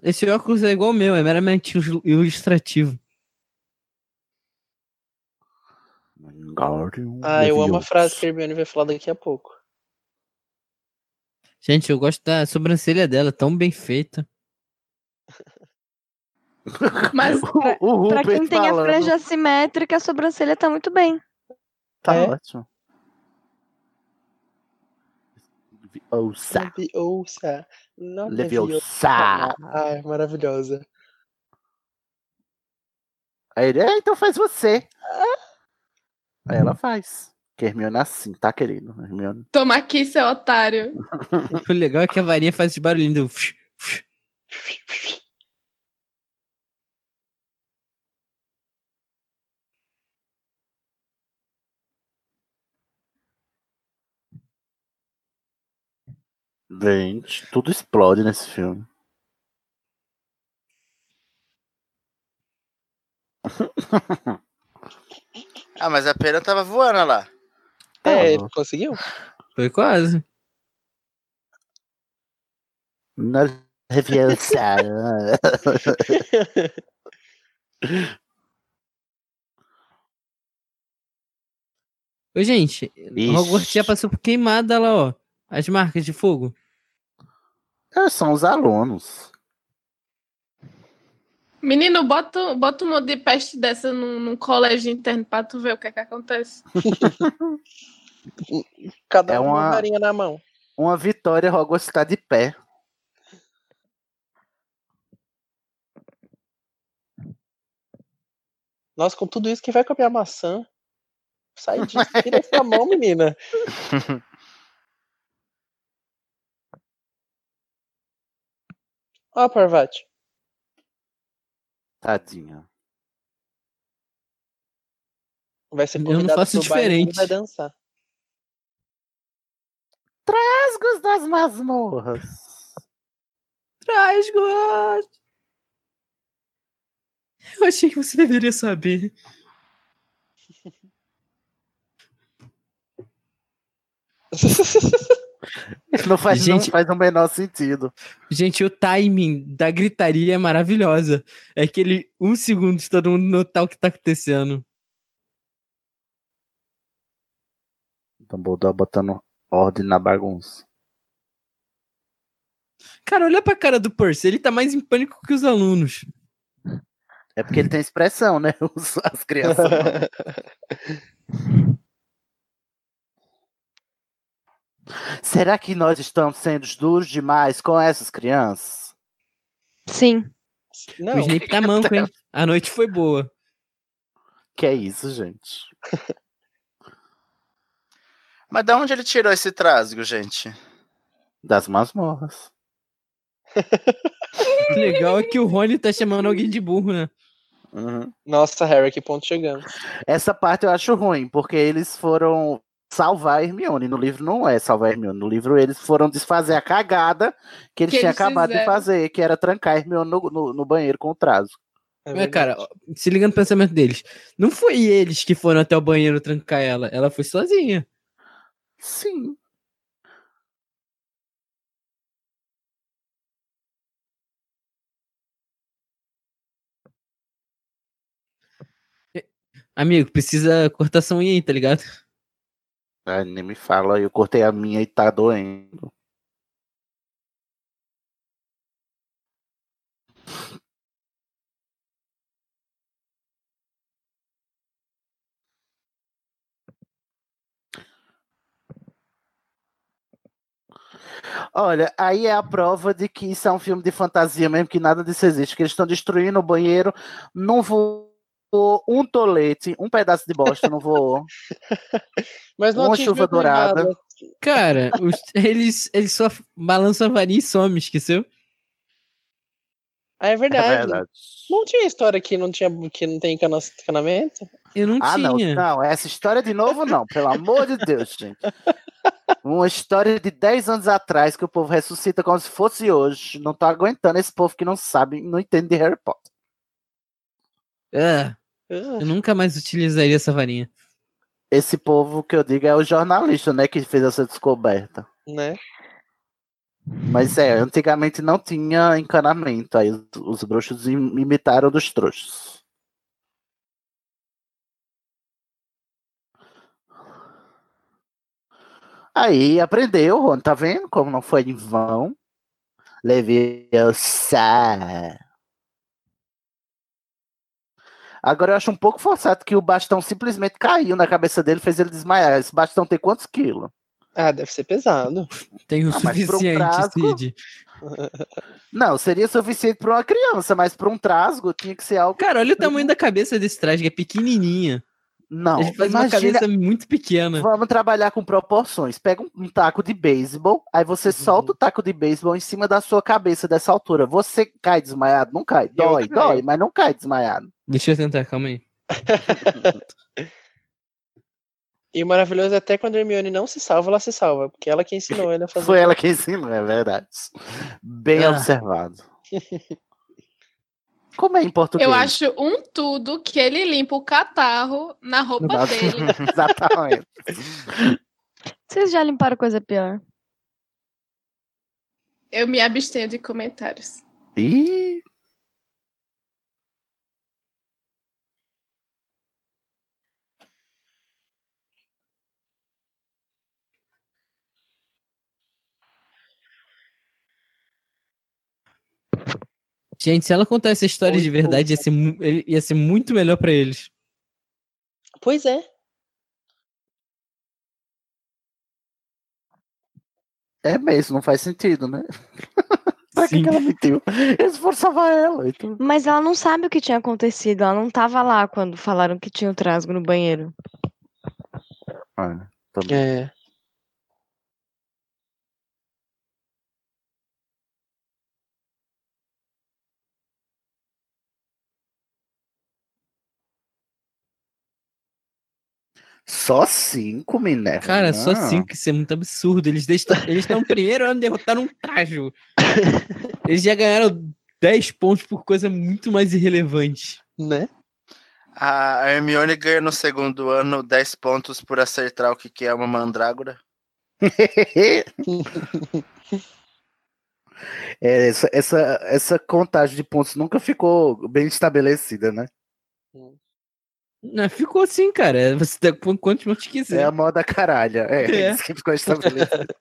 Speaker 7: Esse óculos é igual o meu, é meramente il- ilustrativo.
Speaker 6: Ah, eu amo a frase que a Hermione vai falar daqui a pouco.
Speaker 7: Gente, eu gosto da sobrancelha dela, tão bem feita.
Speaker 9: Mas pra,
Speaker 1: o
Speaker 9: pra
Speaker 1: Rubens
Speaker 9: quem tem
Speaker 1: falando.
Speaker 9: a franja assimétrica, a sobrancelha tá muito bem.
Speaker 1: Tá
Speaker 9: É.
Speaker 1: ótimo. Ouça.
Speaker 6: Leviosa. Não
Speaker 1: Leviosa.
Speaker 6: Ai, maravilhosa.
Speaker 1: Aí ele, "É, então faz você. Ah. Aí ela faz. Que Hermione é assim, tá, querido? Hermione.
Speaker 5: Toma aqui, seu otário.
Speaker 7: o legal é que a varinha faz esse barulhinho do... fsh, fsh.
Speaker 1: Gente, tudo explode nesse filme.
Speaker 8: Ah, mas a pena tava voando olha lá.
Speaker 6: É, ele conseguiu?
Speaker 7: Foi quase.
Speaker 1: Nerviosa. [laughs]
Speaker 7: Ô, gente,
Speaker 1: Ixi.
Speaker 7: Hogwarts já passou por queimada lá, ó. As marcas de fogo.
Speaker 1: É, são os alunos.
Speaker 5: Menino, bota, bota um monte de peste dessa num, num colégio interno pra tu ver o que é que acontece.
Speaker 6: Cada
Speaker 1: É
Speaker 6: um uma
Speaker 1: uma-
Speaker 6: varinha na mão.
Speaker 1: Uma vitória, Hogwarts tá de pé.
Speaker 6: Nossa, com tudo isso, quem vai comer a maçã? Sai disso, tira essa mão, menina. Ó, Parvati.
Speaker 1: Tadinha.
Speaker 6: Vai ser
Speaker 7: Eu não
Speaker 6: convidado
Speaker 7: faço
Speaker 6: pro baile e
Speaker 7: diferente.
Speaker 6: Vai dançar.
Speaker 1: Trasgos das masmorras.
Speaker 7: Traz, God. Eu achei que você deveria saber.
Speaker 1: Não faz,
Speaker 7: Gente-
Speaker 1: não faz o menor sentido.
Speaker 7: Gente, o timing da gritaria é maravilhosa. É aquele um segundo de todo mundo notar o que tá acontecendo.
Speaker 1: Dumbledore botando ordem na bagunça.
Speaker 7: Cara, olha pra cara do Percy, ele tá mais em pânico que os alunos.
Speaker 1: É porque ele tem expressão, né? [laughs] Os- As crianças. [laughs]
Speaker 6: [laughs]
Speaker 1: não. Será que nós estamos sendo duros demais com essas crianças?
Speaker 9: Sim.
Speaker 7: [laughs] O Snape tá manco, hein? A noite foi boa.
Speaker 1: Que é isso, gente.
Speaker 8: Mas da onde ele tirou esse trasgo, gente?
Speaker 1: Das masmorras.
Speaker 7: O legal é que o Rony tá chamando alguém de burro, né?
Speaker 6: Nossa, Harry, que ponto chegamos.
Speaker 1: Essa parte eu acho ruim, porque eles foram salvar a Hermione. No livro não é salvar a Hermione. No livro eles foram desfazer a cagada que eles
Speaker 7: Que
Speaker 1: tinham
Speaker 7: eles
Speaker 1: acabado de
Speaker 7: fizeram.
Speaker 1: fazer, que era trancar a Hermione no, no- no banheiro com o traso.
Speaker 6: É
Speaker 7: Mas, cara, ó, se liga no pensamento deles. Não foi eles que foram até o banheiro trancar ela. Ela foi sozinha.
Speaker 1: Sim.
Speaker 7: Amigo, precisa cortação aí, tá ligado?
Speaker 1: Ai, nem me fala, eu cortei a minha e tá doendo. Olha, aí é a prova de que isso é um filme de fantasia mesmo, que nada disso existe, que eles estão destruindo o banheiro, não voou um tolete, um pedaço de bosta não voou.
Speaker 6: Mas não
Speaker 1: Uma
Speaker 6: atingiu
Speaker 1: chuva
Speaker 6: o primado.
Speaker 1: dourada.
Speaker 7: Cara, [laughs] os- eles, eles só balançam a varinha e some, esqueceu?
Speaker 6: Ah, é verdade.
Speaker 1: É verdade.
Speaker 6: Não tinha história que não, tinha, que não tem encana- encanamento?
Speaker 7: Eu não
Speaker 1: ah, Não, não, essa história de novo não, pelo amor de Deus, gente. Uma história de 10 anos atrás que o povo ressuscita como se fosse hoje. Não tá aguentando esse povo que não sabe, não entende de Harry Potter.
Speaker 7: É.
Speaker 6: Ah,
Speaker 7: Eu nunca mais utilizaria essa varinha.
Speaker 1: Esse povo que eu digo é o jornalista, né, que fez essa descoberta.
Speaker 6: Né?
Speaker 1: Mas é, antigamente não tinha encanamento, aí os, os bruxos im- imitaram dos trouxas. Aí aprendeu, Rony, tá vendo como não foi em vão? Leviosa. Agora eu acho um pouco forçado que o bastão simplesmente caiu na cabeça dele, fez ele desmaiar. Esse bastão tem quantos quilos?
Speaker 6: Ah, deve ser pesado.
Speaker 7: Tem o
Speaker 1: Ah, mas pra um
Speaker 7: suficiente,
Speaker 1: frasco?
Speaker 7: Cid.
Speaker 1: Não, seria suficiente pra uma criança, mas pra um trasgo tinha que ser algo.
Speaker 7: Cara, olha o tamanho da cabeça desse traje, que é pequenininha.
Speaker 1: Não,
Speaker 7: A gente faz uma
Speaker 1: imagina-
Speaker 7: cabeça muito pequena.
Speaker 1: Vamos trabalhar com proporções. Pega um, um taco de beisebol, aí
Speaker 7: Uhum.
Speaker 1: você solta o taco de beisebol em cima da sua cabeça dessa altura. Você cai desmaiado? Não cai. Dói,
Speaker 7: caio.
Speaker 1: dói, mas não cai desmaiado.
Speaker 7: Deixa eu tentar, calma aí.
Speaker 6: E o maravilhoso é até quando a Hermione não se salva, ela se salva. Porque ela que ensinou ele a
Speaker 7: Tá
Speaker 6: fazer.
Speaker 1: Foi ela que ensinou, é verdade. Bem
Speaker 6: Ah.
Speaker 7: [laughs]
Speaker 1: observado. Como é em português?
Speaker 5: Eu acho um tudo que ele limpa o catarro na roupa
Speaker 1: Nossa,
Speaker 5: dele.
Speaker 1: [laughs] [laughs] Exatamente.
Speaker 9: Vocês já limparam coisa pior?
Speaker 5: Eu me abstenho de comentários.
Speaker 1: Ih.
Speaker 7: Gente, se ela contar essa história de verdade, ia ser, mu- ele- ia ser muito melhor pra eles.
Speaker 6: Pois é.
Speaker 1: É mesmo, não faz sentido, né? pra que, que ela
Speaker 7: [laughs]
Speaker 1: mentiu? Eles foram salvar ela. Então...
Speaker 9: Mas ela não sabe o que tinha acontecido. Ela não tava lá quando falaram que tinha o trasgo no banheiro.
Speaker 1: Olha, tá bom.
Speaker 6: É.
Speaker 1: Só cinco, Minerva.
Speaker 7: Cara, só
Speaker 6: Ah.
Speaker 1: Não.
Speaker 7: cinco, isso é muito absurdo. Eles estão eles tão primeiro ano derrotaram um Tajo. Eles já ganharam 10 pontos por coisa muito mais irrelevante.
Speaker 6: Né?
Speaker 8: A Hermione ganha no segundo ano 10 pontos por acertar o que, que é uma mandrágora.
Speaker 1: [laughs] É, essa, essa, essa contagem de pontos nunca ficou bem estabelecida, né?
Speaker 7: Não, ficou assim, cara. Você dá qu- quantos pontos quiser.
Speaker 1: É a moda caralha. É,
Speaker 7: É.
Speaker 1: [laughs] isso que ficou
Speaker 7: [laughs]
Speaker 1: estabelecido.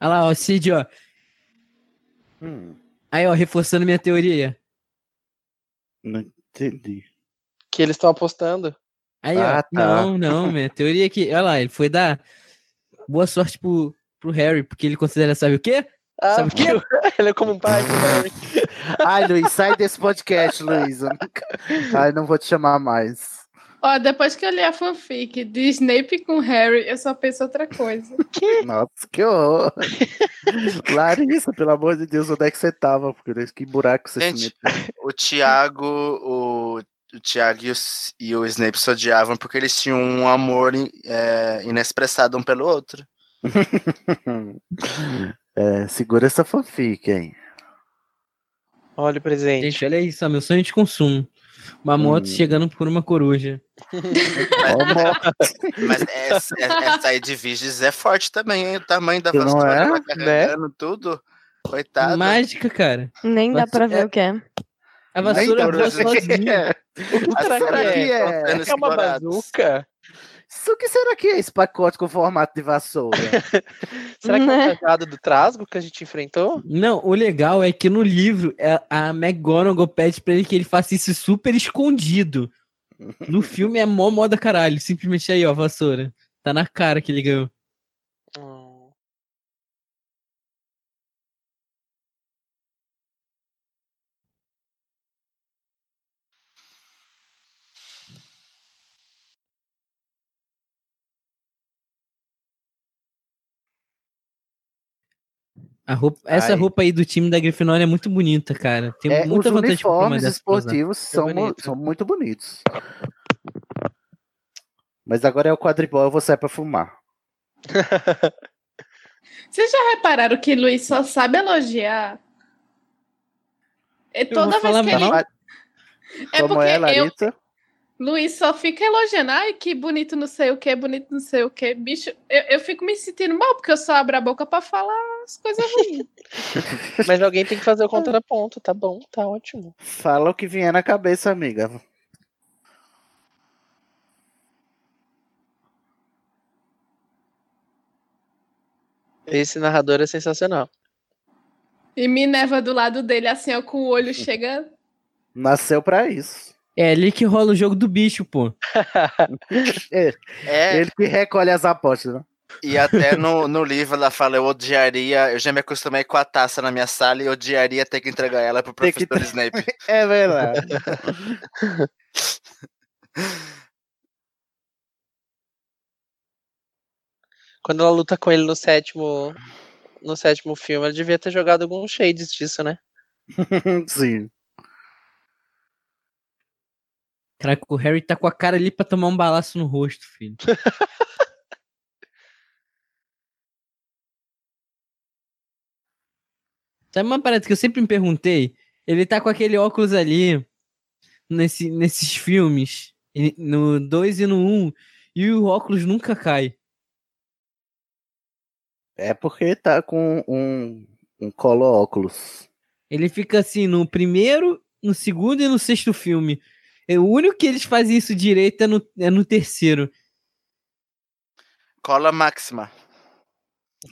Speaker 7: Olha lá, ó, Cid, ó.
Speaker 1: Hum.
Speaker 7: Aí, ó, reforçando minha teoria.
Speaker 1: Não entendi.
Speaker 6: Que eles estão apostando.
Speaker 7: Aí, ó.
Speaker 6: Ah, tá.
Speaker 7: Não, não, minha teoria é que. Olha lá, ele foi dar boa sorte pro, pro Harry, porque ele considera, sabe o quê?
Speaker 6: Ah,
Speaker 7: sabe o quê?
Speaker 6: [laughs] Ele é como um pai.
Speaker 1: Ai, Luiz, sai desse podcast, Luiz. Eu nunca- Ai, não vou te chamar mais.
Speaker 5: Ó, depois que eu li a fanfic de Snape com Harry, eu só penso
Speaker 1: [laughs]
Speaker 5: outra coisa.
Speaker 1: Nossa, que
Speaker 7: [laughs]
Speaker 1: horror. Larissa, pelo amor de Deus, onde é que você tava? Porque que buraco você se
Speaker 8: Gente, o Tiago, o, o Tiago e o, S- e o Snape se odiavam porque eles tinham um amor in- é, inexpressado um pelo outro.
Speaker 1: meteu? É, segura essa fanfic,
Speaker 7: [laughs]
Speaker 1: hein?
Speaker 6: Olha o presente.
Speaker 7: Gente, olha isso, ó, meu sonho de consumo. Uma
Speaker 6: Hum.
Speaker 7: moto chegando por uma coruja.
Speaker 8: Mas essa, é- essa aí de Vigis é forte também, hein? O tamanho da
Speaker 7: Que não
Speaker 8: vassoura,
Speaker 7: é?
Speaker 8: ela
Speaker 1: né?
Speaker 8: carregando tudo.
Speaker 1: Tá,
Speaker 8: Coitado.
Speaker 7: Mágica, cara.
Speaker 9: Nem dá pra ver o que é.
Speaker 7: A vassoura
Speaker 1: [laughs]
Speaker 7: voa sozinha.
Speaker 6: O
Speaker 1: que será que é?
Speaker 6: É uma bazuca?
Speaker 1: Isso, O que será que é esse pacote com formato de vassoura?
Speaker 6: Será que é
Speaker 1: Né?
Speaker 6: o cajado do Trasgo que a gente enfrentou?
Speaker 7: Não, o legal é que no livro é- a McGonagall pede pra ele que ele faça isso super escondido. No filme é mó moda caralho. Simplesmente aí, ó, vassoura. Tá na cara que ele ganhou. A roupa, essa
Speaker 1: Ai.
Speaker 7: roupa aí do time da Grifinória é muito bonita, cara. [laughs] Tem
Speaker 1: É, os
Speaker 7: muita vantagem pra uma
Speaker 1: uniformes
Speaker 7: dessas pra usar.
Speaker 1: esportivos
Speaker 7: É
Speaker 1: são, mu-
Speaker 7: bonito.
Speaker 1: são muito bonitos. Mas agora é o quadribol, eu vou sair pra fumar.
Speaker 5: Vocês já repararam que Luiz só sabe elogiar? É
Speaker 7: vou
Speaker 5: toda vez
Speaker 7: falar
Speaker 5: que ele.
Speaker 1: Tá,
Speaker 7: mal.
Speaker 5: É
Speaker 1: Como
Speaker 5: porque
Speaker 1: é,
Speaker 5: eu,
Speaker 1: Larissa?
Speaker 5: Luiz só fica elogiando. Ai, que bonito não sei o que, bonito não sei o que. Bicho, eu, eu fico me sentindo mal porque eu só abro a boca pra falar as coisas
Speaker 1: [laughs]
Speaker 5: ruins.
Speaker 6: Mas alguém tem que fazer o contraponto, tá bom, tá ótimo.
Speaker 1: Fala o que vier na cabeça, amiga.
Speaker 6: Esse narrador é sensacional.
Speaker 5: e Minerva do lado dele, assim, ó, com o olho chegando.
Speaker 1: Nasceu pra isso.
Speaker 7: É ali que rola o jogo do bicho, pô.
Speaker 1: É,
Speaker 8: É.
Speaker 1: Ele que recolhe as apostas, né?
Speaker 8: E até no, no livro ela fala, eu odiaria, eu já me acostumei com a taça na minha sala e odiaria ter que entregar ela pro
Speaker 1: Ter que
Speaker 8: professor Snape.
Speaker 1: É verdade.
Speaker 6: Quando ela luta com ele no sétimo. No sétimo filme, ela devia ter jogado alguns shades disso, né?
Speaker 1: [laughs] Sim.
Speaker 7: Caraca, o Harry tá com a cara ali pra tomar um balaço no rosto, filho. Sabe uma parada que eu sempre me perguntei? Ele tá com aquele óculos ali, nesse, nesses filmes, e- no 2 e no 1, um, e o óculos nunca cai.
Speaker 1: É porque tá com um, um colo óculos.
Speaker 7: Ele fica assim no primeiro, no segundo e no sexto filme. É, O único que eles fazem isso direito é no, é no terceiro.
Speaker 8: Cola máxima.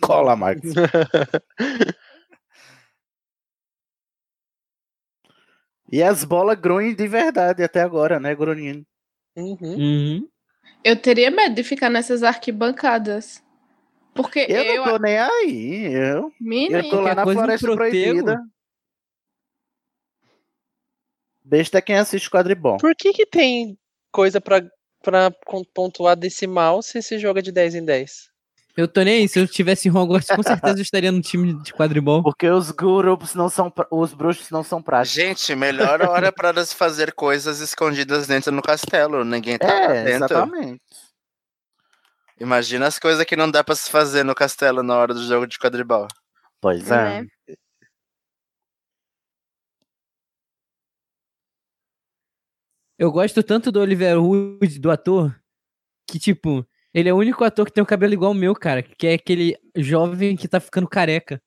Speaker 1: Cola, Max. [laughs] e as bolas grunhem de verdade até agora, né, grunhindo?
Speaker 6: Uhum.
Speaker 5: Eu teria medo de ficar nessas arquibancadas. Porque
Speaker 1: Eu,
Speaker 5: eu.
Speaker 1: não tô nem aí. Eu,
Speaker 5: Menino,
Speaker 1: eu tô lá
Speaker 5: qualquer
Speaker 1: na
Speaker 5: coisa no
Speaker 1: Floresta
Speaker 5: protego.
Speaker 1: Proibida. Besta é quem assiste quadribol.
Speaker 6: Por que que tem coisa pra, pra con- pontuar decimal se se joga de 10 em 10?
Speaker 7: Eu tô nem aí. Se eu tivesse em Hogwarts, com certeza eu estaria no time de quadribol.
Speaker 1: Porque os grupos não são. pra- Os bruxos não são práticos.
Speaker 8: Ah, Gente, melhor hora para elas fazer coisas escondidas dentro no castelo. Ninguém tá lá
Speaker 1: É,
Speaker 8: dentro.
Speaker 1: exatamente.
Speaker 8: Imagina as coisas que não dá pra se fazer no castelo na hora do jogo de quadribol.
Speaker 1: Pois
Speaker 9: Né?
Speaker 1: é.
Speaker 7: Eu gosto tanto do Oliver Wood, do ator, que, tipo, ele é o único ator que tem o cabelo igual o meu, cara. Que é aquele jovem que tá ficando careca.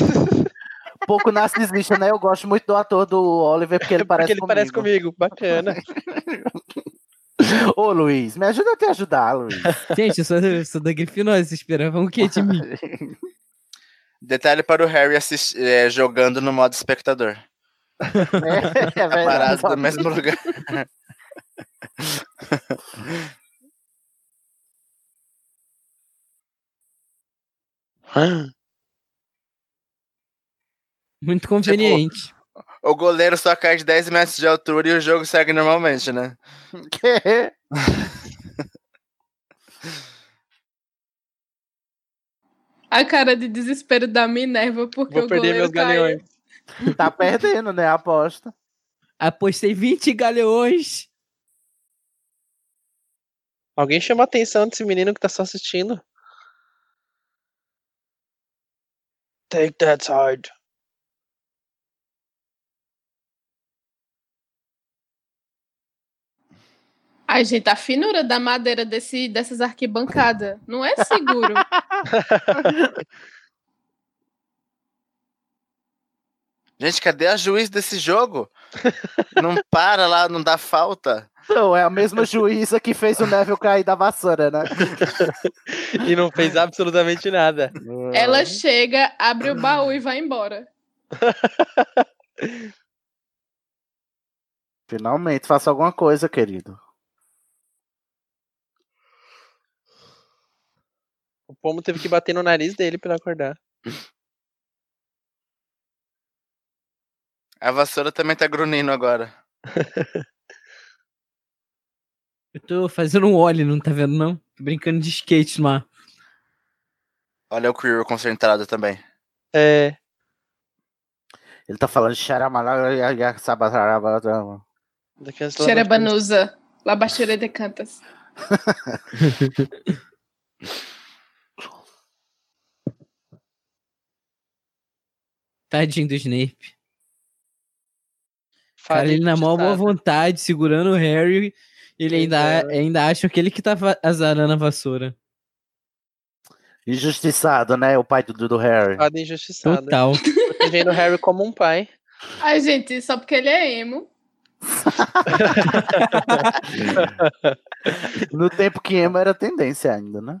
Speaker 1: Um Pouco narcisista, né? Eu gosto muito do ator do Oliver, [laughs] porque ele parece
Speaker 6: Porque ele
Speaker 1: comigo.
Speaker 6: parece comigo,
Speaker 1: [laughs]
Speaker 6: bacana.
Speaker 1: Ô, Luiz, me ajuda a te ajudar, [laughs] Luiz.
Speaker 7: Gente, eu sou, eu sou da Grifinória, vocês esperavam o quê é de mim?
Speaker 1: É,
Speaker 8: Detalhe para o Harry assist- eh, jogando no modo espectador.
Speaker 1: É, é
Speaker 8: Parado
Speaker 1: verdade.
Speaker 8: no mesmo lugar.
Speaker 7: Muito conveniente.
Speaker 8: O goleiro só cai de 10 metros de altura e o jogo segue normalmente, né?
Speaker 5: A cara de desespero da Minerva, porque
Speaker 6: Vou
Speaker 5: o
Speaker 6: perder
Speaker 5: goleiro
Speaker 6: meus galeões.
Speaker 5: caiu.
Speaker 1: Tá perdendo, né? A aposta.
Speaker 7: Apostei 20 galeões.
Speaker 6: Alguém chama a atenção desse menino que tá só assistindo. Take that side.
Speaker 5: Ai, gente, a finura da madeira desse, dessas arquibancadas não é
Speaker 1: [laughs]
Speaker 5: seguro.
Speaker 8: Gente, cadê a juiz
Speaker 1: [laughs]
Speaker 8: desse jogo? não para lá, não dá falta.
Speaker 1: Então, é a mesma juíza que fez o Neville cair da vassoura, né?
Speaker 6: E não fez absolutamente nada.
Speaker 5: Ela chega, abre o baú e vai embora.
Speaker 1: Finalmente, faça alguma coisa, querido.
Speaker 6: O pomo teve que bater no nariz dele pra ele acordar.
Speaker 8: A vassoura também tá grunindo agora.
Speaker 7: Eu tô fazendo um ollie, não tá vendo, não? Tô brincando de skate no ar.
Speaker 8: Olha o Quirrell concentrado também.
Speaker 6: É.
Speaker 1: Ele tá falando xaramalá, sabatarabá.
Speaker 5: Xerebanusa, La Bachelée de Cantas.
Speaker 7: Tadinho do Snape. Cara, ele na maior boa vontade, segurando o Harry. Ele ainda, ainda acha que ele que tá va- azarando a vassoura.
Speaker 1: Injustiçado, né? O pai do, do Harry.
Speaker 6: Fada injustiçada.
Speaker 7: Total.
Speaker 6: Protegendo o Harry como um pai.
Speaker 5: Ai, gente, só porque ele é emo.
Speaker 1: No tempo que emo era tendência ainda, né?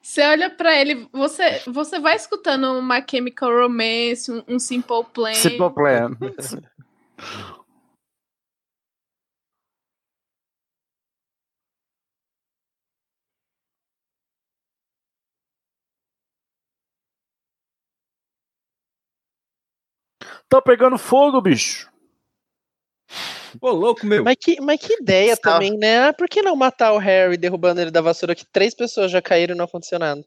Speaker 5: Você olha pra ele, você, você vai escutando uma Chemical Romance, um, um Simple Plan.
Speaker 1: Simple plan. Tá pegando fogo, bicho.
Speaker 7: Ô, louco, meu.
Speaker 6: Mas que, mas que ideia também, né? Ah, por que não matar o Harry derrubando ele da vassoura que três pessoas já caíram e não aconteceu nada?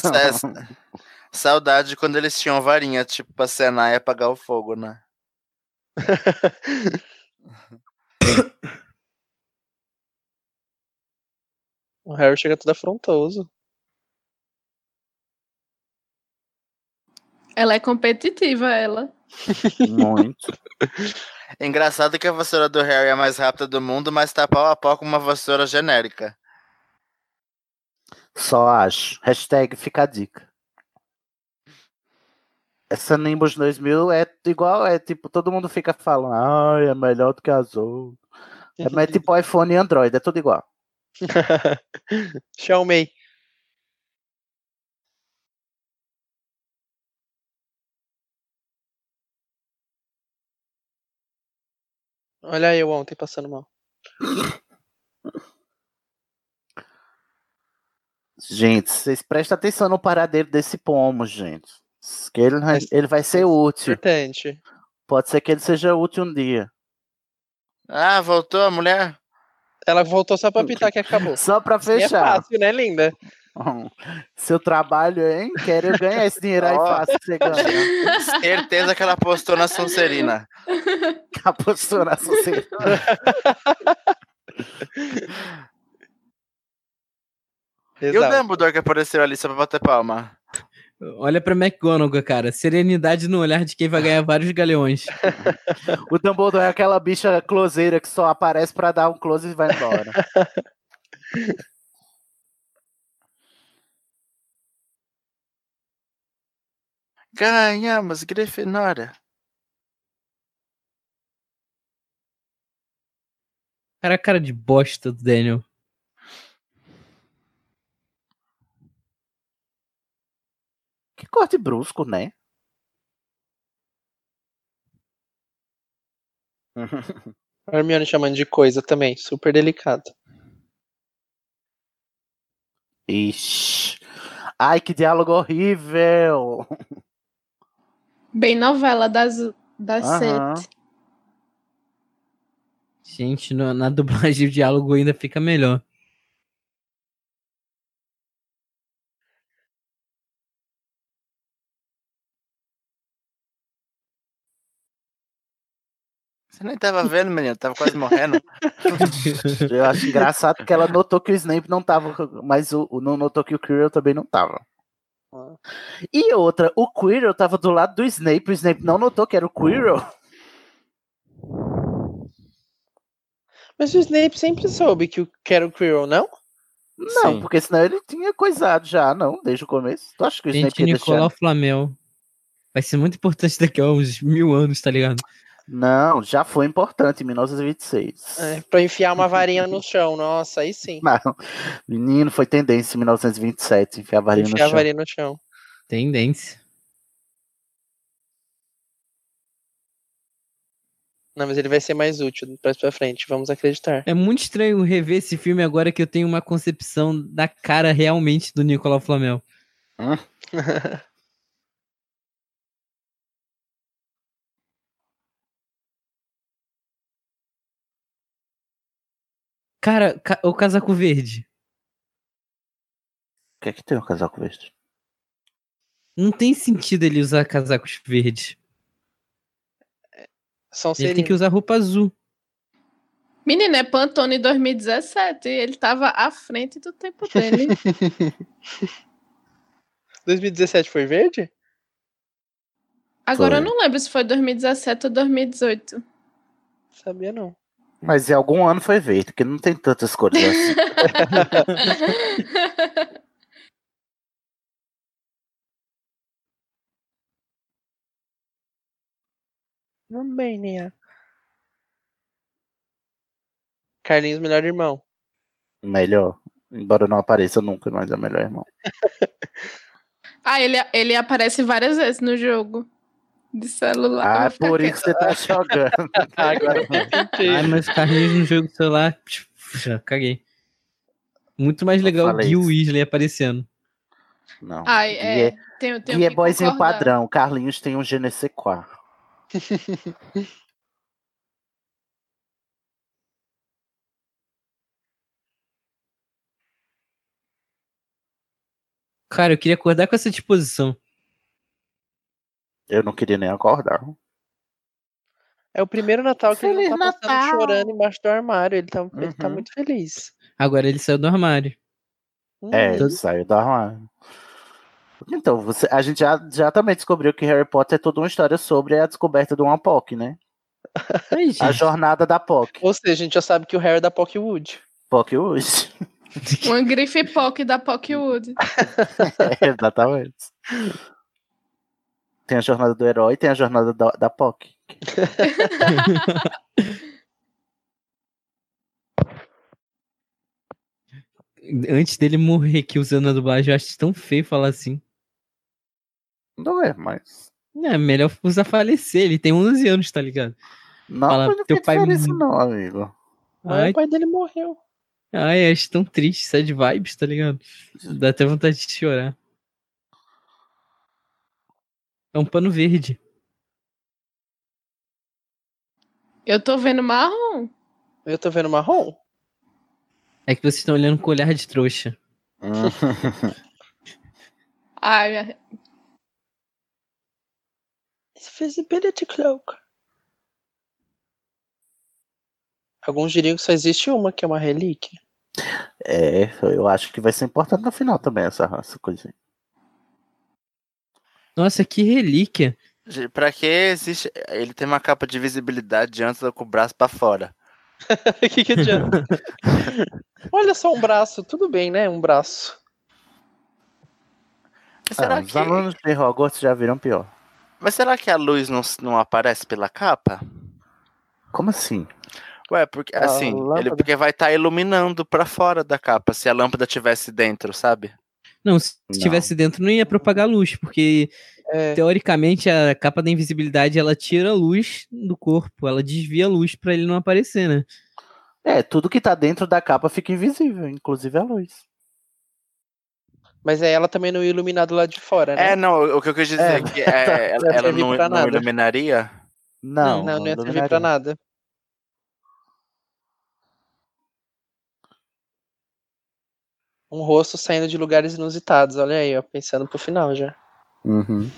Speaker 8: César. Saudade quando eles tinham varinha, tipo, pra cenar e apagar o fogo, né?
Speaker 6: O Harry chega todo afrontoso.
Speaker 5: Ela é competitiva, ela.
Speaker 1: Muito.
Speaker 8: [laughs] Engraçado que a vassoura do Harry é a mais rápida do mundo, mas tá pau a pau com uma vassoura genérica.
Speaker 1: Só acho. Hashtag fica a dica. Essa Nimbus 2000 é igual, é tipo, todo mundo fica falando, ai, é melhor do que as outras. É, mas é tipo iPhone e Android, é tudo igual.
Speaker 6: Xiaomi. Olha eu ontem passando mal.
Speaker 1: Gente, vocês prestem atenção no paradeiro desse pomo, gente. Que ele, não é- ele vai ser útil.
Speaker 6: Importante.
Speaker 1: Pode ser que ele seja útil um dia.
Speaker 8: Ah, voltou a mulher?
Speaker 6: Ela voltou só pra pitar que
Speaker 1: [laughs]
Speaker 6: acabou.
Speaker 1: Só pra
Speaker 6: Assim É
Speaker 1: fechar.
Speaker 6: fácil, né, linda?
Speaker 1: Seu trabalho, hein? Quero ganhar esse dinheiro aí
Speaker 8: Ó.
Speaker 1: fácil que você ganha.
Speaker 8: Certeza que ela postou
Speaker 1: [laughs]
Speaker 8: na Sonserina.
Speaker 1: A postura assim.
Speaker 8: E o Dumbledore que apareceu ali só pra bater palma?
Speaker 7: Olha pra McGonagall, cara. Serenidade no olhar de quem vai ganhar vários galeões.
Speaker 1: O Dumbledore é aquela bicha closeira que só aparece pra dar um close e vai embora.
Speaker 8: Ganhamos, Grifinória.
Speaker 7: Cara, a cara de bosta do Daniel.
Speaker 1: Que corte brusco, né?
Speaker 6: A Hermione chamando de coisa também, super delicado.
Speaker 1: Ixi. Ai, que diálogo horrível.
Speaker 5: Bem novela das, das
Speaker 1: Aham.
Speaker 5: sete.
Speaker 7: Gente, no- na [laughs] dublagem o diálogo ainda fica melhor.
Speaker 8: Você nem tava vendo, menino, tava quase
Speaker 1: [laughs]
Speaker 8: morrendo.
Speaker 1: Eu acho engraçado que ela notou que o Snape não tava, mas o, o- não notou que o Quirrell também não tava. E outra, o Quirrell tava do lado do Snape, o Snape não notou que era o Quirrell.
Speaker 6: Mas o Snape sempre soube que o que era o Quirrell, não?
Speaker 1: Não,
Speaker 6: Sim.
Speaker 1: porque senão ele tinha coisado já, não, desde o começo. Tu acha que o Snape
Speaker 7: Gente,
Speaker 1: ia deixar?
Speaker 7: Nicolau Flamel. Vai ser muito importante daqui a uns mil anos, tá ligado?
Speaker 1: Não, já foi importante em 1926.
Speaker 6: É, pra enfiar uma varinha no chão, nossa, aí
Speaker 1: [laughs]
Speaker 6: sim.
Speaker 1: Não, menino, foi tendência em 1927, enfiar a varinha no
Speaker 6: Enfiar a
Speaker 1: chão.
Speaker 6: varinha no chão.
Speaker 7: Tendência.
Speaker 6: Não, mas ele vai ser mais útil mais pra frente, vamos acreditar.
Speaker 7: É muito estranho rever esse filme agora que eu tenho uma concepção da cara realmente do Nicolau Flamel. [laughs] Cara, ca- o casaco verde.
Speaker 1: O que é que tem um casaco verde?
Speaker 7: Não tem sentido ele usar casacos verdes.
Speaker 6: São
Speaker 7: ele tem que usar roupa azul.
Speaker 5: Menino, é Pantone 2017. Ele tava à frente do tempo
Speaker 1: [laughs]
Speaker 5: dele.
Speaker 6: 2017 foi verde?
Speaker 5: Agora eu não lembro se foi 2017 ou 2018.
Speaker 6: Sabia não.
Speaker 1: Mas em algum ano foi verde, porque não tem tantas cores assim.
Speaker 5: [laughs]
Speaker 6: Vamos bem, é. Nia. Carlinhos, melhor irmão.
Speaker 1: Melhor. Embora não apareça nunca, mas é o melhor irmão.
Speaker 5: Ah, ele, ele aparece várias vezes no jogo. De celular.
Speaker 1: Ah, por isso que você
Speaker 5: [laughs]
Speaker 1: tá jogando.
Speaker 6: Agora faz sentido.
Speaker 7: Ai, mas Carlinhos no jogo do celular, pff, já caguei. Muito mais legal o
Speaker 1: falei
Speaker 7: Gil
Speaker 1: isso.
Speaker 7: Weasley aparecendo.
Speaker 1: Não.
Speaker 5: Ai,
Speaker 1: Gui
Speaker 5: é.
Speaker 1: é,
Speaker 5: Tenho, tenho
Speaker 1: Gui é
Speaker 5: que
Speaker 1: boyzinho
Speaker 5: concordar.
Speaker 1: padrão. Carlinhos tem um GNC4.
Speaker 7: Cara, eu queria acordar com essa disposição.
Speaker 1: Eu não queria nem acordar.
Speaker 6: É o primeiro Natal que ele não
Speaker 5: Feliz
Speaker 6: tá passando
Speaker 5: Natal.
Speaker 6: chorando embaixo do armário. Ele tá, ele tá muito feliz. Hum.
Speaker 7: Agora ele saiu do armário.
Speaker 1: É,
Speaker 7: Todo-
Speaker 1: ele saiu da armário. Então, você, a gente já, já também descobriu que Harry Potter é toda uma história sobre a descoberta de uma POC, né?
Speaker 7: Ai,
Speaker 1: A
Speaker 7: gente.
Speaker 1: jornada da POC.
Speaker 6: Ou seja, a gente já sabe que o Harry é da Pockwood.
Speaker 1: POC hoje. [laughs]
Speaker 5: Uma grife poc da Pockwood.
Speaker 1: É, exatamente. Tem a jornada do herói, tem a jornada da, da POC.
Speaker 7: Antes dele morrer aqui usando a dublagem, eu acho tão feio falar assim.
Speaker 1: Não é, mas.
Speaker 7: Não, É melhor usar falecer. Ele tem 11 anos, tá ligado?
Speaker 1: Não,
Speaker 7: Fala,
Speaker 1: mas não
Speaker 7: teu
Speaker 1: tem
Speaker 7: pai
Speaker 1: diferença,
Speaker 7: mu-
Speaker 1: não, amigo.
Speaker 6: Aí
Speaker 7: Ai,
Speaker 6: o pai dele morreu.
Speaker 7: ai, acho tão triste, sad vibes, tá ligado? Dá até vontade de chorar. É um pano verde.
Speaker 5: Eu tô vendo marrom.
Speaker 6: Eu tô vendo marrom.
Speaker 7: É que vocês estão olhando com olhar de trouxa. Hum.
Speaker 5: Ai, minha-
Speaker 6: It's Visibility cloak. Alguns diriam que só existe uma, que é uma relíquia.
Speaker 1: [laughs] É, eu acho que vai ser importante no final também essa, essa coisinha.
Speaker 7: Nossa, que relíquia.
Speaker 8: Gente, Pra que existe. Ele tem uma capa de visibilidade antes com o braço pra fora.
Speaker 6: [laughs] O que, que adianta? [laughs] Olha só um braço, tudo bem, né? Um braço.
Speaker 8: Mas
Speaker 1: Ah,
Speaker 8: será,
Speaker 1: os
Speaker 8: que,
Speaker 1: alunos de Hogwarts já viram pior.
Speaker 8: mas será que a luz não, não aparece pela capa?
Speaker 1: Como assim?
Speaker 8: Ué, porque
Speaker 6: A
Speaker 8: assim, ele
Speaker 6: lâmpada.
Speaker 8: porque vai estar iluminando pra fora da capa, se a lâmpada tivesse dentro, sabe?
Speaker 7: Não, se
Speaker 1: Não.
Speaker 7: estivesse dentro não ia propagar luz, porque
Speaker 6: É,
Speaker 7: teoricamente a capa da invisibilidade ela tira a luz do corpo, ela desvia a luz pra ele não aparecer, né?
Speaker 1: É, tudo que tá dentro da capa fica invisível, inclusive a luz.
Speaker 6: mas é ela também não ia iluminar do lado de fora, né?
Speaker 8: É, não, o que eu quis dizer é, que é, ela,
Speaker 6: Não
Speaker 8: ela
Speaker 6: serviu
Speaker 8: não,
Speaker 6: pra
Speaker 8: não
Speaker 6: nada.
Speaker 8: iluminaria.
Speaker 1: Não,
Speaker 6: não, não ia servir
Speaker 1: iluminaria.
Speaker 6: pra nada. Um rosto saindo de lugares inusitados, olha aí, ó, pensando pro final já.
Speaker 1: Uhum.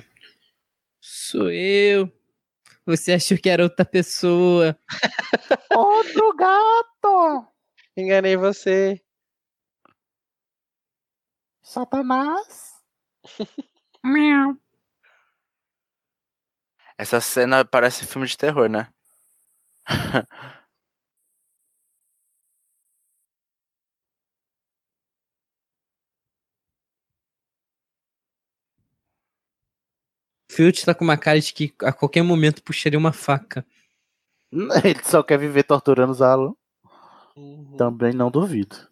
Speaker 7: Sou eu. Você achou que era outra pessoa.
Speaker 1: Outro gato!
Speaker 6: Enganei você.
Speaker 1: Satanás!
Speaker 8: Essa cena parece filme de terror, né?
Speaker 7: Filch tá com uma cara de que a qualquer momento puxaria uma faca.
Speaker 1: [laughs] Ele só quer viver torturando os alunos.
Speaker 6: Uhum.
Speaker 1: Também não duvido.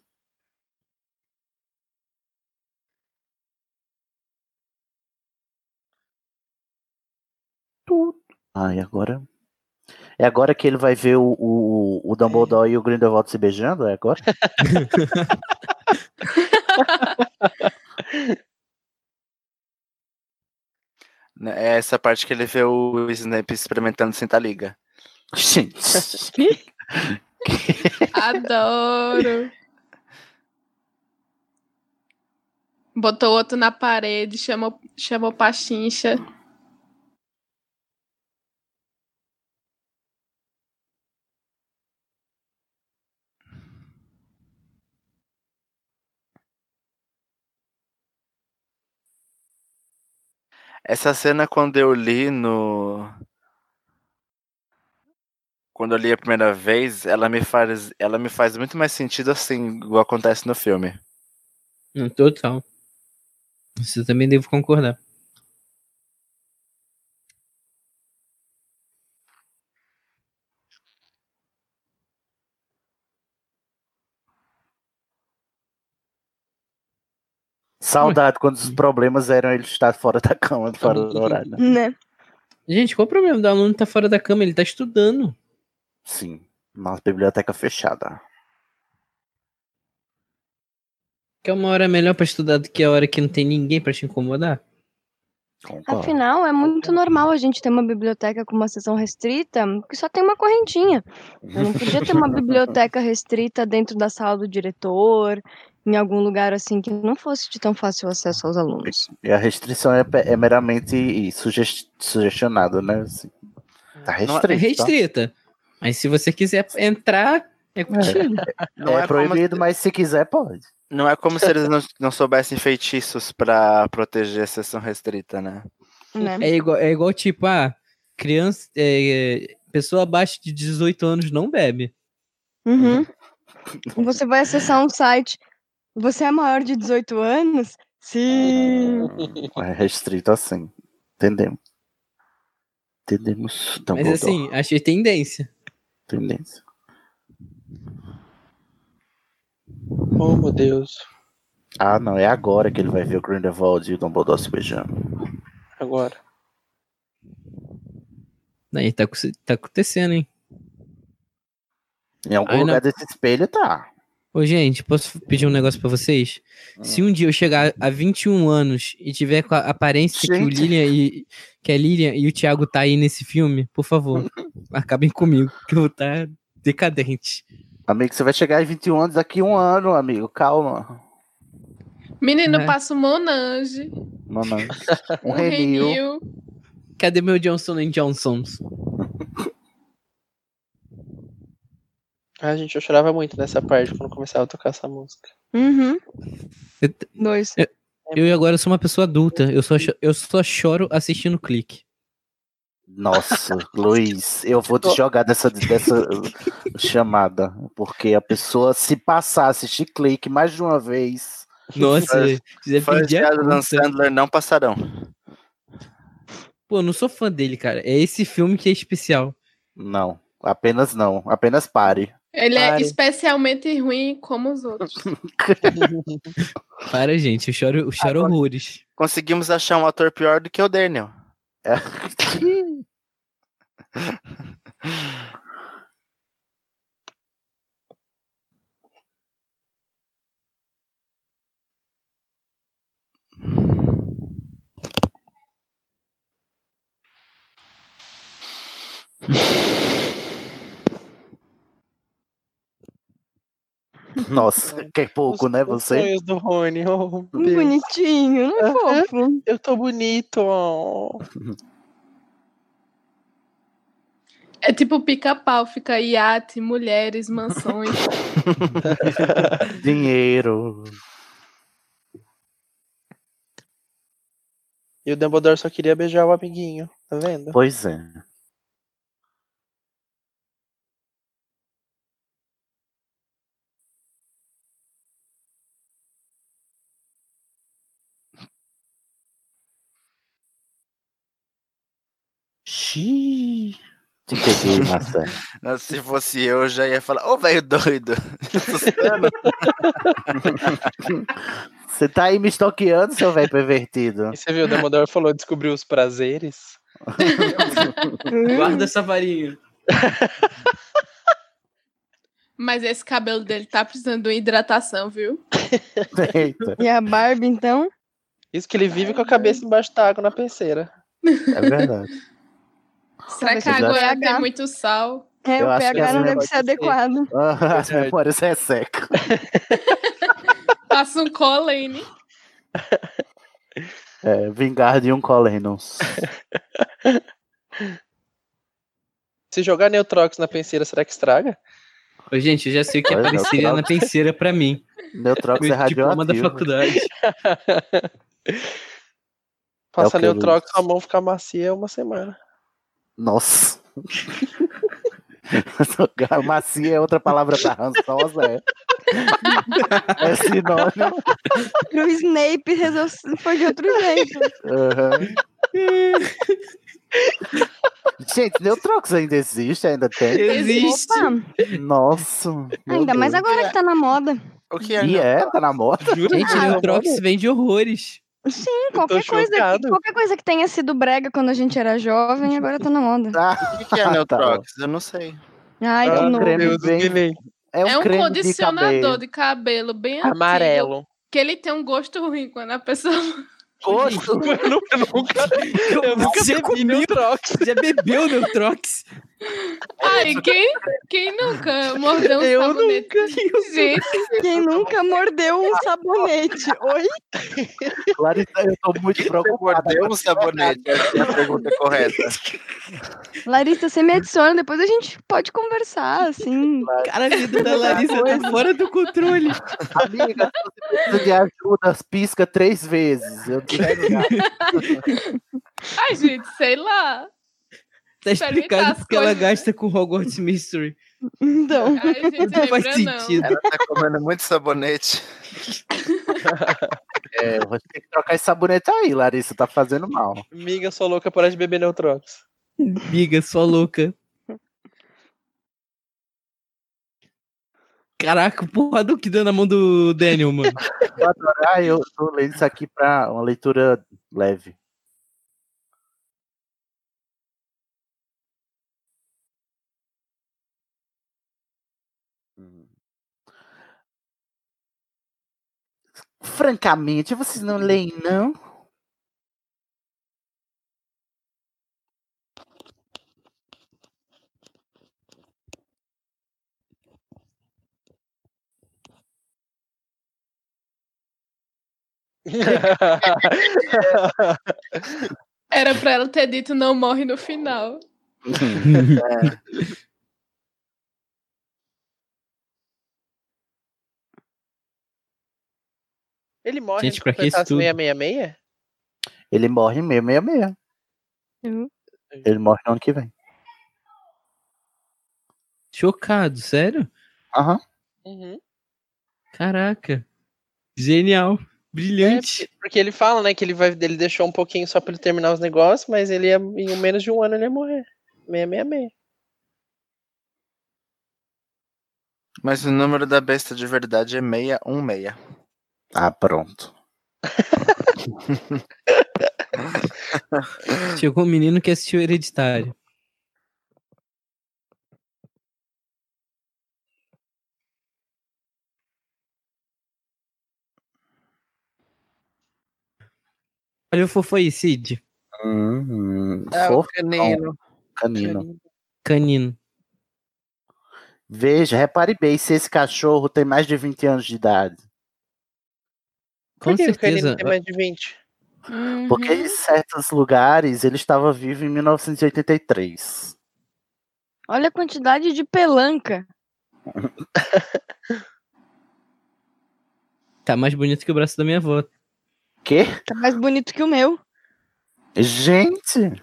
Speaker 1: Tudo. Ai, agora. É agora que ele vai ver o, o, o Dumbledore e o Grindelwald se beijando? É
Speaker 6: [laughs]
Speaker 1: agora?
Speaker 8: Né, É essa parte que ele vê o Snape experimentando sem tá liga.
Speaker 1: Gente.
Speaker 5: adoro. Botou outro na parede, chamou, chamou Pachincha.
Speaker 8: Essa cena, quando eu li no. Quando eu li a primeira vez, ela me faz, ela me faz muito mais sentido assim, igual acontece no filme.
Speaker 7: Não, Total. Isso eu também devo concordar.
Speaker 1: [laughs] Saudade quando
Speaker 8: Uhum.
Speaker 1: os problemas eram ele estar fora da
Speaker 8: [laughs]
Speaker 1: cama, fora do horário. né?
Speaker 9: Né?
Speaker 7: Gente, qual o problema do aluno tá fora da cama? Ele tá estudando.
Speaker 1: Sim, uma biblioteca fechada.
Speaker 7: Que é uma hora melhor pra estudar do que a hora que não tem ninguém pra te incomodar.
Speaker 9: Afinal, é muito normal a gente ter uma biblioteca com uma sessão restrita, que só tem uma correntinha. Eu não podia
Speaker 1: [laughs]
Speaker 9: ter uma biblioteca restrita dentro da sala do diretor, em algum lugar assim que não fosse de tão fácil acesso aos alunos.
Speaker 1: E a restrição é, pe- é meramente suges- sugestionada, né? Assim, tá
Speaker 7: Não- é
Speaker 1: restrito.
Speaker 7: restrita. Mas se você quiser entrar, é contigo.
Speaker 8: Não
Speaker 1: é,
Speaker 8: é como
Speaker 1: proibido, mas se quiser, pode.
Speaker 8: Não é como se
Speaker 1: [laughs]
Speaker 8: eles não, não soubessem feitiços pra proteger a sessão restrita, né?
Speaker 7: É igual, é igual tipo, ah, criança. é, é, pessoa abaixo de 18 anos não bebe.
Speaker 1: É. [laughs]
Speaker 9: Uhum. Você vai acessar um site. Você é maior de 18 anos? Sim.
Speaker 1: É restrito assim. Entendemos. Entendemos.
Speaker 7: Mas assim, achei tendência.
Speaker 1: Tendência.
Speaker 6: Oh, meu Deus.
Speaker 1: Ah, não, é agora que ele vai ver o Grindelwald e o Dumbledore se beijando.
Speaker 6: Agora.
Speaker 7: Aí tá, acon- tá acontecendo, hein?
Speaker 1: Em algum
Speaker 7: Ai, não.
Speaker 1: lugar desse espelho tá.
Speaker 7: Ô, gente, posso pedir um negócio pra vocês? Se um dia eu chegar a 21 anos e tiver com a aparência que o
Speaker 1: Gente.
Speaker 7: Lilian e que a Lilian e o Thiago tá aí nesse filme, por favor, acabem comigo, que eu vou estar decadente.
Speaker 1: Amigo, você vai chegar em 21 anos daqui a um ano, amigo. Calma.
Speaker 5: Menino,
Speaker 7: É.
Speaker 5: passa o Monange,
Speaker 1: Não, não. Um
Speaker 5: o
Speaker 1: renil.
Speaker 5: Renil.
Speaker 7: Cadê meu Johnson and Johnsons?
Speaker 6: Ah, gente, eu chorava muito nessa parte quando começava a tocar essa música.
Speaker 9: Uhum.
Speaker 7: Eu t-
Speaker 9: Dois.
Speaker 7: Eu agora sou uma pessoa adulta, eu só, cho- eu só choro assistindo clique.
Speaker 1: Nossa, Luiz, eu vou te jogar dessa, dessa uh, chamada. Porque a pessoa, se passar, assistir clique mais de uma vez.
Speaker 7: Nossa,
Speaker 8: Fãs-
Speaker 7: já
Speaker 8: Fãs
Speaker 7: perdi
Speaker 8: de
Speaker 7: a
Speaker 8: Adam
Speaker 7: conta.
Speaker 8: Sandler não passarão.
Speaker 7: Pô, eu não sou fã dele, cara. É esse filme que é especial.
Speaker 1: Não, apenas não. Apenas pare.
Speaker 5: Ele é
Speaker 7: Pare.
Speaker 5: especialmente ruim como os outros.
Speaker 7: Para, gente, eu choro, eu choro horrores.
Speaker 8: Conseguimos achar um ator pior do que o Daniel.
Speaker 1: [laughs] Nossa, que pouco, né?
Speaker 6: Os
Speaker 1: Você.
Speaker 6: sonhos do Rony. Oh, meu Deus.
Speaker 9: Bonitinho, não é
Speaker 1: [laughs]
Speaker 9: fofo?
Speaker 6: Eu tô bonito. oh.
Speaker 5: É tipo pica-pau, fica iate, mulheres, mansões.
Speaker 1: Dinheiro.
Speaker 6: E o Dumbledore só queria beijar o amiguinho, tá vendo?
Speaker 1: Pois é. Xiii. Te peguei,
Speaker 4: [laughs]
Speaker 1: Marcelo.
Speaker 8: Nossa, Se fosse eu, eu já ia falar, ô velho doido. [laughs] Sustana.
Speaker 1: Você tá aí me estoqueando, seu velho pervertido. [laughs]
Speaker 6: E você viu, o Dumbledore falou, descobriu os prazeres.
Speaker 9: Uhum.
Speaker 7: Guarda essa varinha.
Speaker 5: Mas esse cabelo dele tá precisando de uma hidratação, viu?
Speaker 1: Eita,
Speaker 9: E a Barbie, então?
Speaker 6: Isso que ele vive com a cabeça embaixo da água na penseira.
Speaker 1: é verdade.
Speaker 5: Será que a
Speaker 1: Exato.
Speaker 5: água
Speaker 9: pH.
Speaker 5: tem muito sal?
Speaker 9: É,
Speaker 1: Eu
Speaker 9: o
Speaker 1: acho que
Speaker 9: pH
Speaker 1: esse
Speaker 9: não deve
Speaker 1: negócio
Speaker 9: ser adequado.
Speaker 1: Ah, As memórias é seca.
Speaker 5: Passa um colene.
Speaker 1: É, Vingardium Colenus.
Speaker 6: Se jogar Neutrox na penseira, será que estraga?
Speaker 7: Ô, gente, eu já sei o que é pareceria na penseira pra mim.
Speaker 9: [laughs]
Speaker 1: Neutrox
Speaker 7: Meu
Speaker 1: é radioativo.
Speaker 7: diploma da faculdade.
Speaker 1: É
Speaker 6: Passa
Speaker 1: o que eu
Speaker 6: Neutrox, a mão fica macia uma semana.
Speaker 1: Nossa. [laughs] Macia é outra palavra pra rançosa, é. É sinônimo.
Speaker 9: Pro Snape resol- foi de [laughs] outro jeito.
Speaker 1: Aham. Gente, Neutrox ainda existe, ainda tem.
Speaker 9: [laughs] Existe.
Speaker 1: Nossa. meu
Speaker 9: Ah, Ainda mais
Speaker 1: Deus.
Speaker 9: agora que tá na moda.
Speaker 8: O que
Speaker 1: E é, tá na moda?
Speaker 7: Gente,
Speaker 9: Ah,
Speaker 7: Neutrox vende horrores.
Speaker 9: Sim, qualquer coisa, que,
Speaker 7: chocado.
Speaker 9: qualquer coisa que tenha sido brega quando a gente era jovem, agora tá na moda.
Speaker 1: O
Speaker 8: que, que é Neutrox? Eu não sei.
Speaker 9: Ai,
Speaker 8: Ah,
Speaker 9: que novo.
Speaker 8: creme Deus,
Speaker 1: bem-
Speaker 5: É um,
Speaker 1: creme de
Speaker 5: condicionador
Speaker 1: cabelo.
Speaker 5: de cabelo, bem antigo,
Speaker 6: Amarelo.
Speaker 5: Que ele tem um gosto ruim quando a pessoa.
Speaker 1: Gosto?
Speaker 6: [laughs] Eu nunca, eu nunca, eu nunca
Speaker 7: já
Speaker 6: bebi Neutrox.
Speaker 7: Já bebeu
Speaker 9: [laughs]
Speaker 7: Neutrox?
Speaker 5: Ai, quem, quem nunca mordeu um
Speaker 9: Eu
Speaker 5: sabonete? Gente,
Speaker 9: Quem nunca mordeu um sabonete? Oi?
Speaker 1: Larissa, eu tô muito preocupada.
Speaker 8: Mordeu um sabonete, essa é a pergunta correta.
Speaker 9: Larissa, você me adiciona, depois a gente pode conversar, assim.
Speaker 7: Cara, a vida da Larissa tá fora do controle.
Speaker 1: Amiga, se você precisa de ajuda, pisca três vezes. Eu não quero nada.
Speaker 5: ai, gente, sei lá.
Speaker 7: Tá
Speaker 5: Experimentar
Speaker 7: explicado
Speaker 5: as
Speaker 7: porque ela
Speaker 5: coisas.
Speaker 7: gasta com Hogwarts Mystery.
Speaker 9: Então.
Speaker 5: Ai, gente,
Speaker 7: Não faz
Speaker 5: lembra não.
Speaker 7: sentido.
Speaker 8: Ela tá comendo muito sabonete.
Speaker 1: É, eu vou ter que trocar esse sabonete aí, Larissa, tá fazendo mal.
Speaker 6: Amiga, sou louca, para de
Speaker 1: [laughs]
Speaker 6: beber Neutrox.
Speaker 7: Biga, sua louca. Caraca, porra do que deu na mão do Daniel, mano.
Speaker 1: Vou adorar, Ah, eu tô lendo isso aqui pra uma leitura leve. Hum. Francamente, vocês não leem, não?
Speaker 5: Era pra ela ter dito não morre no final.
Speaker 6: Ele morre
Speaker 1: Gente,
Speaker 6: se
Speaker 1: pra que isso
Speaker 6: completasse
Speaker 1: tudo?
Speaker 6: 666?
Speaker 1: Ele morre mesmo, meia meia. Ele morre no ano que vem.
Speaker 7: Chocado, sério?
Speaker 1: Aham.
Speaker 6: Uhum.
Speaker 7: Caraca. Genial. Brilhante.
Speaker 6: Porque ele fala, né, que ele, vai, ele deixou um pouquinho só pra ele terminar os negócios, mas ele ia, em menos de um ano ele ia morrer. 666.
Speaker 8: Mas o número da besta de verdade é 616.
Speaker 1: Ah, pronto.
Speaker 6: É,
Speaker 7: Chegou um menino que assistiu Hereditário. Olha o fofoicide.
Speaker 1: Hum,
Speaker 8: Ah, o
Speaker 1: fofo,
Speaker 8: canino.
Speaker 1: canino.
Speaker 7: Canino.
Speaker 1: Veja, repare bem se esse cachorro tem mais de 20 anos de idade.
Speaker 7: Com
Speaker 6: Por que o
Speaker 7: certeza.
Speaker 6: Canino tem mais de 20?
Speaker 9: Uhum.
Speaker 1: Porque em certos lugares ele estava vivo em 1983.
Speaker 9: Olha a quantidade de pelanca.
Speaker 7: Tá mais bonito que o braço da minha avó.
Speaker 1: Quê?
Speaker 9: Tá mais bonito que o meu.
Speaker 1: Gente!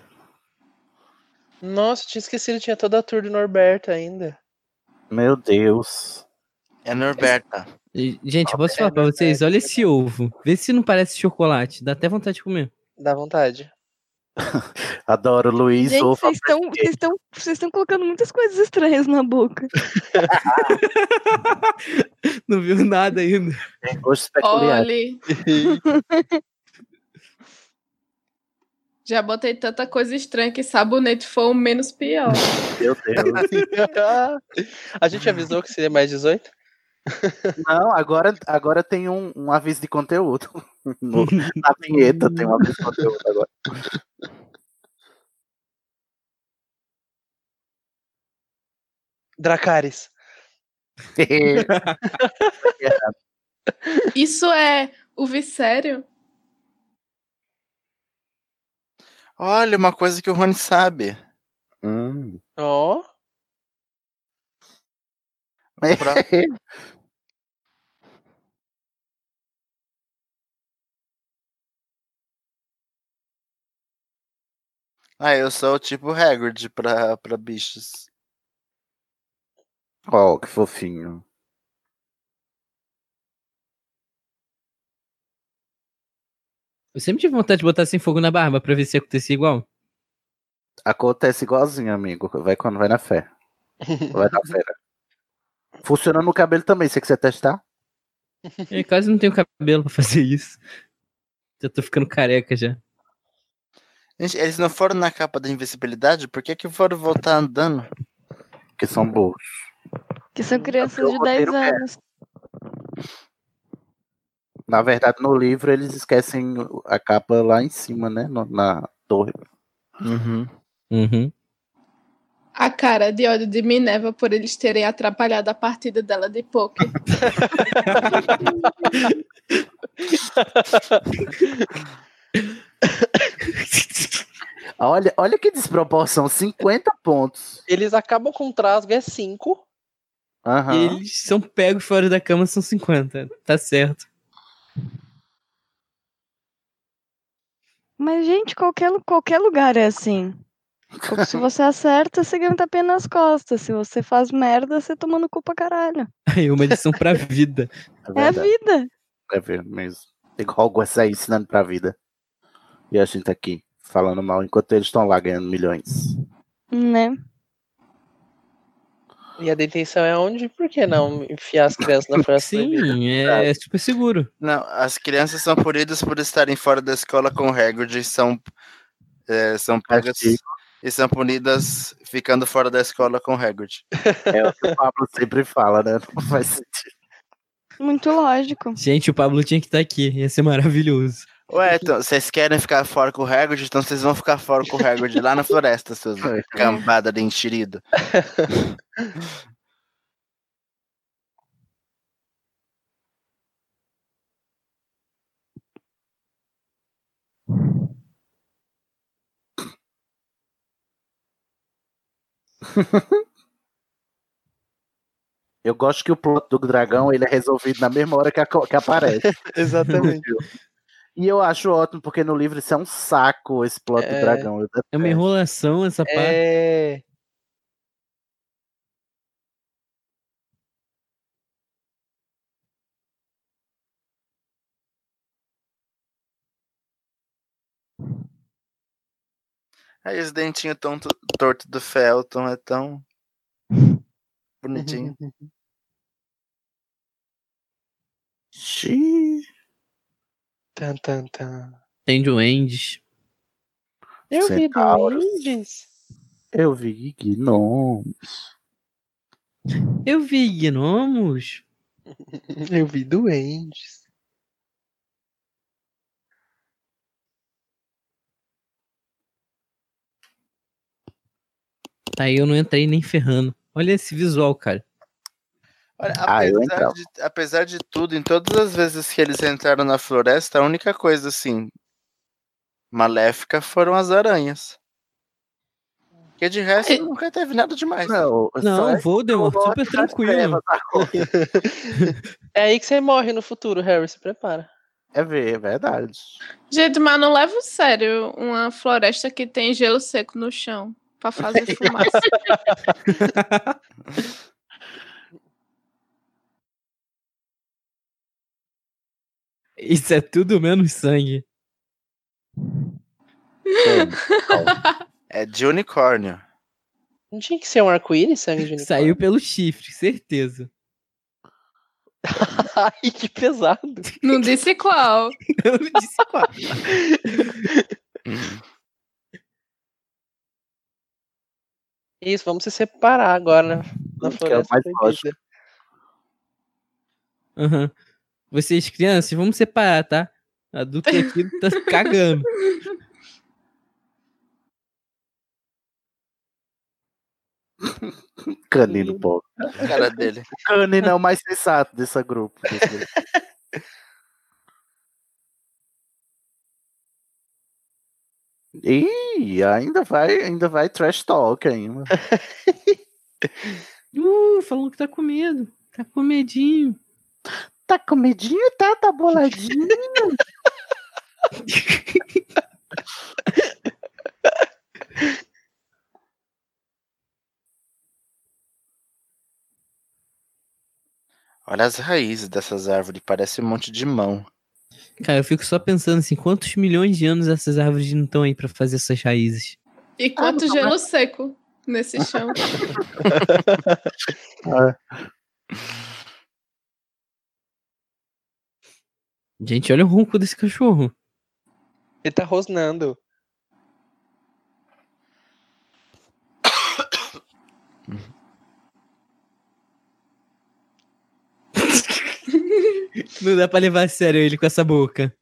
Speaker 6: Nossa, tinha esquecido, tinha toda a tour do Norberto ainda.
Speaker 1: Meu Deus.
Speaker 8: É Norberta.
Speaker 7: E, Gente, eu posso falar pra vocês? Olha esse ovo. Vê se não parece chocolate. Dá até vontade de comer.
Speaker 6: Dá vontade. [laughs]
Speaker 1: Adoro o Luiz.
Speaker 9: Gente,
Speaker 1: ovo
Speaker 9: vocês estão, vocês estão, vocês estão colocando muitas coisas estranhas na boca.
Speaker 7: Não viu nada ainda.
Speaker 1: tem gostos peculiares.
Speaker 5: Olhe. Já botei tanta coisa estranha que sabonete foi o menos pior.
Speaker 1: Meu
Speaker 9: [laughs]
Speaker 1: Deus.
Speaker 6: a gente avisou que seria mais 18?
Speaker 1: Não, agora, agora tem um, um aviso de conteúdo. [laughs] No- na vinheta tem um aviso de conteúdo agora.
Speaker 6: Dracaris.
Speaker 9: [laughs]
Speaker 1: Errado.
Speaker 5: Isso é o Vissério?
Speaker 8: Olha, uma coisa que o Rony sabe.
Speaker 1: Hum.
Speaker 6: Ó.
Speaker 8: Pra- [laughs] Ah, eu sou o tipo Hagrid pra, pra bichos.
Speaker 1: Oh, que fofinho.
Speaker 7: Eu sempre tive vontade de botar sem fogo na barba pra ver se acontecia igual.
Speaker 1: Acontece igualzinho, amigo. Vai quando vai na fé. Vai na fé.
Speaker 9: [laughs]
Speaker 1: Funciona no cabelo também, se você quiser testar.
Speaker 7: Eu quase não tenho cabelo pra fazer isso. Já tô ficando careca já.
Speaker 8: Gente, eles não foram na capa da invisibilidade? Por que, que foram voltar andando?
Speaker 1: Que são boas.
Speaker 9: Que são crianças
Speaker 1: Porque
Speaker 9: de
Speaker 1: o
Speaker 9: 10
Speaker 1: roteiro é. quer.
Speaker 9: anos.
Speaker 1: Na verdade, no livro eles esquecem a capa lá em cima, né? no- na torre.
Speaker 8: Uhum.
Speaker 7: Uhum.
Speaker 5: A cara de ódio de Minerva por eles terem atrapalhado a partida dela de poker.
Speaker 1: Ah, Olha, olha que desproporção, 50 pontos.
Speaker 6: Eles acabam com o trasgo, é 5.
Speaker 1: Aham. é
Speaker 7: E eles são pegos fora da cama, são 50. Tá certo.
Speaker 9: Mas, gente, qualquer, lu- qualquer lugar é assim. Tipo, Se você acerta, você ganha um tapinha nas costas. Se você faz merda, você toma no cu pra caralho.
Speaker 7: Aí uma lição pra [laughs] vida.
Speaker 9: É a vida.
Speaker 1: É ver mesmo. Igual o sair ensinando pra vida. E a gente tá aqui falando mal enquanto eles estão lá ganhando milhões.
Speaker 9: Né?
Speaker 6: E a detenção é onde? Por que não enfiar as crianças
Speaker 1: [laughs]
Speaker 6: na floresta?
Speaker 7: Sim, é, é super seguro.
Speaker 8: Não, as crianças são punidas por estarem fora da escola com Hagrid e são, é, são pegas e são punidas ficando fora da escola com Hagrid.
Speaker 1: É o que o Pablo sempre fala, né? Não faz sentido.
Speaker 9: Muito lógico.
Speaker 7: Gente, o Pablo tinha que estar aqui. Ia ser maravilhoso.
Speaker 1: [laughs]
Speaker 8: Ué, então, vocês querem ficar fora com o Hagrid? Então vocês vão ficar fora com o Hagrid lá na floresta, seus
Speaker 1: É.
Speaker 8: cambada de enxerido.
Speaker 1: Eu gosto que o plot do dragão ele é resolvido na mesma hora que, a co- que aparece.
Speaker 6: Exatamente.
Speaker 1: E eu acho ótimo, porque no livro isso é um saco, esse plot do
Speaker 7: É.
Speaker 1: dragão. Eu
Speaker 7: É uma enrolação essa parte.
Speaker 6: É.
Speaker 8: Aí os dentinhos tonto, torto do Felton é tão
Speaker 1: [laughs]
Speaker 8: bonitinho.
Speaker 1: Xiii.
Speaker 6: Tan, tan, tan.
Speaker 7: Tem duendes.
Speaker 6: Eu vi
Speaker 1: Centauros.
Speaker 6: duendes.
Speaker 1: Eu vi que não.
Speaker 7: Eu vi gnomos.
Speaker 6: Eu vi duendes.
Speaker 7: Aí Tá, eu não entrei nem ferrando. Olha esse visual, cara.
Speaker 8: Olha,
Speaker 1: Ah, eu
Speaker 8: apesar,
Speaker 1: entrava.
Speaker 8: de, apesar de tudo, em todas as vezes que eles entraram na floresta, a única coisa assim maléfica foram as aranhas. Porque de resto
Speaker 5: É.
Speaker 8: nunca teve nada demais.
Speaker 1: Não,
Speaker 7: Não,
Speaker 1: só- tá?
Speaker 7: Voldemort,
Speaker 1: Voldemort
Speaker 7: super tranquilo.
Speaker 6: É aí que você morre no futuro, Harry. Se prepara.
Speaker 1: é ver, é verdade.
Speaker 5: Gente, mas não leva a sério uma floresta que tem gelo seco no chão pra fazer fumaça.
Speaker 7: Isso é tudo menos sangue.
Speaker 8: É de unicórnio.
Speaker 6: Não tinha que ser um arco-íris, [laughs] sangue de unicórnio?
Speaker 7: Saiu pelo chifre, certeza. [laughs]
Speaker 6: Ai, que pesado.
Speaker 5: não disse qual.
Speaker 7: Eu não disse qual.
Speaker 6: Isso, vamos se separar agora na, na
Speaker 1: Que é o
Speaker 6: floresta.
Speaker 1: mais
Speaker 6: proibida.
Speaker 1: lógico.
Speaker 7: Aham. Vocês, crianças, vamos separar, tá? Adulto aqui [laughs] tá cagando.
Speaker 1: Canino pobre.
Speaker 8: A cara dele.
Speaker 1: O Canino é o mais sensato desse grupo. desse [laughs] grupo. Ih, ainda vai, ainda vai trash talk ainda.
Speaker 7: uh, falou que tá com medo. Tá com medinho.
Speaker 1: Tá com medinho, tá? Tá boladinho.
Speaker 8: [laughs] Olha as raízes dessas árvores, parece um monte de mão.
Speaker 7: Cara, eu fico só pensando assim, quantos milhões de anos essas árvores não estão aí para fazer essas raízes?
Speaker 5: E quanto ah, gelo mas... seco nesse chão.
Speaker 7: Gente, olha o ronco desse cachorro.
Speaker 6: Ele tá rosnando.
Speaker 7: Não dá pra levar a sério ele com essa boca.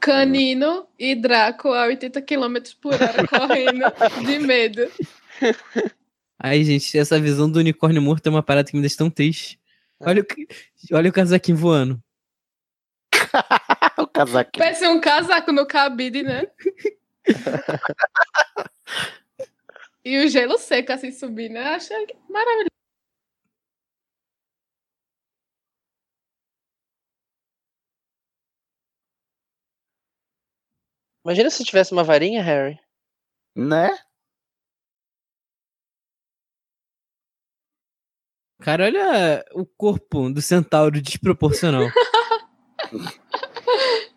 Speaker 5: Canino e Draco a 80 km por hora correndo de medo.
Speaker 7: Ai, gente, essa visão do unicórnio morto é uma parada que me deixa tão triste. Olha o, olha o casaquinho voando.
Speaker 1: o casaquinho.
Speaker 5: Parece um casaco no cabide, né? e o gelo seco assim subindo. Eu acho maravilhoso.
Speaker 6: Imagina se tivesse uma varinha, Harry.
Speaker 1: Né?
Speaker 7: Cara, olha o corpo do centauro desproporcional.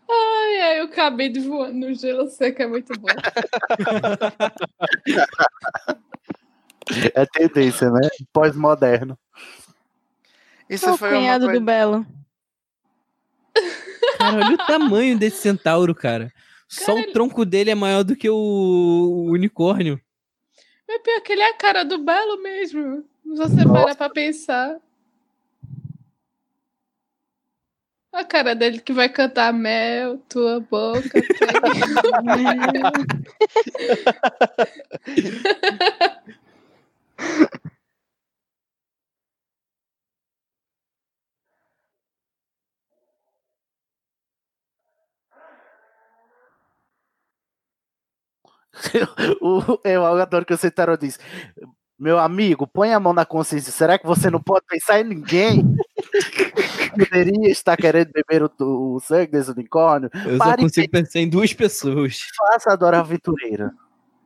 Speaker 5: ai, ai, eu acabei de voar no gelo seco, é muito bom.
Speaker 1: é tendência, né? Pós-moderno.
Speaker 9: Isso É o foi cunhado coisa... do Belo.
Speaker 7: Cara, olha o tamanho desse centauro, cara. Só cara, o tronco ele... dele é maior do que o, o unicórnio.
Speaker 5: Mas pior que ele é a cara do Belo mesmo. Você Nossa. para pra pensar. A cara dele que vai cantar mel, tua
Speaker 6: [laughs]
Speaker 5: boca.
Speaker 1: o, eu adoro que o Sentaro diz: Meu amigo, põe a mão na consciência. Será que você não pode pensar em ninguém? [laughs] Poderia estar querendo beber o, o sangue desse unicórnio?
Speaker 7: Eu Pare só consigo pensar em duas pessoas.
Speaker 1: Faça a Dora Aventureira.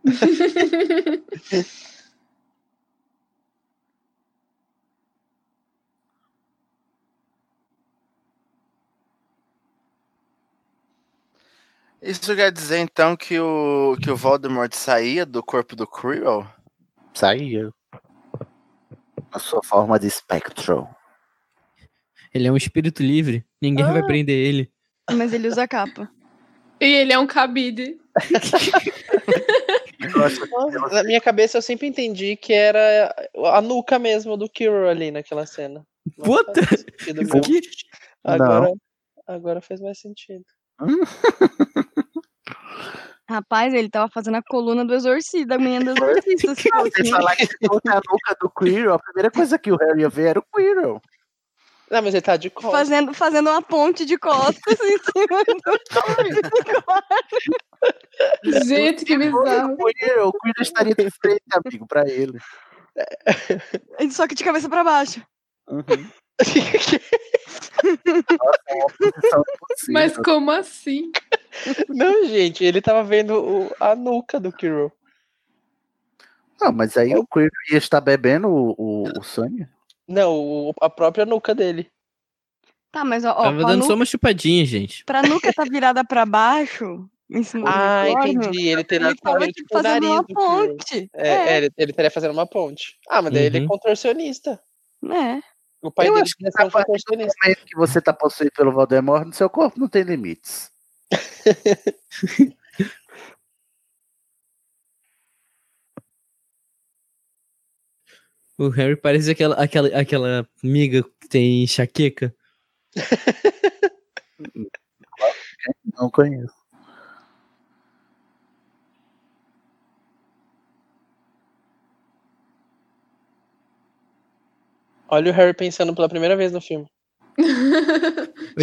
Speaker 1: [laughs]
Speaker 8: Isso quer dizer então que o, que o Voldemort saía do corpo do Quirrell?
Speaker 1: Saía. Na sua forma de espectro.
Speaker 7: Ele é um espírito livre. Ninguém ah. vai prender ele.
Speaker 9: Mas ele usa capa.
Speaker 5: E ele é um cabide.
Speaker 6: Na minha cabeça eu sempre entendi que era a nuca mesmo do Quirrell ali naquela cena.
Speaker 7: Não Puta!
Speaker 6: Que... Agora, Não. agora fez mais sentido.
Speaker 9: Rapaz, ele tava fazendo a coluna do exorcista, da manhã do exorcista. assim,
Speaker 1: Você falar que a nuca do Quirrell, a primeira coisa que o Harry ia ver era o Quirrell.
Speaker 6: Não, mas ele tá de costas.
Speaker 9: Fazendo, fazendo uma ponte de costas em cima do
Speaker 5: Gente, que bizarro.
Speaker 1: O Quirrell, o Quirrell estaria de [laughs] frente, amigo, pra ele.
Speaker 9: Só que de cabeça pra baixo.
Speaker 1: Uhum.
Speaker 6: [laughs]
Speaker 5: Mas como assim?
Speaker 6: Não, gente, ele tava vendo o, a nuca do Kiro.
Speaker 1: Não, mas aí o Kiro ia estar bebendo o, o, o sangue?
Speaker 6: Não, o, a própria nuca dele.
Speaker 9: Tá, mas ó, ó
Speaker 7: tava dando nuca, só uma chupadinha, gente.
Speaker 9: Pra nuca tá virada pra baixo. Em cima
Speaker 6: ah, do entendi. Ele teria que
Speaker 9: tava, tipo, fazendo uma
Speaker 1: assim.
Speaker 9: ponte.
Speaker 6: É, é. é ele, ele, teria fazendo uma ponte. Ah, mas daí uhum. ele é contorcionista.
Speaker 9: É.
Speaker 6: O pai eu dele um acho que,
Speaker 1: a partir do momento que você está possuído pelo Voldemort, no seu corpo não tem limites.
Speaker 7: o Harry parece aquela, aquela, aquela amiga que tem enxaqueca.
Speaker 1: não conheço.
Speaker 6: Olha o Harry pensando pela primeira vez no filme.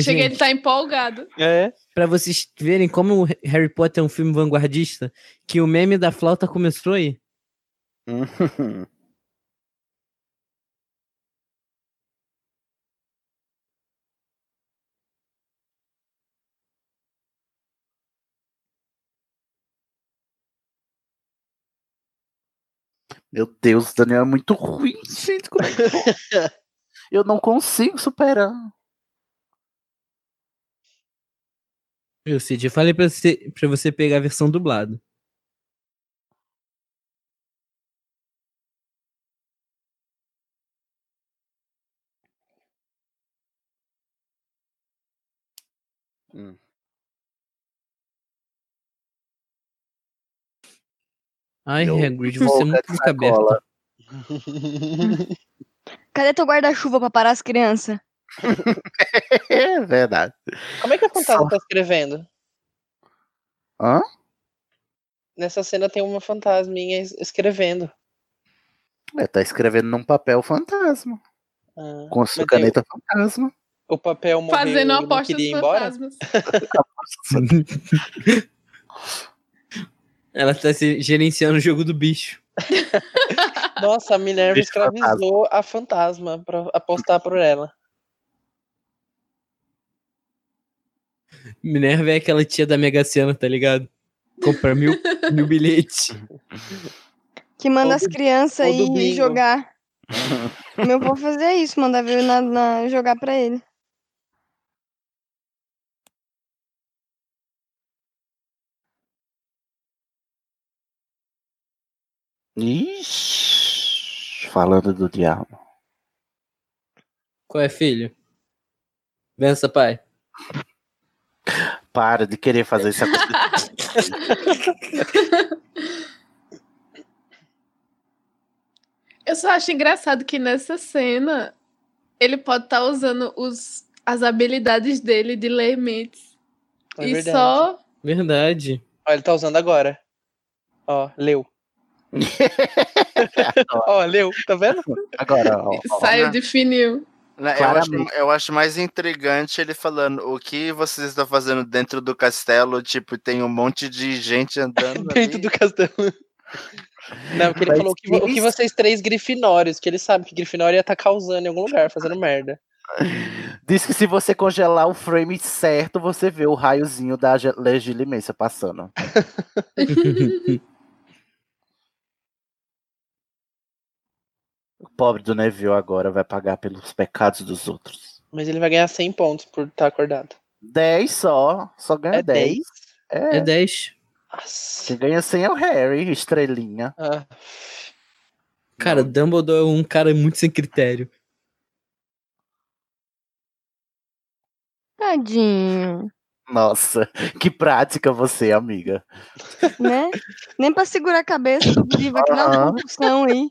Speaker 5: Cheguei, ele tá empolgado.
Speaker 7: É. Pra vocês verem como o Harry Potter é um filme vanguardista, que o meme da flauta começou aí.
Speaker 1: Uhum. Meu Deus, o Daniel é muito ruim, gente. Como é
Speaker 7: [laughs]
Speaker 1: que... Eu não consigo superar.
Speaker 7: Eu, Cid, eu falei pra você, pra você pegar a versão dublada.
Speaker 1: Hum.
Speaker 7: Ai, Hagrid, você é muito boca aberta.
Speaker 9: Cadê teu guarda-chuva pra parar as crianças?
Speaker 1: é verdade.
Speaker 6: Como é que a fantasma tá escrevendo?
Speaker 1: Hã?
Speaker 6: Nessa cena tem uma fantasminha es- escrevendo.
Speaker 1: É, tá escrevendo num papel fantasma.
Speaker 6: Ah,
Speaker 1: Com sua
Speaker 6: mas tem
Speaker 1: caneta fantasma.
Speaker 6: O papel morreu
Speaker 5: Fazendo
Speaker 6: e não
Speaker 5: apostas
Speaker 6: queria ir embora?
Speaker 5: fantasmas.
Speaker 7: Ela tá se gerenciando o jogo do bicho.
Speaker 6: Nossa, a Minerva
Speaker 7: Bicho
Speaker 6: escravizou a fantasma pra apostar por ela.
Speaker 7: Minerva é aquela tia da Mega Sena, tá ligado? Compra [laughs] mil, mil bilhetes.
Speaker 9: Que manda
Speaker 7: Ou
Speaker 9: as
Speaker 7: do-
Speaker 9: crianças
Speaker 7: ou do
Speaker 9: aí
Speaker 7: bingo.
Speaker 9: jogar.
Speaker 1: [laughs]
Speaker 9: Meu avô fazia isso, mandava eu na, na- jogar pra ele.
Speaker 1: Ixi, falando do diabo.
Speaker 7: Qual é, filho? Vença, pai.
Speaker 1: Para de querer fazer isso acontecer.
Speaker 5: Eu só acho engraçado que nessa cena ele pode estar usando os, as habilidades dele de ler mentes.
Speaker 6: É
Speaker 5: e
Speaker 6: verdade.
Speaker 5: só.
Speaker 7: Verdade.
Speaker 6: Ó, ele tá usando agora. Ó, leu. Ó, leu, tá vendo?
Speaker 1: [laughs] Agora, ó.
Speaker 8: ó,
Speaker 5: Saiu
Speaker 8: né?
Speaker 5: de fininho.
Speaker 8: Né, Eu acho,
Speaker 1: Claramente.
Speaker 8: eu acho mais intrigante ele falando o que vocês estão fazendo dentro do castelo, tipo, tem um monte de gente andando
Speaker 6: [laughs] Dentro do castelo. Não, porque ele
Speaker 8: Mas
Speaker 6: falou o que, vo- o
Speaker 8: eles-
Speaker 6: que vocês três grifinórios, que ele sabe que grifinório ia estar causando em algum lugar, fazendo merda.
Speaker 1: Diz que se você congelar o frame certo, você vê o raiozinho da ge- legilimência passando. o pobre do Neville agora vai pagar pelos pecados dos outros.
Speaker 6: Mas ele vai ganhar 100 pontos por estar acordado.
Speaker 1: 10 só, só ganha
Speaker 6: É
Speaker 1: 10.
Speaker 6: 10?
Speaker 1: É.
Speaker 7: É 10.
Speaker 1: Quem ganha 100 é o Harry, estrelinha.
Speaker 6: Ah,
Speaker 7: Cara, Dumbledore é um cara muito sem critério.
Speaker 9: Tadinho,
Speaker 1: Nossa, [laughs] que prática você, amiga.
Speaker 9: né? Nem pra segurar a cabeça do Griva aqui na
Speaker 1: Aham.
Speaker 9: concussão aí.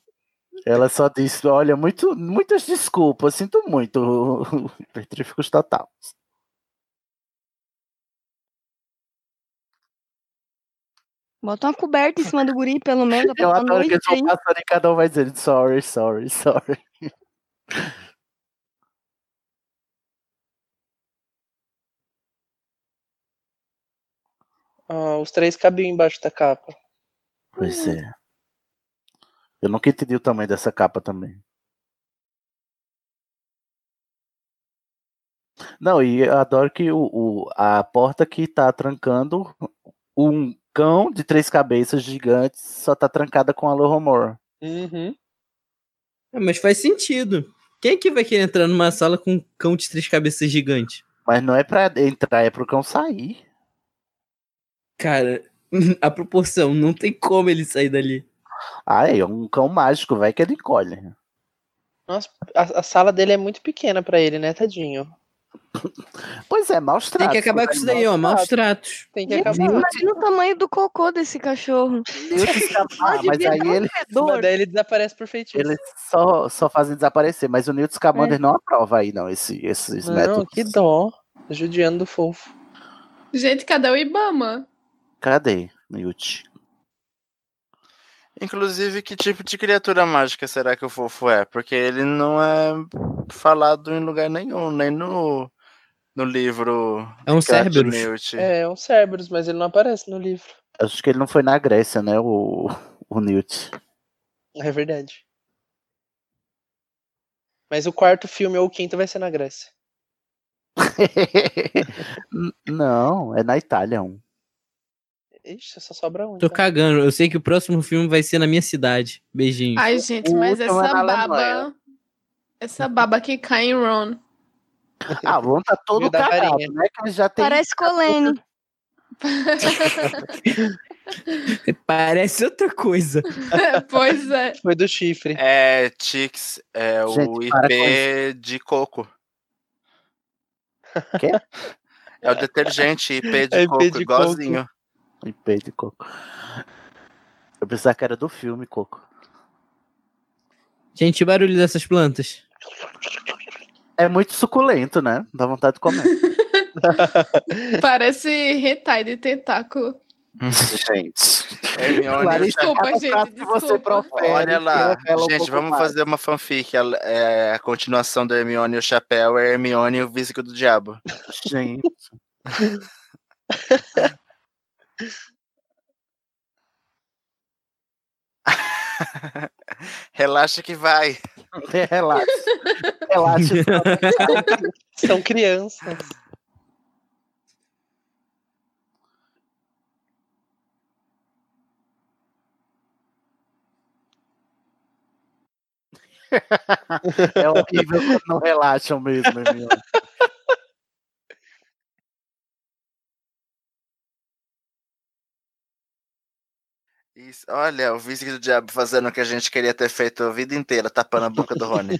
Speaker 1: Ela só disse: olha, muito, muitas desculpas, sinto muito, [laughs] Petríficos Total.
Speaker 9: Bota uma coberta em cima do guri, pelo menos. pra
Speaker 1: Eu
Speaker 9: passar a
Speaker 1: adoro que eles
Speaker 9: noite
Speaker 7: é
Speaker 1: vão
Speaker 9: aí.
Speaker 1: passando
Speaker 7: né?
Speaker 1: e cada um vai dizendo sorry, sorry, sorry.
Speaker 6: ah, os três cabiam embaixo da capa.
Speaker 1: Pois é. Eu nunca entendi o tamanho dessa capa também. Não, e eu adoro que o, o- a porta que tá trancando um cão de três cabeças gigantes só tá trancada com alohomor.
Speaker 6: Uhum.
Speaker 7: É, mas faz sentido. Quem é que vai querer entrar numa sala com um cão de três cabeças gigante?
Speaker 1: Mas não é pra entrar, é pro cão sair.
Speaker 7: Cara, [laughs] a proporção, não tem como ele sair dali.
Speaker 1: Ah, é um cão mágico, vai que ele encolhe.
Speaker 6: Nossa, a, a sala dele é muito pequena pra ele, né, tadinho?
Speaker 1: Pois é, maus
Speaker 7: Tem
Speaker 1: tratos.
Speaker 7: que acabar com isso daí, ó. né? Maus tratos.
Speaker 6: Tem que
Speaker 9: Gente,
Speaker 6: acabar.
Speaker 9: imagina o tamanho do cocô desse cachorro.
Speaker 1: Deus te
Speaker 7: [laughs]
Speaker 1: escapar,
Speaker 9: Pode
Speaker 1: Ah, mas
Speaker 9: virar
Speaker 1: aí
Speaker 9: um
Speaker 1: ele,
Speaker 9: fedor.
Speaker 6: Mas daí ele desaparece por feitiço.
Speaker 1: eles só, só fazem desaparecer. Mas o Newt Scamander não aprova aí, não, esse, esses
Speaker 6: Não,
Speaker 1: métodos.
Speaker 6: que dó. Judiando do fofo.
Speaker 5: Gente, cadê o Ibama?
Speaker 1: Cadê, Newt?
Speaker 8: Inclusive, que tipo de criatura mágica será que o fofo é? Porque ele não é falado em lugar nenhum, nem no, no livro.
Speaker 7: É um Cerberus.
Speaker 6: É, é um Cerberus, mas ele não aparece no livro.
Speaker 1: Acho que ele não foi na Grécia, né, o, o Newt. [laughs]
Speaker 6: É verdade. Mas o quarto filme ou o quinto vai ser na Grécia.
Speaker 1: não, é na Itália um.
Speaker 6: Ixi, só sobra um.
Speaker 7: Tô
Speaker 6: então.
Speaker 7: cagando. Eu sei que o próximo filme vai ser na minha cidade. Beijinhos.
Speaker 5: Ai, gente, mas
Speaker 1: último é
Speaker 5: essa
Speaker 1: na
Speaker 5: baba.
Speaker 1: Alemanha.
Speaker 5: Essa baba que cai em Ron. [laughs]
Speaker 1: Ah, o Ron tá todo
Speaker 6: Viu da
Speaker 1: cagado,
Speaker 6: varinha.
Speaker 1: né? Que ele já tem.
Speaker 9: Parece Colene.
Speaker 7: Parece outra coisa.
Speaker 5: pois é.
Speaker 6: Foi do chifre.
Speaker 8: É, Tix, é o
Speaker 1: Gente, para com
Speaker 8: IP de coco.
Speaker 1: Quê?
Speaker 8: É o
Speaker 1: [laughs]
Speaker 8: detergente IP de
Speaker 6: É IP
Speaker 8: coco,
Speaker 6: de
Speaker 8: igualzinho.
Speaker 1: Limpei de coco. Eu pensava que era do filme, Coco.
Speaker 7: Gente, o barulho dessas plantas.
Speaker 1: É muito suculento, né? Dá vontade de comer.
Speaker 5: Parece retalho de tentáculo.
Speaker 1: Gente.
Speaker 8: Hermione,
Speaker 1: Clarice,
Speaker 8: já-
Speaker 5: Desculpa,
Speaker 1: É, cada
Speaker 5: gente,
Speaker 1: frase que você
Speaker 5: desculpa.
Speaker 1: profere,
Speaker 8: Olha lá,
Speaker 1: revela um
Speaker 8: gente,
Speaker 1: pouco
Speaker 8: vamos
Speaker 1: mais.
Speaker 8: fazer uma fanfic. A, é, a continuação do Hermione e o Chapéu é Hermione e o Vísico do Diabo.
Speaker 1: Gente.
Speaker 8: Relaxa que vai.
Speaker 1: [laughs] Relaxa. Relaxa.
Speaker 6: São crianças.
Speaker 1: É horrível quando não relaxam mesmo, Hermione.
Speaker 8: Isso, olha, o Vísico do Diabo fazendo o que a gente queria ter feito a vida inteira, tapando a boca
Speaker 1: [laughs]
Speaker 8: do Rony.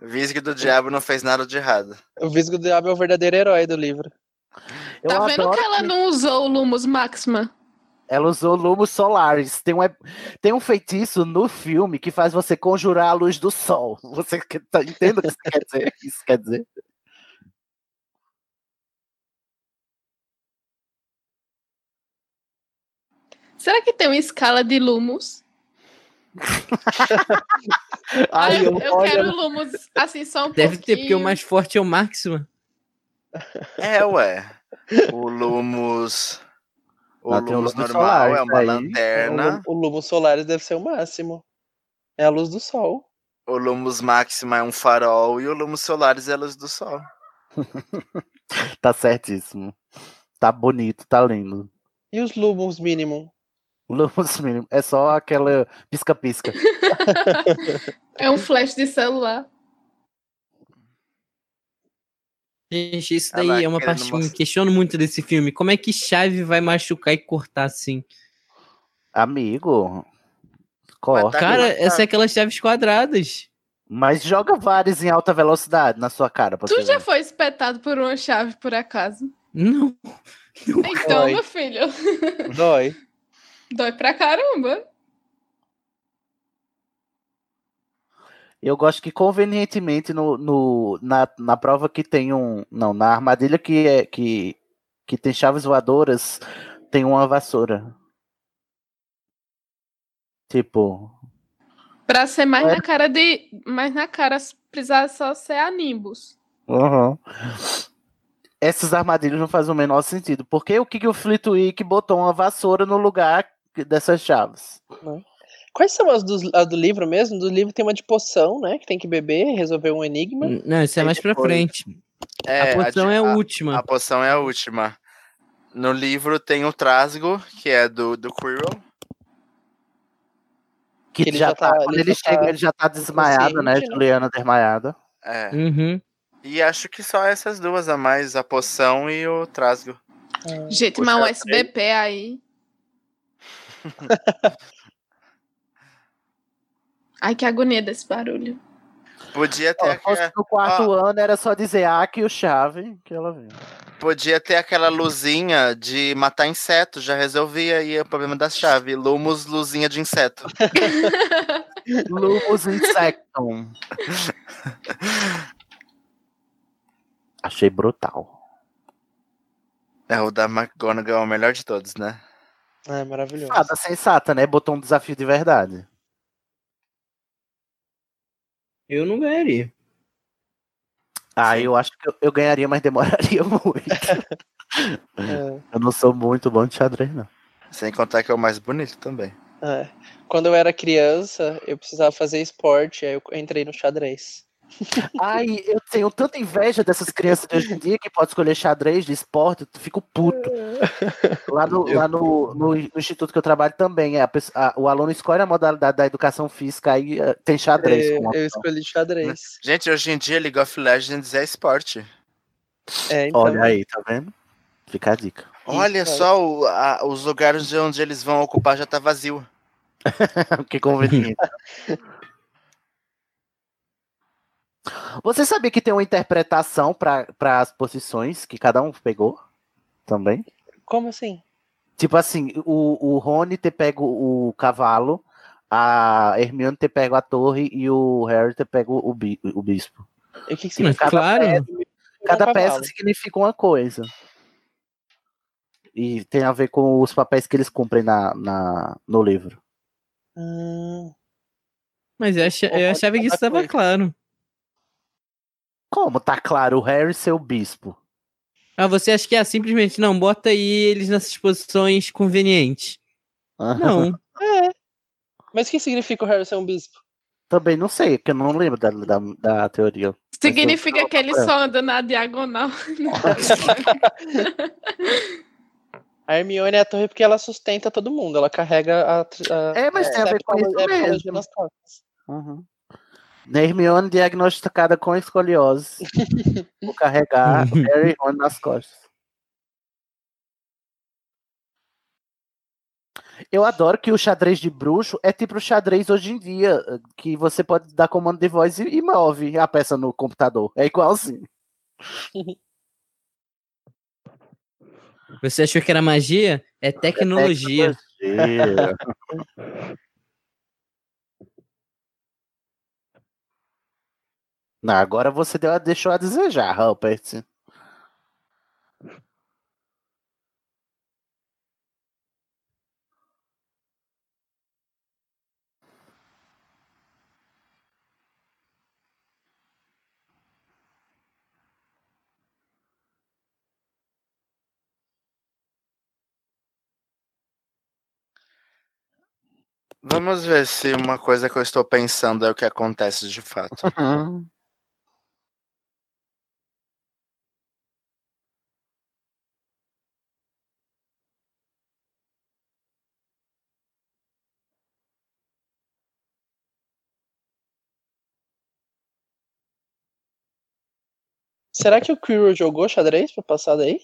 Speaker 8: O Vísico do Diabo não fez nada de errado.
Speaker 6: O Visgo do Diabo é o verdadeiro herói do livro.
Speaker 1: Eu
Speaker 5: Tá vendo
Speaker 1: adoro
Speaker 5: que ela não usou o Lumos Maxima?
Speaker 1: Ela usou Lumos Solares. Tem um, ep- tem um feitiço no filme que faz você conjurar a luz do sol. [laughs] Você que- tá, entende o que isso quer dizer? Isso quer dizer?
Speaker 5: Será que tem uma escala de Lumos? Ah,
Speaker 1: [laughs] Ai,
Speaker 5: eu,
Speaker 1: eu, né?
Speaker 5: eu
Speaker 1: olha,
Speaker 5: quero Lumos assim só um
Speaker 7: Deve ter, porque o
Speaker 5: pouquinho.
Speaker 7: mais forte é o Maxima.
Speaker 8: É, ué. O Lumos. O
Speaker 7: um
Speaker 1: Ah, tem o
Speaker 8: Lumos
Speaker 1: Lumos
Speaker 8: normal
Speaker 1: Solaris
Speaker 8: é uma
Speaker 1: aí.
Speaker 8: lanterna.
Speaker 6: O Lumo Solaris deve ser o máximo. É a luz do sol.
Speaker 8: O Lumos Maxima é um farol e o Lumos Solaris é a luz do sol.
Speaker 1: Tá certíssimo. Tá bonito, tá lindo.
Speaker 6: E os Lumos Minimum?
Speaker 1: Lumos [laughs] mínimo. É só aquela pisca-pisca.
Speaker 5: É um flash de celular.
Speaker 7: Gente, isso
Speaker 8: Olha
Speaker 7: daí
Speaker 8: lá,
Speaker 7: é uma
Speaker 8: querendo
Speaker 7: parte que me
Speaker 8: mostrar.
Speaker 7: questiono muito desse filme. Como é que chave vai machucar e cortar assim?
Speaker 1: Amigo. Corta.
Speaker 8: Tá
Speaker 7: Cara,
Speaker 8: cortado.
Speaker 7: essa é aquelas chaves quadradas.
Speaker 1: Mas joga vários em alta velocidade na sua cara. pra
Speaker 5: Tu
Speaker 1: você
Speaker 5: já
Speaker 7: um?
Speaker 1: ver.
Speaker 5: foi espetado por uma chave, por acaso?
Speaker 7: Não.
Speaker 5: Então,
Speaker 6: Dói.
Speaker 5: meu filho,
Speaker 6: Dói.
Speaker 5: dói pra caramba.
Speaker 1: Eu gosto que convenientemente no, no- na, na prova que tem um. Não, na armadilha que, é, que, que tem chaves voadoras, tem uma vassoura. Tipo.
Speaker 5: Pra ser mais
Speaker 1: É.
Speaker 5: na cara de. Mais na cara, se precisar só ser a Nimbus.
Speaker 1: Uhum. Essas armadilhas não fazem o menor sentido. Porque o que, que o Flitwick botou uma vassoura no lugar que- dessas chaves?
Speaker 6: Quais são as, dos, as do livro mesmo? Do livro tem uma de poção, né? Que tem que beber, resolver um enigma.
Speaker 7: Não, isso é
Speaker 8: Aí
Speaker 7: mais pra
Speaker 8: depois-
Speaker 7: frente.
Speaker 8: É,
Speaker 7: a poção
Speaker 8: de-
Speaker 7: é a
Speaker 8: a-
Speaker 7: última.
Speaker 8: A poção é a última. No livro tem o Trasgo, que é do, do Quirrell.
Speaker 1: Que,
Speaker 6: Que ele
Speaker 1: já,
Speaker 6: já
Speaker 1: tá,
Speaker 6: tá-
Speaker 1: Quando
Speaker 6: ele
Speaker 1: ele,
Speaker 6: já
Speaker 1: chega,
Speaker 6: tá
Speaker 1: ele já tá desmaiado, né?
Speaker 6: consciente, né?
Speaker 1: Juliana desmaiada.
Speaker 8: É.
Speaker 7: Uhum.
Speaker 8: E acho que só essas duas a mais, a poção e o Trasgo.
Speaker 5: Gente,
Speaker 8: Puxa,
Speaker 5: mas o
Speaker 8: peraí.
Speaker 5: SBP aí. Ai, que agonia desse barulho.
Speaker 8: Podia ter,
Speaker 1: Se fosse
Speaker 8: aquela,
Speaker 1: no quarto ano, era só dizer ah, que o chave que ela viu.
Speaker 8: podia ter aquela luzinha de matar inseto, já resolvia aí o problema da chave. Lumos, luzinha de inseto.
Speaker 1: Lumos Insectum. Achei brutal.
Speaker 8: É, o da McGonagall é o melhor de todos, né?
Speaker 6: É maravilhoso.
Speaker 1: Fada sensata, né? Botou um desafio de verdade.
Speaker 7: Eu não ganharia.
Speaker 1: Ah, eu acho que eu, eu ganharia, mas demoraria [laughs] muito.
Speaker 6: É,
Speaker 1: Eu não sou muito bom de xadrez, não.
Speaker 8: Sem contar que é o mais bonito também.
Speaker 6: É. Quando eu era criança, eu precisava fazer esporte, aí eu entrei no xadrez.
Speaker 1: Ai, eu tenho tanta inveja dessas crianças de hoje em dia que pode escolher xadrez de esporte, eu fico puto. Lá no, lá no, no- no instituto que eu trabalho também, é a pessoa- a- o aluno escolhe a modalidade da educação física aí eh, tem xadrez.
Speaker 6: É,
Speaker 1: como opção.
Speaker 6: eu escolhi xadrez.
Speaker 8: Gente, hoje em dia League of Legends é esporte.
Speaker 6: É, então,
Speaker 1: Olha aí, tá vendo? Fica a
Speaker 6: [laughs]
Speaker 1: dica.
Speaker 8: Olha
Speaker 6: Isso aí.
Speaker 8: só, o- a- os lugares de onde eles vão ocupar já tá vazio.
Speaker 1: que conveniente. Você sabia que tem uma interpretação para as posições que cada um pegou? Também?
Speaker 6: Como assim?
Speaker 1: Tipo assim, o, o Rony ter pego o cavalo, a Hermione ter pego a torre e o Harry ter pego o, bi- o bispo.
Speaker 6: E o que, que
Speaker 7: Mas
Speaker 6: significa?
Speaker 7: É claro.
Speaker 1: peça- cada
Speaker 6: Não,
Speaker 1: peça
Speaker 6: cavalo.
Speaker 1: significa uma coisa. E tem a ver com os papéis que eles cumprem na, na, no livro.
Speaker 6: Ah,
Speaker 7: Mas eu, acha- eu achava que isso estava claro.
Speaker 1: Como tá claro, o Harry ser o bispo.
Speaker 7: Ah, você acha que é simplesmente não, bota aí eles nessas posições convenientes.
Speaker 8: Uhum.
Speaker 7: Não.
Speaker 6: é. Mas o que significa o Harry ser um bispo?
Speaker 1: [laughs] Também não sei, porque eu não lembro da, da, da teoria.
Speaker 5: Significa que ele só anda na diagonal.
Speaker 6: A Hermione é a torre porque ela sustenta todo mundo, ela carrega a. tr- a-
Speaker 1: É, mas tem a ver com
Speaker 6: septolo-
Speaker 1: isso
Speaker 6: é,
Speaker 1: mesmo.
Speaker 6: apologia nas costas.
Speaker 1: Uhum. Hermione diagnosticada com escoliose. Vou carregar o Harry e Ron nas costas. Eu adoro que o xadrez de bruxo é tipo o xadrez hoje em dia, que você pode dar comando de voz e, e move a peça no computador. É igualzinho.
Speaker 7: Você achou que era magia? É tecnologia.
Speaker 1: tecnologia. [laughs] Não, agora você deu, a- deixou a desejar, Rupert.
Speaker 8: Vamos ver se uma coisa que eu estou pensando é o que acontece de fato.
Speaker 6: Será que o Quirrell jogou xadrez pra passar daí?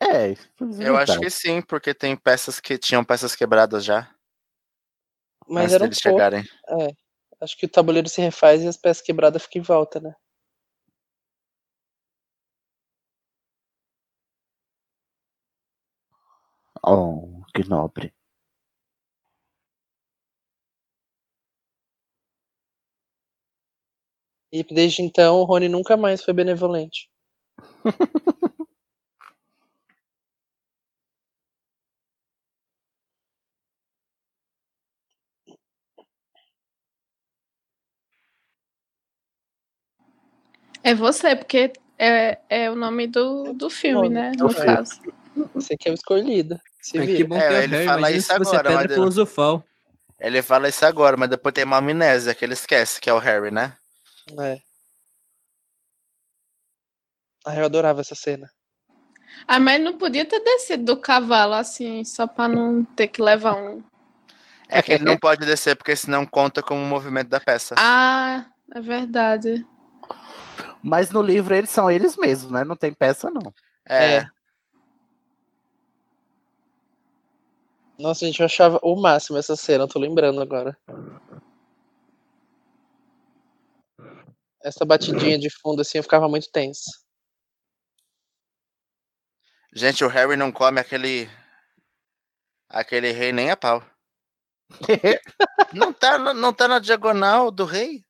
Speaker 1: É,
Speaker 8: Eu
Speaker 6: Então.
Speaker 8: acho que sim, porque tem peças que tinham peças quebradas já.
Speaker 6: Mas
Speaker 8: Antes
Speaker 6: era um
Speaker 8: deles
Speaker 6: pouco.
Speaker 8: chegarem.
Speaker 6: É. Acho que o tabuleiro se refaz e as peças quebradas ficam em volta, né?
Speaker 1: Oh, que nobre.
Speaker 6: E desde então o Rony nunca mais foi benevolente.
Speaker 5: É você, porque é, é o nome do, do filme, né? No
Speaker 6: filme.
Speaker 5: caso.
Speaker 6: Você que é o escolhido. Se
Speaker 7: É,
Speaker 6: vira.
Speaker 7: que bom que é o
Speaker 8: É, ele
Speaker 7: Harry,
Speaker 8: fala
Speaker 7: imagina
Speaker 8: isso
Speaker 7: se fosse a
Speaker 8: agora,
Speaker 7: pedra
Speaker 8: mas eu-
Speaker 7: filosofal.
Speaker 8: Ele fala isso agora, mas depois tem uma amnésia que ele esquece, que é o Harry, né?
Speaker 6: É. Ah, eu adorava essa cena.
Speaker 5: Ah, mas não podia ter descido do cavalo assim, só pra não ter que levar um.
Speaker 8: É que ele
Speaker 6: [laughs]
Speaker 8: não pode descer, porque senão conta como um movimento da peça.
Speaker 5: Ah, é verdade.
Speaker 1: Mas no livro eles são eles mesmos, né? Não tem peça, não. [laughs]
Speaker 8: é.
Speaker 6: Nossa, gente, eu achava o máximo essa cena, eu tô lembrando agora. Essa batidinha de fundo, assim, eu ficava muito tenso.
Speaker 8: Gente, o Harry não come aquele. aquele rei nem a pau. não, tá, na- não tá na diagonal do rei?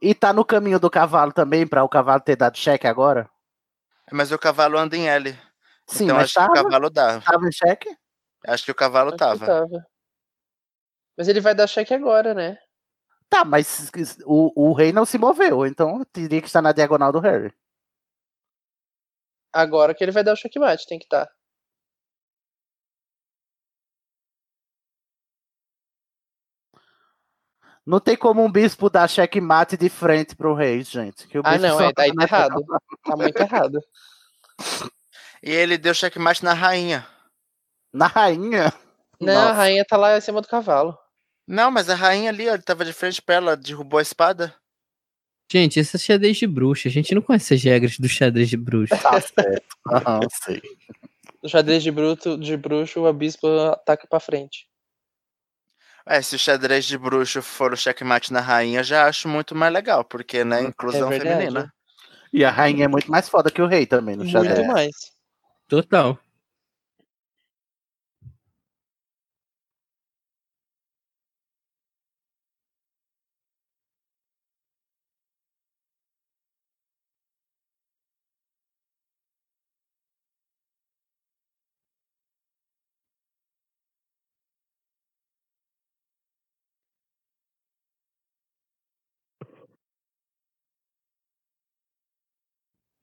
Speaker 1: E tá no caminho do cavalo também, pra o cavalo ter dado cheque agora?
Speaker 8: Mas o cavalo anda em L.
Speaker 1: Sim,
Speaker 8: então
Speaker 1: mas
Speaker 8: acho
Speaker 1: tava?
Speaker 8: que o cavalo dá.
Speaker 1: Tava em cheque?
Speaker 8: Acho que o cavalo
Speaker 6: Acho que
Speaker 8: tava.
Speaker 6: tava. Mas ele vai dar cheque agora, né?
Speaker 1: Tá, mas o, o rei não se moveu, então teria que estar na diagonal do Harry.
Speaker 6: Agora que ele vai dar o checkmate, tem que estar. Tá.
Speaker 1: Não tem como um bispo dar checkmate de frente pro rei, gente. que o
Speaker 6: Ah,
Speaker 1: bispo
Speaker 6: não,
Speaker 1: só
Speaker 6: é, aí
Speaker 1: anda
Speaker 6: tá
Speaker 1: na
Speaker 6: errado.
Speaker 1: diagonal.
Speaker 6: Tá muito errado.
Speaker 8: E ele deu checkmate na rainha.
Speaker 1: [laughs] Na rainha?
Speaker 6: Não, a rainha tá lá em cima do cavalo.
Speaker 8: Não, mas a rainha ali, ó, ele tava de frente pra ela, derrubou a espada.
Speaker 7: Gente, esse é xadrez de bruxa. A gente não conhece as regras do xadrez de bruxa.
Speaker 1: Tá [laughs] certo. Aham, sei.
Speaker 6: No xadrez de, bruto, de bruxo, a bispo ataca pra frente.
Speaker 8: É, se o xadrez de bruxo for o checkmate na rainha, já acho muito mais legal, porque, né, inclusão
Speaker 6: verdade.
Speaker 8: feminina.
Speaker 1: E a rainha é muito mais foda que o rei também, no
Speaker 6: Muito
Speaker 1: xadrez.
Speaker 6: mais.
Speaker 7: Total.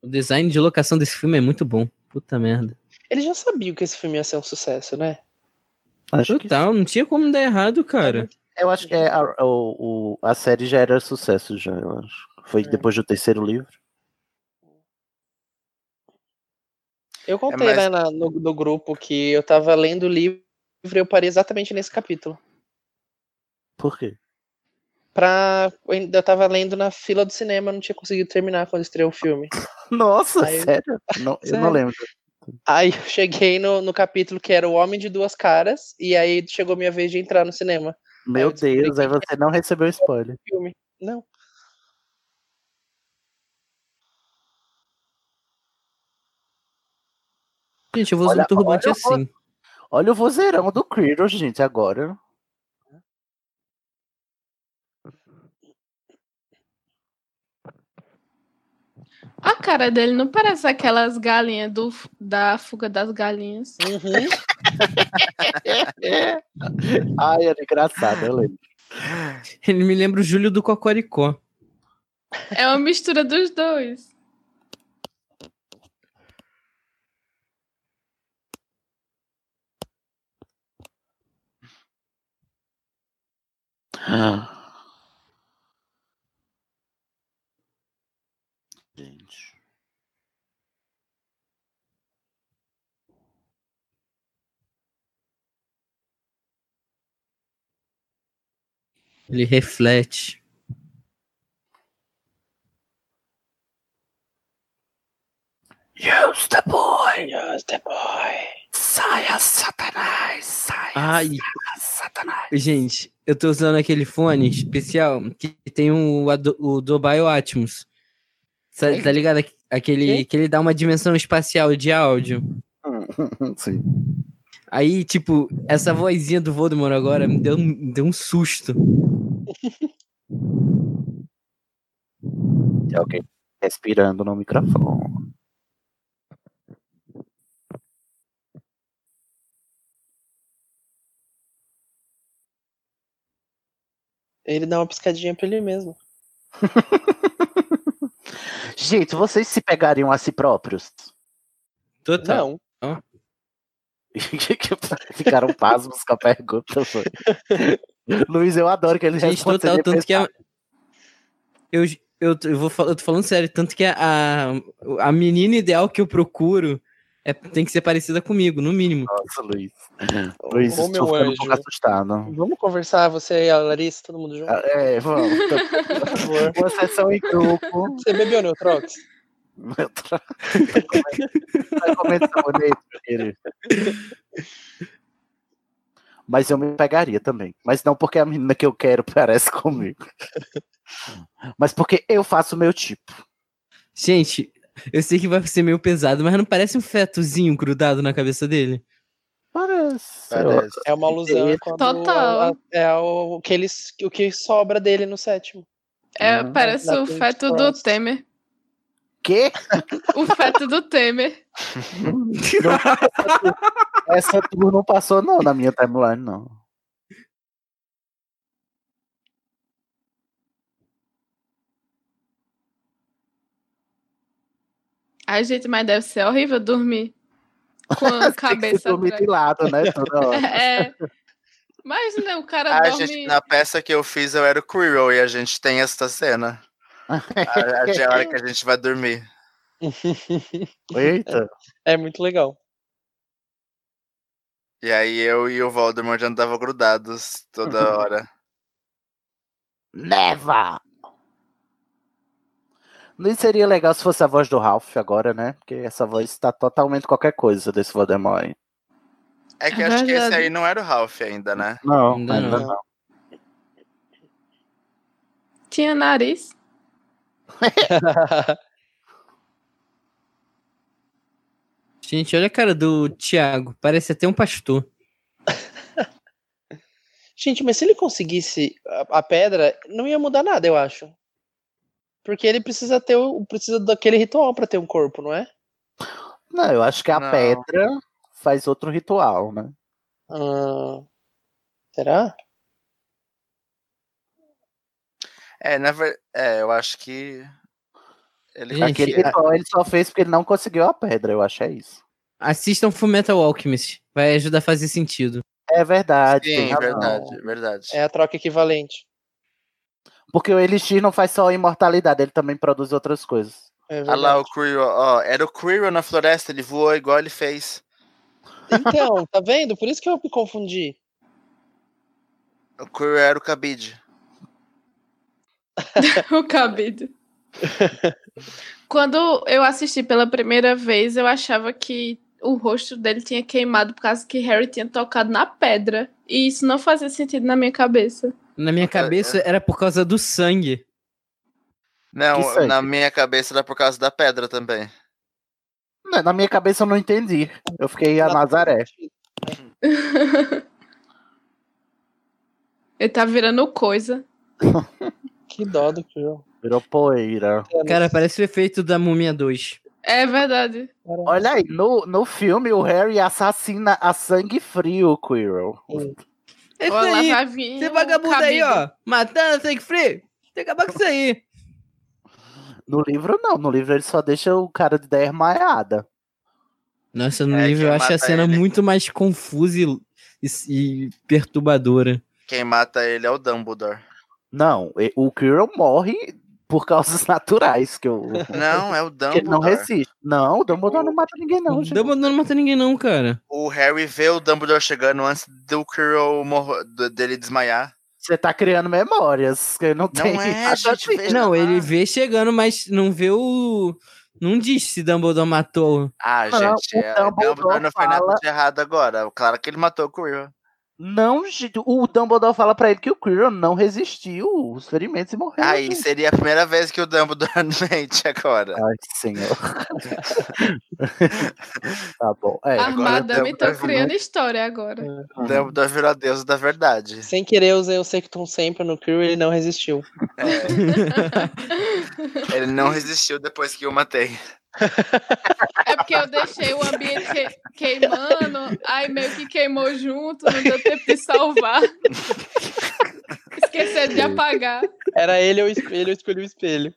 Speaker 7: O design de locação desse filme é muito bom. Puta merda.
Speaker 6: Ele já sabia que esse filme ia ser um sucesso, né?
Speaker 7: Total, não tinha como dar errado, cara.
Speaker 1: Eu acho que é a, o- o- a série já era sucesso, já, eu acho. Foi depois do terceiro livro. É,
Speaker 6: Eu contei
Speaker 8: mas-
Speaker 6: lá na- no, no grupo que eu tava lendo o livro e eu parei exatamente nesse capítulo.
Speaker 1: Por quê?
Speaker 6: Pra... Eu tava lendo na fila do cinema, eu não tinha conseguido terminar quando estreou o filme.
Speaker 1: Nossa,
Speaker 6: Aí-
Speaker 1: sério? Não, eu não
Speaker 6: Sério.
Speaker 1: lembro.
Speaker 6: Aí eu cheguei no, no capítulo que era o Homem de Duas Caras, e aí chegou minha vez de entrar no cinema.
Speaker 1: Meu Deus, aí você não recebeu spoiler.
Speaker 6: Filme. Não.
Speaker 7: Gente, eu vou usar
Speaker 1: Olha-
Speaker 7: um turbante
Speaker 1: olha o
Speaker 7: assim.
Speaker 1: Olha o vozeirão do Creedle, gente, agora.
Speaker 5: A cara dele não parece aquelas galinhas do, da fuga das galinhas.
Speaker 1: Ai, era engraçado, eu lembro.
Speaker 7: Ele me lembra o Júlio do Cocoricó.
Speaker 5: É uma mistura dos dois.
Speaker 1: Gente.
Speaker 7: Ele reflete.
Speaker 1: Use the boy!
Speaker 6: Use the boy!
Speaker 1: Saia, Satanás! Saia,
Speaker 7: Ai,
Speaker 1: Satanás!
Speaker 7: gente, eu tô usando aquele fone especial que tem um, o, Ado- o Dobio Atmos. Tá, tá ligado? Aque- Aquele que ele dá uma dimensão espacial de áudio.
Speaker 1: [laughs] Sim.
Speaker 7: Aí, tipo, essa vozinha do Voldemort agora me deu, um- deu um susto.
Speaker 1: Tem alguém respirando no microfone.
Speaker 6: [laughs] Ele dá uma piscadinha pra ele mesmo.
Speaker 1: Gente, vocês se pegariam a si próprios? Tá.
Speaker 7: Total.
Speaker 6: Não.
Speaker 1: [laughs] Ficaram pasmos com a pergunta. Foi. Luiz, eu adoro que ele
Speaker 7: Gente,
Speaker 1: responde sem
Speaker 7: total,
Speaker 1: nem
Speaker 7: tanto que é-
Speaker 1: pensar.
Speaker 7: a, eu, eu, eu, vou, fal- eu tô falando sério, tanto que a, a, a menina ideal que eu procuro é, tem que ser parecida comigo, no mínimo.
Speaker 1: Nossa, Luiz. Luiz,
Speaker 6: Uhum. Ô, meu
Speaker 1: estou ficando um
Speaker 6: anjo.
Speaker 1: pouco assustado.
Speaker 6: Vamos conversar, você e a Larissa, todo mundo junto,
Speaker 1: Ah, É, vamos.
Speaker 6: por favor.
Speaker 1: Uma sessão em grupo.
Speaker 6: Você bebeu né, Neutrox?
Speaker 1: Outra- Vai comer sabonete, meu querido. Mas eu me pegaria também. Mas não porque a menina que eu quero parece comigo. Mas porque eu faço o meu tipo.
Speaker 7: Gente, eu sei que vai ser meio pesado, mas não parece um fetozinho grudado na cabeça dele?
Speaker 1: Parece.
Speaker 8: Parece.
Speaker 6: É uma alusão
Speaker 1: Ele-
Speaker 6: quando
Speaker 5: Total.
Speaker 6: a- a- é o que, ele, o que sobra dele no sétimo.
Speaker 5: É, parece o feto do Temer.
Speaker 1: Quê?
Speaker 5: O feto do Temer.
Speaker 1: Essa tour não passou, não, na minha timeline, não.
Speaker 5: Ai, gente, mas deve ser horrível dormir com a
Speaker 1: [laughs] [laughs] Tem que
Speaker 5: cabeça.
Speaker 1: dormir de
Speaker 5: atrás.
Speaker 1: lado, né? Toda hora.
Speaker 5: É. Mas, né, o cara
Speaker 8: Ah,
Speaker 5: dorme.
Speaker 8: gente, na peça que eu fiz eu era o Quirrell e a gente tem essa cena. a, a de hora que a gente vai dormir.
Speaker 1: [laughs] Eita.
Speaker 6: É muito legal.
Speaker 8: E aí eu e o Voldemort andavam grudados
Speaker 1: [laughs]
Speaker 8: toda hora.
Speaker 1: Neva! Não seria legal se fosse a voz do Ralph agora, né? Porque essa voz está totalmente qualquer coisa desse Voldemort aí.
Speaker 8: É que
Speaker 1: É
Speaker 8: acho que esse
Speaker 1: verdade.
Speaker 8: aí não era o Ralph ainda, né?
Speaker 1: Não, Ainda ainda não.
Speaker 5: Tinha nariz.
Speaker 7: Gente, olha a cara do Thiago. Parece até um pastor.
Speaker 6: Gente, mas se ele conseguisse a, a pedra, não ia mudar nada, eu acho. Porque ele precisa ter o, precisa daquele ritual pra ter um corpo, não é?
Speaker 1: Não, eu acho que a
Speaker 6: Não.
Speaker 1: pedra faz outro ritual, né?
Speaker 6: Ah, será?
Speaker 8: É, na verdade. É, eu acho que. Ele
Speaker 1: Aquele ritual ele só fez porque ele não conseguiu a pedra, eu acho é isso.
Speaker 7: Assistam Fullmetal Alchemist. Vai ajudar a fazer sentido.
Speaker 1: É verdade.
Speaker 8: Sim,
Speaker 1: tem razão.
Speaker 8: verdade, verdade.
Speaker 6: É a troca equivalente.
Speaker 1: Porque o Elixir não faz só a imortalidade, ele também produz outras coisas.
Speaker 6: É
Speaker 8: Olha Ah lá o Quirrell, ó. Era o Quirrell na floresta, ele voou igual ele fez.
Speaker 6: Então, tá vendo? Por isso que eu me confundi.
Speaker 8: O Quirrell era o cabide.
Speaker 5: [laughs] o cabide. Quando eu assisti pela primeira vez, eu achava que o rosto dele tinha queimado por causa que Harry tinha tocado na pedra. E isso não fazia sentido na minha cabeça.
Speaker 7: Na minha cabeça
Speaker 5: é.
Speaker 7: era por causa do sangue.
Speaker 1: Que
Speaker 8: Não,
Speaker 1: sangue.
Speaker 8: na minha cabeça era por causa da pedra também.
Speaker 1: Né, Na- Na minha cabeça eu não entendi. Eu fiquei
Speaker 6: Tá
Speaker 1: a Nazaré.
Speaker 5: Ele tá virando coisa.
Speaker 6: Que dó do Quirrell.
Speaker 1: Virou poeira.
Speaker 7: Cara, parece o efeito da Múmia 2.
Speaker 5: É verdade.
Speaker 1: Olha aí, no, no filme o Harry assassina a sangue frio o Quirrell.
Speaker 7: É isso
Speaker 5: Olha lá,
Speaker 7: aí.
Speaker 5: vai vir um
Speaker 7: Você
Speaker 5: o
Speaker 7: vagabundo aí, ó.
Speaker 5: cabido.
Speaker 7: Matando, sangue frio. Tem que acabar com isso aí.
Speaker 1: No livro não, no livro ele só deixa o cara de ideia desmaiada.
Speaker 7: Nossa, no
Speaker 1: É,
Speaker 7: livro
Speaker 1: quem
Speaker 7: eu acho a
Speaker 1: mata
Speaker 7: cena
Speaker 1: ele.
Speaker 7: muito mais confusa e, e- e perturbadora.
Speaker 8: Quem mata ele é o
Speaker 1: [laughs]
Speaker 8: Dumbledore.
Speaker 1: Não, e- o Quirrell morre por causas [laughs] naturais que eu
Speaker 8: Não, é o
Speaker 1: que ele não
Speaker 8: Dumbledore.
Speaker 1: resiste. Não, o Dumbledore não mata ninguém não, gente.
Speaker 7: Dumbledore não mata ninguém não, cara.
Speaker 8: O Harry vê o Dumbledore chegando antes do Quirrell morro- do- dele desmaiar.
Speaker 1: Você tá criando memórias que não tem. nada a ver.
Speaker 7: não, ele vê chegando, mas não vê o... Não diz se Dumbledore matou.
Speaker 8: Ah,
Speaker 1: Não,
Speaker 8: gente,
Speaker 1: o
Speaker 8: é, o Dumbledore não fez nada
Speaker 1: fala-
Speaker 8: de errado agora. Claro que ele matou o Quirrell.
Speaker 1: Não, gente, o Dumbledore fala pra ele que o Quirrell não resistiu os ferimentos e morreu.
Speaker 8: Aí seria a primeira vez que o Dumbledore [laughs] mente agora.
Speaker 1: Ai, senhor. [laughs] tá bom. É,
Speaker 8: agora o
Speaker 5: Armada me tô
Speaker 8: Dumbledore
Speaker 5: criando história agora.
Speaker 8: virou- Dumbledore virou a deusa da verdade.
Speaker 6: Sem querer, eu usei o Sectum sempre no Quirrell e ele não resistiu.
Speaker 8: É.
Speaker 1: [laughs]
Speaker 8: Ele não resistiu depois que eu matei.
Speaker 5: É porque eu deixei o ambiente que- queimando, aí meio que queimou junto, não deu tempo de salvar. Esqueceram de apagar.
Speaker 6: Era ele ou o espelho, eu escolhi o espelho.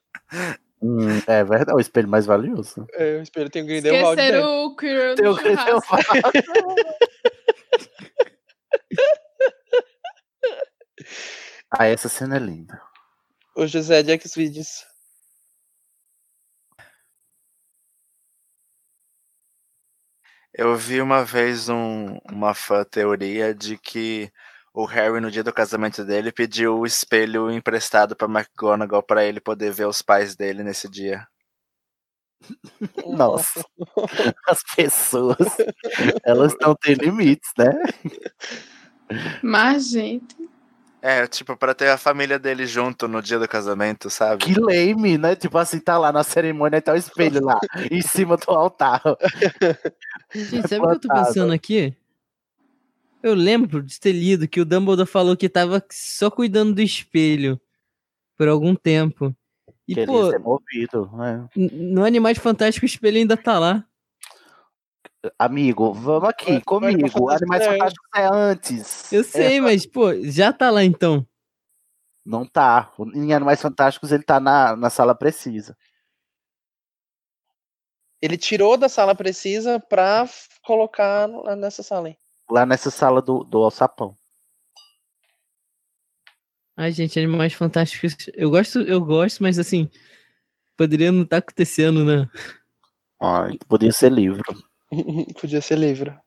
Speaker 1: Hum, é verdade, o espelho mais valioso.
Speaker 6: É, o espelho tem o Grindelwald dentro.
Speaker 5: Esqueceram o Quirrell
Speaker 1: [laughs] Tem o
Speaker 5: no churrasco.
Speaker 1: [laughs] Ah, essa cena é linda.
Speaker 6: O José de Xvideos.
Speaker 8: Eu vi uma vez um- uma fã teoria de que o Harry, no dia do casamento dele, pediu o espelho emprestado pra McGonagall pra ele poder ver os pais dele nesse dia.
Speaker 1: Nossa. [laughs] As pessoas, elas não têm limites, né?
Speaker 5: Mas, gente,
Speaker 8: É, tipo, pra ter a família dele junto no dia do casamento, sabe?
Speaker 1: Que lame, né? Tipo assim, tá lá na cerimônia e tá o espelho lá, em cima do altar. É
Speaker 7: Gente, sabe o que eu tô pensando aqui? Eu lembro de ter lido que o Dumbledore falou que tava só cuidando do espelho. por algum tempo.
Speaker 1: E, que pô, ele é movido, né?
Speaker 7: No Animais Fantásticos o espelho ainda tá lá.
Speaker 1: Amigo, vamos aqui, mas, comigo. Mas Animais Fantásticos é antes.
Speaker 7: Eu sei, é. mas, pô, já tá lá então.
Speaker 1: Não tá. Em Animais Fantásticos ele tá na, na sala precisa.
Speaker 6: Ele tirou da sala precisa pra colocar lá nessa sala aí.
Speaker 1: Lá nessa sala do, do alçapão.
Speaker 7: Ai, gente, Animais Fantásticos. Eu gosto, eu gosto, mas assim, poderia não estar tá acontecendo, né?
Speaker 1: Ai, poderia ser livro.
Speaker 6: [laughs] Podia ser livro.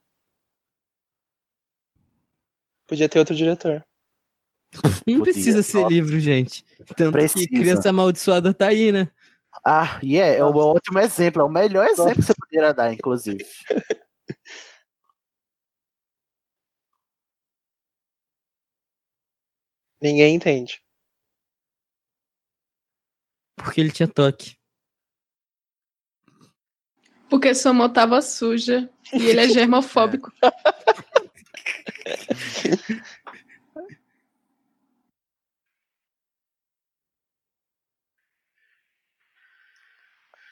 Speaker 6: Podia ter outro diretor.
Speaker 7: Não Podia, precisa nossa. ser livro, gente. Tanto precisa. que criança amaldiçoada tá aí, né?
Speaker 1: Ah, e yeah, é um ótimo exemplo, é o melhor exemplo que você poderia dar, inclusive.
Speaker 6: Ninguém entende.
Speaker 7: Porque ele tinha toque.
Speaker 5: Porque sua mão tava suja e ele é germofóbico.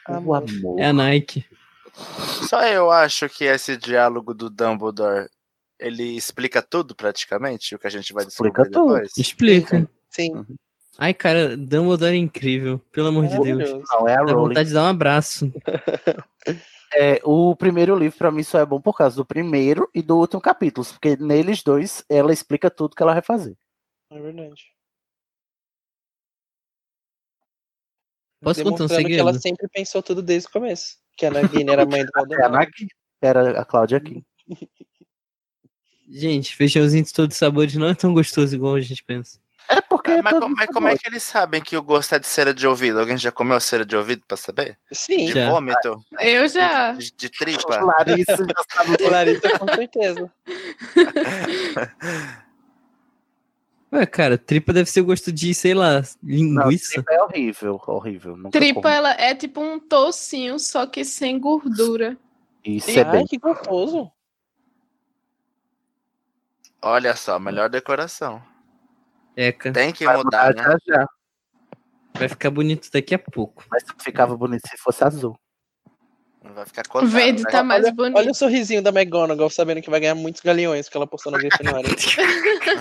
Speaker 6: Ah,
Speaker 1: o amor.
Speaker 7: É a Nike.
Speaker 8: Só eu acho que esse diálogo do Dumbledore ele explica tudo praticamente o que a gente vai
Speaker 1: explica descobrir tudo. depois.
Speaker 7: Explica.
Speaker 6: Sim. Uhum.
Speaker 7: Ai, cara, Dumbledore é incrível, pelo amor é de Deus. Deus.
Speaker 1: Não, é a
Speaker 7: Dá Rowling. vontade de dar um abraço.
Speaker 1: é, o primeiro livro, para mim, só é bom por causa do primeiro e do último capítulo, porque neles dois ela explica tudo que ela vai fazer.
Speaker 6: É verdade.
Speaker 7: Posso contar um segredo?
Speaker 6: que ela sempre pensou tudo desde o começo. Que a Nagini era a
Speaker 7: [laughs]
Speaker 6: mãe do
Speaker 1: É,
Speaker 7: É
Speaker 6: Voldemort.
Speaker 1: era a Cláudia Kim.
Speaker 7: Gente, feijãozinho de todos os sabores não é tão gostoso igual a gente pensa.
Speaker 1: É porque. É,
Speaker 8: mas, como, mas como, é que eles sabem que o gosto é de cera de ouvido? Alguém já comeu cera de ouvido pra saber?
Speaker 6: Sim.
Speaker 7: É.
Speaker 8: De
Speaker 6: já.
Speaker 8: vômito?
Speaker 5: Eu já.
Speaker 8: De, de, de tripa?
Speaker 1: Larissa já sabe.
Speaker 6: Larissa, com certeza.
Speaker 7: Ué, cara, tripa deve ser o gosto de, sei lá, linguiça.
Speaker 1: Não, tripa é horrível, horrível. Nunca
Speaker 5: tripa, como. ela é tipo um toucinho, só que sem gordura.
Speaker 1: Isso e, é
Speaker 6: ai,
Speaker 1: bem.
Speaker 6: que gostoso.
Speaker 8: Olha só, melhor decoração.
Speaker 7: Eca.
Speaker 8: Tem que Vai mudar, mudar né?
Speaker 1: Ah, já, já.
Speaker 7: Vai ficar bonito daqui a pouco.
Speaker 1: Mas ficava bonito se fosse azul.
Speaker 8: Vai ficar cotado,
Speaker 5: Verde
Speaker 8: né?
Speaker 5: tá mais
Speaker 6: olha,
Speaker 5: bonito.
Speaker 6: Olha o sorriso da McGonagall sabendo que vai ganhar muitos galeões que ela postou no Grifinória.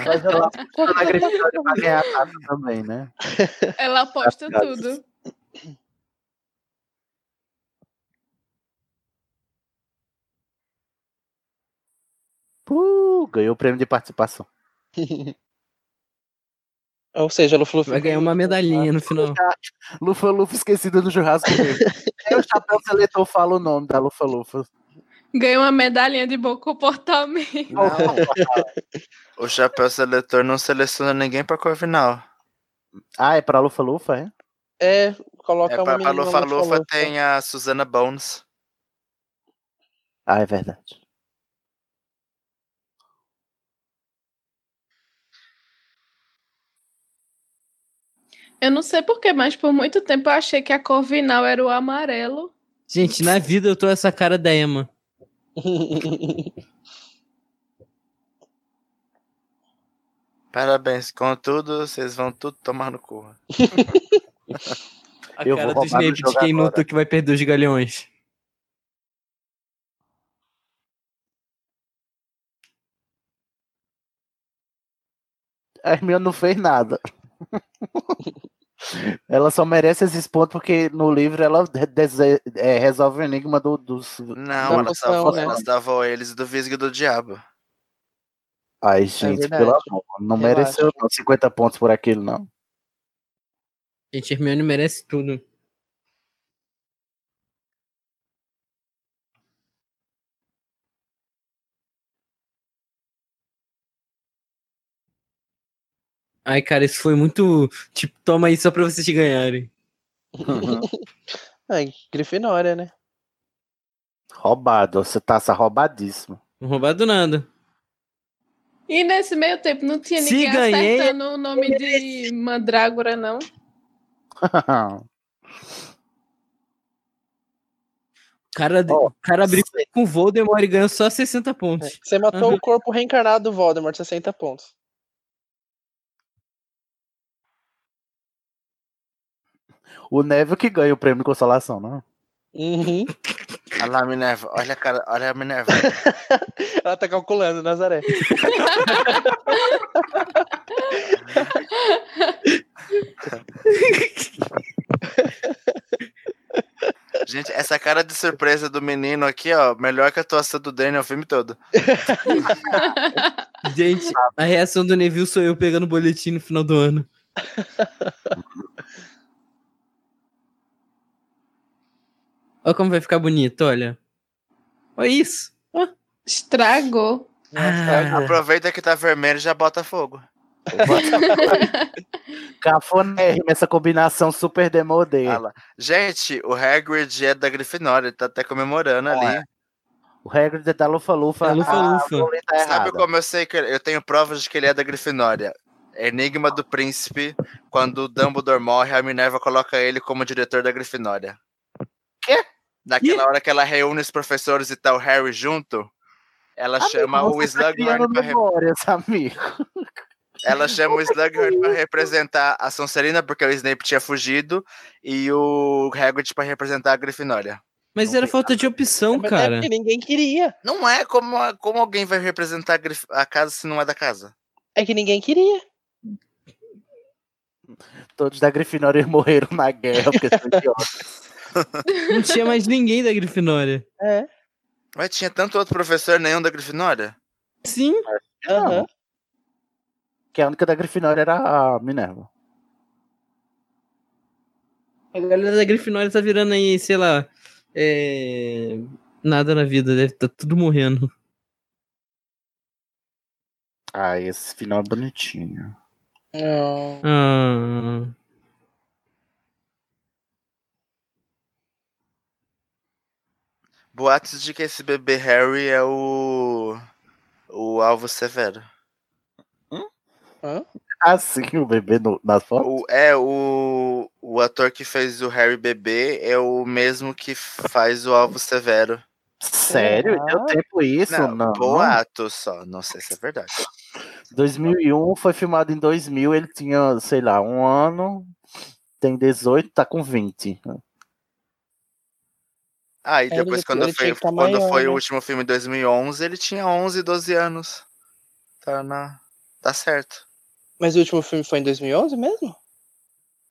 Speaker 1: Mas ela postou na Grifinória pra ganhar nada também, né?
Speaker 5: Ela aposta tudo.
Speaker 1: Uh, ganhou o prêmio de participação.
Speaker 6: Ou seja, Lufa Lufa.
Speaker 7: Vai ganhar uma medalhinha no final.
Speaker 1: Lufa Lufa esquecida do churrasco
Speaker 8: [laughs]
Speaker 1: dele. Aí o chapéu seletor fala o nome da Lufa Lufa.
Speaker 5: Ganha uma medalhinha de bom comportamento.
Speaker 8: Não. o chapéu seletor não seleciona ninguém pra cor final.
Speaker 1: Ah, é pra Lufa Lufa, é?
Speaker 6: É, coloca é
Speaker 8: pra,
Speaker 6: uma pra
Speaker 8: Lufa, Lufa Lufa tem a Susana Bones.
Speaker 1: Ah, é verdade.
Speaker 5: Eu não sei porquê, mas por muito tempo eu achei que a cor vinal era o amarelo.
Speaker 7: Gente, na vida eu tô essa cara da Emma.
Speaker 8: Parabéns, contudo, vocês vão tudo tomar no cu.
Speaker 7: a eu cara vou do Snape de quem agora. notou que vai perder os galeões.
Speaker 1: A Hermione não fez
Speaker 8: [laughs]
Speaker 1: nada. Ela só merece esses pontos porque no livro ela é, resolve o enigma do, dos.
Speaker 8: Não, ela salvou, né? ela salvou eles do Visgo do Diabo.
Speaker 1: Ai, gente, é pelo amor, não eu mereceu acho. 50 pontos por aquilo, não.
Speaker 7: Gente, Hermione merece tudo. Ai, cara, isso foi muito. Tipo, toma aí só pra vocês ganharem.
Speaker 6: Uhum. [laughs] Ai, Grifinória, né?
Speaker 1: Roubado, você tá taça roubadíssimo.
Speaker 7: Não roubado nada.
Speaker 5: E nesse meio tempo não tinha
Speaker 7: Se
Speaker 5: ninguém
Speaker 7: ganhei,
Speaker 5: acertando o nome de Mandrágora, não.
Speaker 7: cara, oh, cara abriu você... com o Voldemort e ganhou só 60 pontos. É,
Speaker 6: você matou uhum. o corpo reencarnado do Voldemort, 60 pontos.
Speaker 1: [laughs] O Neville que ganha o prêmio de consolação, não?
Speaker 6: Uhum.
Speaker 8: Olha lá, Minerva. Olha a cara, olha a Minerva.
Speaker 6: Ela tá calculando, Nazaré.
Speaker 7: Então,
Speaker 8: Gente, essa cara de surpresa do menino aqui, ó, melhor que a atuação do Daniel o filme todo.
Speaker 7: Gente, a reação do Neville sou eu pegando o boletim no final do ano. [laughs] Olha como vai ficar bonito, olha. Olha isso. Ó.
Speaker 5: Estragou.
Speaker 7: É.
Speaker 8: Ah. Aproveita que tá vermelho e já bota fogo.
Speaker 1: Cafonérrima essa combinação super demodê.
Speaker 8: Fala. Gente, o Hagrid é da Grifinória, ele tá até comemorando ali.
Speaker 1: É. O Hagrid é da Lufa-Lufa. É
Speaker 7: Lufa-Lufa. Ah,
Speaker 8: tá Sabe errada. como eu sei que eu tenho provas de que ele é da Grifinória? Enigma do Príncipe, quando o Dumbledore morre, a Minerva coloca ele como diretor da Grifinória.
Speaker 1: Quê?
Speaker 8: Naquela hora que ela reúne os professores e tal tá o Harry junto, ela
Speaker 1: Amigo,
Speaker 8: chama o
Speaker 1: você tá
Speaker 8: Slughorn
Speaker 1: criando
Speaker 8: pra re-
Speaker 1: memórias, amigo.
Speaker 8: Ela chama o
Speaker 1: tá
Speaker 8: Slughorn pra representar a Sonserina, porque o Snape tinha fugido, e o Hagrid pra representar a Grifinória.
Speaker 7: Mas era falta de opção,
Speaker 6: Mas é
Speaker 7: cara.
Speaker 6: porque ninguém queria.
Speaker 8: Não é como, como alguém vai representar a, Grif- a casa se não é da casa.
Speaker 6: É que ninguém queria.
Speaker 1: Todos da Grifinória morreram na guerra, porque são idiotas.
Speaker 7: Não tinha mais ninguém da Grifinória.
Speaker 6: É.
Speaker 8: Mas tinha tanto outro professor, nenhum da Grifinória?
Speaker 7: Sim.
Speaker 6: Aham.
Speaker 1: Que a única da Grifinória era a Minerva.
Speaker 7: A galera da Grifinória tá virando aí, sei lá. é, Nada na vida, deve tá tudo morrendo.
Speaker 1: Ah, esse final é bonitinho.
Speaker 6: Não.
Speaker 7: Ah,
Speaker 8: Boatos de que esse bebê Harry é o. O alvo severo.
Speaker 6: Hã?
Speaker 1: Assim, o bebê no, na foto.
Speaker 8: O, é, o, o ator que fez o Harry bebê é o mesmo que faz o alvo severo.
Speaker 1: Sério? Deu tempo isso? Não. né?
Speaker 8: Boato só, não sei se é verdade.
Speaker 1: 2001 foi filmado em 2000, ele tinha, sei lá, um ano, tem 18, tá com 20.
Speaker 8: Ah, e
Speaker 6: Era
Speaker 8: depois
Speaker 6: do-
Speaker 8: quando
Speaker 6: É, ele
Speaker 8: foi,
Speaker 6: tinha que tá
Speaker 8: quando
Speaker 6: maior,
Speaker 8: foi o
Speaker 6: né?
Speaker 8: último filme em 2011, ele tinha 11, 12 anos. Tá na tá certo.
Speaker 6: Mas o último filme foi em 2011 mesmo?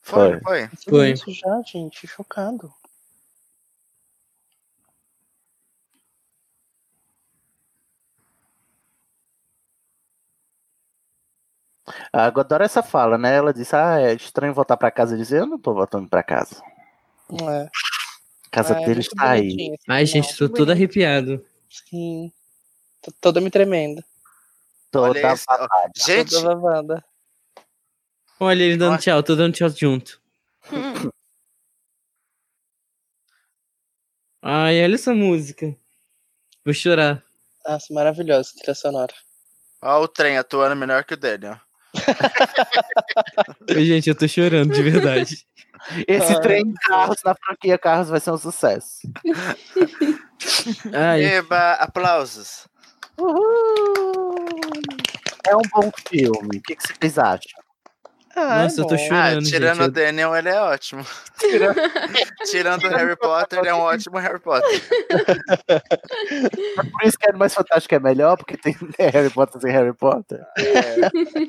Speaker 8: Foi,
Speaker 1: Foi.
Speaker 8: foi.
Speaker 7: Foi.
Speaker 6: Isso já, gente, chocado.
Speaker 1: Agora adoro essa fala, né? Ela disse: Ah, é estranho voltar pra casa e dizer: Eu não tô voltando pra casa.
Speaker 6: É.
Speaker 1: A casa
Speaker 6: Ah, é
Speaker 1: dele
Speaker 6: muito
Speaker 1: está aí.
Speaker 6: bonitinho esse
Speaker 7: Ai,
Speaker 6: final.
Speaker 7: gente, tô todo arrepiado.
Speaker 6: Sim. Tô toda me tremendo.
Speaker 8: Olha
Speaker 1: Toda
Speaker 8: esse- ó, gente,
Speaker 6: Toda lavada.
Speaker 7: Olha ele dando tchau, tô dando tchau junto. Ai, olha essa música. Vou chorar.
Speaker 6: Nossa, maravilhosa essa trilha sonora.
Speaker 8: ó o trem atuando melhor que o dele, ó.
Speaker 7: Ai, Gente, eu tô chorando de verdade.
Speaker 1: Esse
Speaker 6: Ah.
Speaker 1: trem Carros na franquia Carros vai ser um sucesso.
Speaker 7: Ai,
Speaker 8: Eba, aplausos.
Speaker 1: É um bom filme. O que, que vocês acham?
Speaker 6: Ah,
Speaker 7: nossa,
Speaker 6: é
Speaker 7: eu tô
Speaker 6: bom.
Speaker 8: Ah,
Speaker 7: chorando,
Speaker 8: tirando o
Speaker 7: gente.
Speaker 8: Daniel, ele é ótimo. [laughs] Tirando o Harry Potter, ele é um ótimo Harry Potter.
Speaker 1: Por isso que é mais fantástico é melhor, porque tem [laughs] Harry Potter sem Harry Potter. É. [laughs]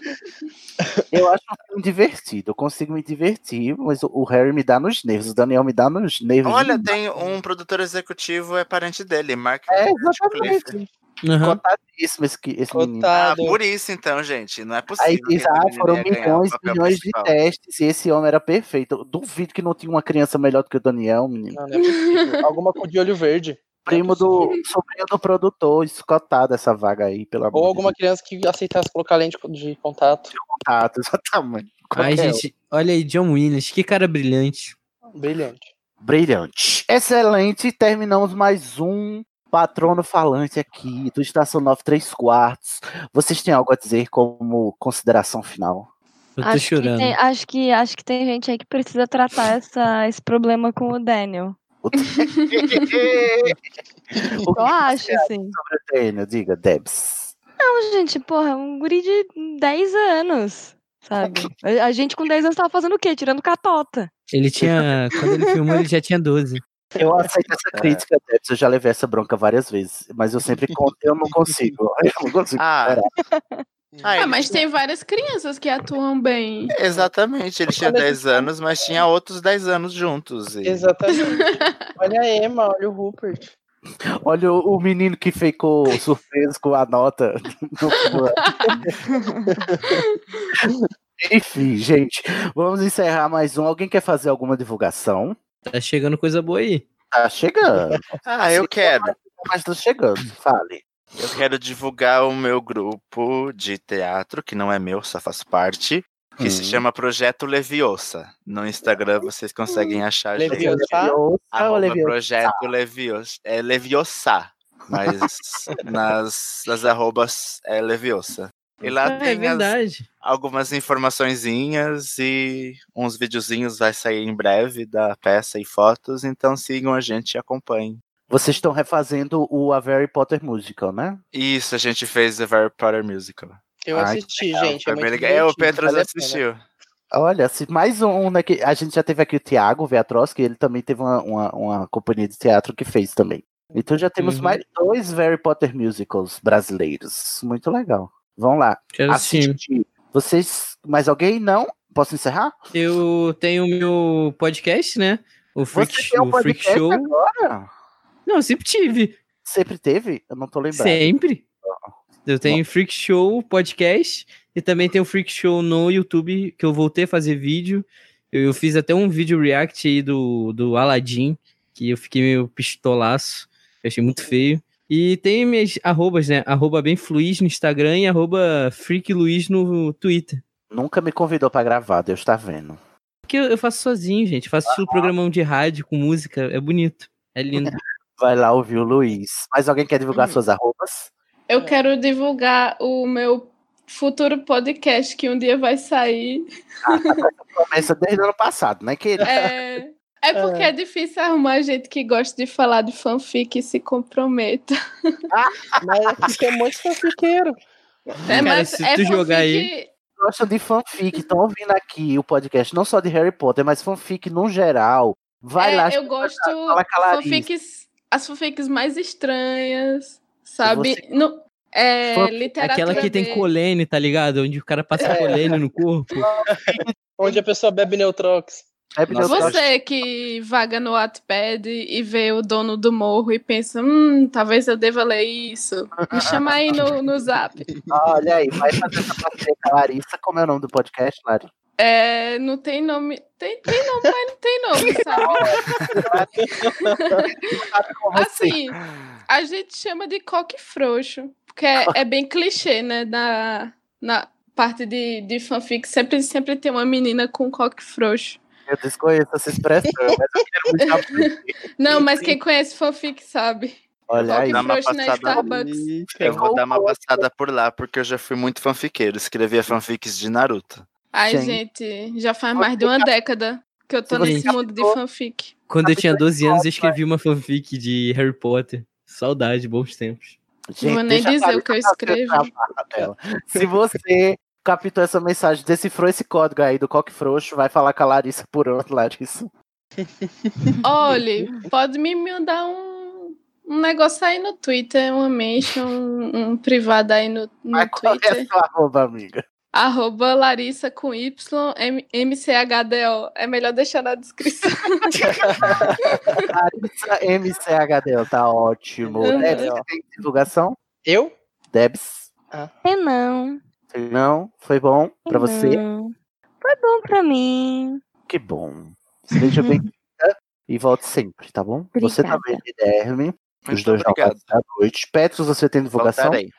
Speaker 1: Eu acho um filme divertido, eu consigo me divertir, mas o- o Harry me dá nos nervos, o Daniel me dá nos
Speaker 7: é
Speaker 1: nervos.
Speaker 8: Olha, tem um produtor executivo, é parente dele, Mark
Speaker 1: É,
Speaker 8: Radcliffe.
Speaker 1: [laughs] exatamente.
Speaker 7: Aham.
Speaker 1: Contadíssimo esse, que- esse menino.
Speaker 8: Ah,
Speaker 6: Cotado.
Speaker 8: por isso então, gente. Não é possível.
Speaker 1: Aí
Speaker 8: que
Speaker 1: diz,
Speaker 8: esse
Speaker 1: ah,
Speaker 8: menino
Speaker 1: foram
Speaker 8: ia ganhar o
Speaker 1: milhões e
Speaker 8: papel
Speaker 1: milhões de
Speaker 8: principal.
Speaker 1: testes e esse homem era perfeito. Eu duvido que não tinha uma criança melhor do que o Daniel, menino.
Speaker 6: Não, não é [laughs] possível. Alguma cor de olho verde. é
Speaker 1: Primo do sobrinho do produtor, escotado essa vaga aí, pelo amor
Speaker 6: Ou
Speaker 1: de
Speaker 6: alguma criança que aceitasse colocar lente de contato.
Speaker 1: Deus. Exatamente.
Speaker 7: Ai,
Speaker 1: Qualquer um.
Speaker 7: gente, olha aí, John Williams, que cara brilhante.
Speaker 6: Brilhante.
Speaker 1: Brilhante. Excelente. Terminamos mais um Patrono Falante aqui do Estação 93 Quartos. Vocês têm algo a dizer como consideração final?
Speaker 7: Eu tô
Speaker 9: acho
Speaker 7: chorando.
Speaker 9: Que tem, acho, que, acho que tem gente aí que precisa tratar essa, esse problema com o
Speaker 1: [laughs]
Speaker 9: Daniel.
Speaker 1: O que
Speaker 9: Eu acho, assim.
Speaker 1: Daniel, diga, Debs.
Speaker 9: é Não, gente, porra, um guri de 10 anos. Sabe? A a gente com 10 anos tava fazendo o quê? Tirando catota.
Speaker 7: Ele tinha. Quando ele filmou, ele já tinha 12.
Speaker 1: Eu aceito essa crítica, Debs, eu já levei essa bronca várias vezes, mas eu sempre con- eu não consigo. Eu não consigo.
Speaker 6: É
Speaker 5: Ah, mas tem várias crianças que atuam bem.
Speaker 8: Exatamente, ele tinha 10 anos, mas tinha outros 10 anos juntos.
Speaker 6: Exatamente. [laughs] olha a Emma, olha o Rupert.
Speaker 1: Olha o, o menino que ficou surpreso com a [laughs] nota. Enfim, gente, vamos encerrar mais um. Alguém quer fazer alguma divulgação?
Speaker 7: Tá chegando coisa boa aí.
Speaker 1: Tá chegando.
Speaker 8: Ah, eu quero.
Speaker 1: Mas tá chegando, fale.
Speaker 8: Eu quero divulgar o meu grupo de teatro, que não é meu, só faz parte, que se chama Projeto Leviosa. No
Speaker 7: Hum.
Speaker 8: Instagram vocês conseguem achar. a gente.
Speaker 6: Leviosa?
Speaker 8: Arroba
Speaker 6: Ou Leviosa?
Speaker 8: Projeto Leviosa. É Leviosa, mas nas, nas arrobas é Leviosa. E lá
Speaker 7: Ah, é
Speaker 8: tem as-
Speaker 7: verdade.
Speaker 8: algumas informaçõezinhas e uns videozinhos vai sair em breve da peça e fotos, então sigam a gente e acompanhem.
Speaker 1: Vocês estão refazendo o A Harry Potter Musical, né?
Speaker 8: Isso, a gente fez The Harry Potter Musical.
Speaker 6: Eu
Speaker 1: Ai,
Speaker 6: assisti,
Speaker 8: legal,
Speaker 6: gente.
Speaker 8: foi
Speaker 6: É,
Speaker 8: bem
Speaker 6: muito
Speaker 8: legal. É, o
Speaker 6: divertido,
Speaker 8: Petros
Speaker 6: vale a
Speaker 8: assistiu.
Speaker 6: pena.
Speaker 1: Olha, se mais um, né? Que a gente já teve aqui o Tiago Veatroz, que ele também teve uma, uma, uma companhia de teatro que fez também. Então já temos
Speaker 7: Uhum.
Speaker 1: mais dois Harry Potter Musicals brasileiros. Muito legal. Vão lá.
Speaker 7: Quero
Speaker 1: assistir. Vocês. Mais alguém? Não? Posso encerrar?
Speaker 7: Eu tenho o meu podcast, né? O Freak,
Speaker 1: Você tem
Speaker 7: Show-
Speaker 1: um
Speaker 7: o Freak
Speaker 1: podcast
Speaker 7: Show.
Speaker 1: agora?
Speaker 7: Não, eu sempre tive.
Speaker 1: Sempre teve? Eu não tô lembrado.
Speaker 7: Sempre. Eu tenho Freak Show podcast e também tenho Freak Show no YouTube, que eu voltei a fazer vídeo. Eu, eu fiz até um vídeo react aí do, do Aladdin, que eu fiquei meio pistolaço. Eu achei muito feio. E tem minhas arrobas, né? Arroba bem fluiz no Instagram e arroba Freak Luiz no Twitter.
Speaker 1: Nunca me convidou pra gravar, Deus tá vendo.
Speaker 7: Porque eu, eu faço sozinho, gente. Eu faço estilo programão de rádio com música. É bonito. É lindo.
Speaker 1: Vai lá ouvir o Luiz. Mas alguém quer
Speaker 7: Hum.
Speaker 1: divulgar suas arrobas?
Speaker 5: Eu quero divulgar o meu futuro podcast que um dia vai sair.
Speaker 1: Começa desde o ano passado, né, querida?
Speaker 5: É, é porque é difícil arrumar gente que gosta de falar de fanfic e se comprometa.
Speaker 6: Mas aqui tem um monte de fanfiqueiro.
Speaker 5: É, mas é fanfic,
Speaker 1: Gostam de fanfic, estão ouvindo aqui o podcast, não só de Harry Potter, mas fanfic no geral. Vai
Speaker 5: é,
Speaker 1: lá.
Speaker 5: eu gosto
Speaker 1: fala com a Larissa.
Speaker 5: fanfics, as fanfics mais estranhas, sabe?
Speaker 7: Você-
Speaker 5: No, é,
Speaker 7: Fanfic-
Speaker 5: literatura
Speaker 7: Aquela que tem
Speaker 5: B.
Speaker 7: colene, tá ligado? Onde o cara passa colene no corpo.
Speaker 6: Onde a pessoa bebe Neutrox.
Speaker 1: Bebe
Speaker 7: Nossa, eu acho-
Speaker 5: Você que vaga no Wattpad e vê o dono do morro e pensa, hum, talvez eu deva ler isso. Me chama aí no, no zap.
Speaker 1: Olha aí, vai fazer essa parceria com a Larissa. Como é o nome do podcast, Lari?
Speaker 5: É, não tem nome. Tem, tem nome, mas não tem nome, sabe? assim, a gente chama de coque frouxo, porque é, é bem clichê, né? Na, na parte de, de fanfic, sempre, sempre tem uma menina com coque frouxo.
Speaker 1: Eu desconheço essa expressão, mas eu quero muito saber.
Speaker 5: Não, mas quem conhece fanfic sabe.
Speaker 1: Olha
Speaker 5: Coque
Speaker 1: aí.
Speaker 8: Dá uma
Speaker 5: frouxo na
Speaker 8: passada-
Speaker 5: Starbucks.
Speaker 8: [laughs] Eu vou dar uma passada por lá, porque eu já fui muito fanfiqueiro. Escrevia fanfics de Naruto.
Speaker 5: Ai,
Speaker 8: Gente.
Speaker 5: gente, já faz mais de uma década que eu tô
Speaker 8: Se você
Speaker 5: nesse mundo de fanfic.
Speaker 7: Quando eu tinha 12 anos, eu escrevi uma fanfic de Harry Potter. Saudade, bons tempos.
Speaker 5: Não vou nem
Speaker 1: deixa a
Speaker 5: dizer o que eu
Speaker 1: Larissa
Speaker 5: escrevo.
Speaker 1: fazer a barra dela.
Speaker 5: [laughs]
Speaker 1: Se você captou essa mensagem, decifrou esse código aí do coque frouxo, vai falar com a Larissa por onde, Larissa?
Speaker 5: Olha, pode me mandar um, um negócio aí no Twitter, uma mention, um, um privado aí no, no
Speaker 1: Qual é a
Speaker 5: Twitter.
Speaker 1: sua arroba, amiga?
Speaker 5: Arroba Larissa com Y, M- MCHDO. É melhor deixar na descrição.
Speaker 1: Larissa MCHDL, tá ótimo.
Speaker 5: Uhum.
Speaker 1: Debs, você tem divulgação?
Speaker 6: Eu?
Speaker 1: Debs?
Speaker 9: É não. é
Speaker 1: Não? Foi bom pra você?
Speaker 9: Não. Foi bom pra mim.
Speaker 1: Que bom. Seja
Speaker 5: Uhum.
Speaker 1: bem-vinda e volte sempre, tá bom? Você
Speaker 9: Obrigada.
Speaker 1: também, Guilherme. Os
Speaker 8: Muito
Speaker 1: dois
Speaker 8: obrigado.
Speaker 1: jogos da noite. Petros, você tem divulgação?
Speaker 8: Voltarei.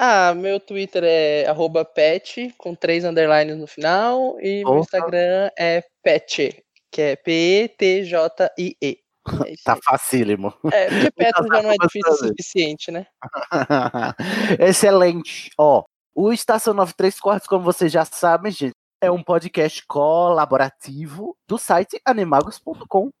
Speaker 6: Ah, meu Twitter é arroba pet, com três underlines no final, e meu
Speaker 1: Opa.
Speaker 6: Instagram é pet, que
Speaker 1: [laughs]
Speaker 6: é P-E-T-J-I-E.
Speaker 1: Tá facílimo.
Speaker 6: É,
Speaker 1: [laughs]
Speaker 6: porque Petro já não é difícil o
Speaker 1: arrobas
Speaker 6: suficiente, né?
Speaker 1: [laughs] Excelente. Ó, o Estação 93 Quartos, como vocês já sabem, gente, é um podcast colaborativo do site animagos.com.br.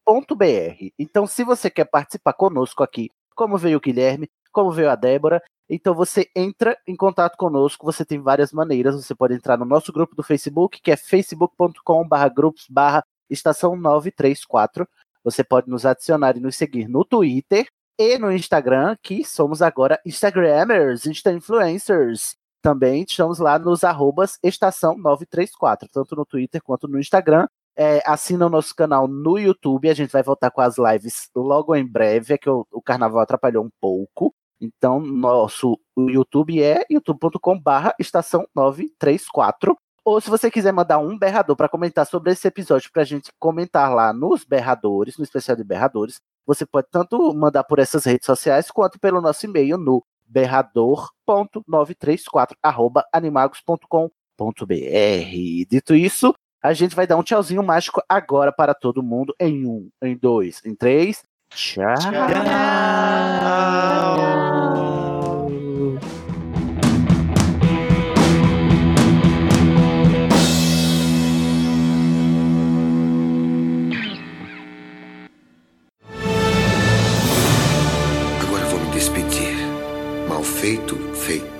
Speaker 1: Então, se você quer participar conosco aqui, como veio o Guilherme, como veio a Débora, Então você entra em contato conosco, você tem várias maneiras. Você pode entrar no nosso grupo do Facebook, que é facebook.com/barra grupos barra estação 934. Você pode nos adicionar e nos seguir no Twitter e no Instagram, que somos agora Instagrammers, Insta Influencers. Também estamos lá nos arrobas estação 934, tanto no Twitter quanto no Instagram. É, assina o nosso canal no YouTube, a gente vai voltar com as lives logo em breve, é que o, o carnaval atrapalhou um pouco. Então, nosso YouTube é youtube.com barra estação 934. Ou se você quiser mandar um berrador para comentar sobre esse episódio, para a gente comentar lá nos berradores, no especial de berradores, você pode tanto mandar por essas redes sociais quanto pelo nosso e-mail no berrador.934@animagos.com.br. Dito isso, a gente vai dar um tchauzinho mágico agora para todo mundo em um, em dois, em três. Tchau. Tchau.
Speaker 12: Agora vou me despedir. Mal feito, feito.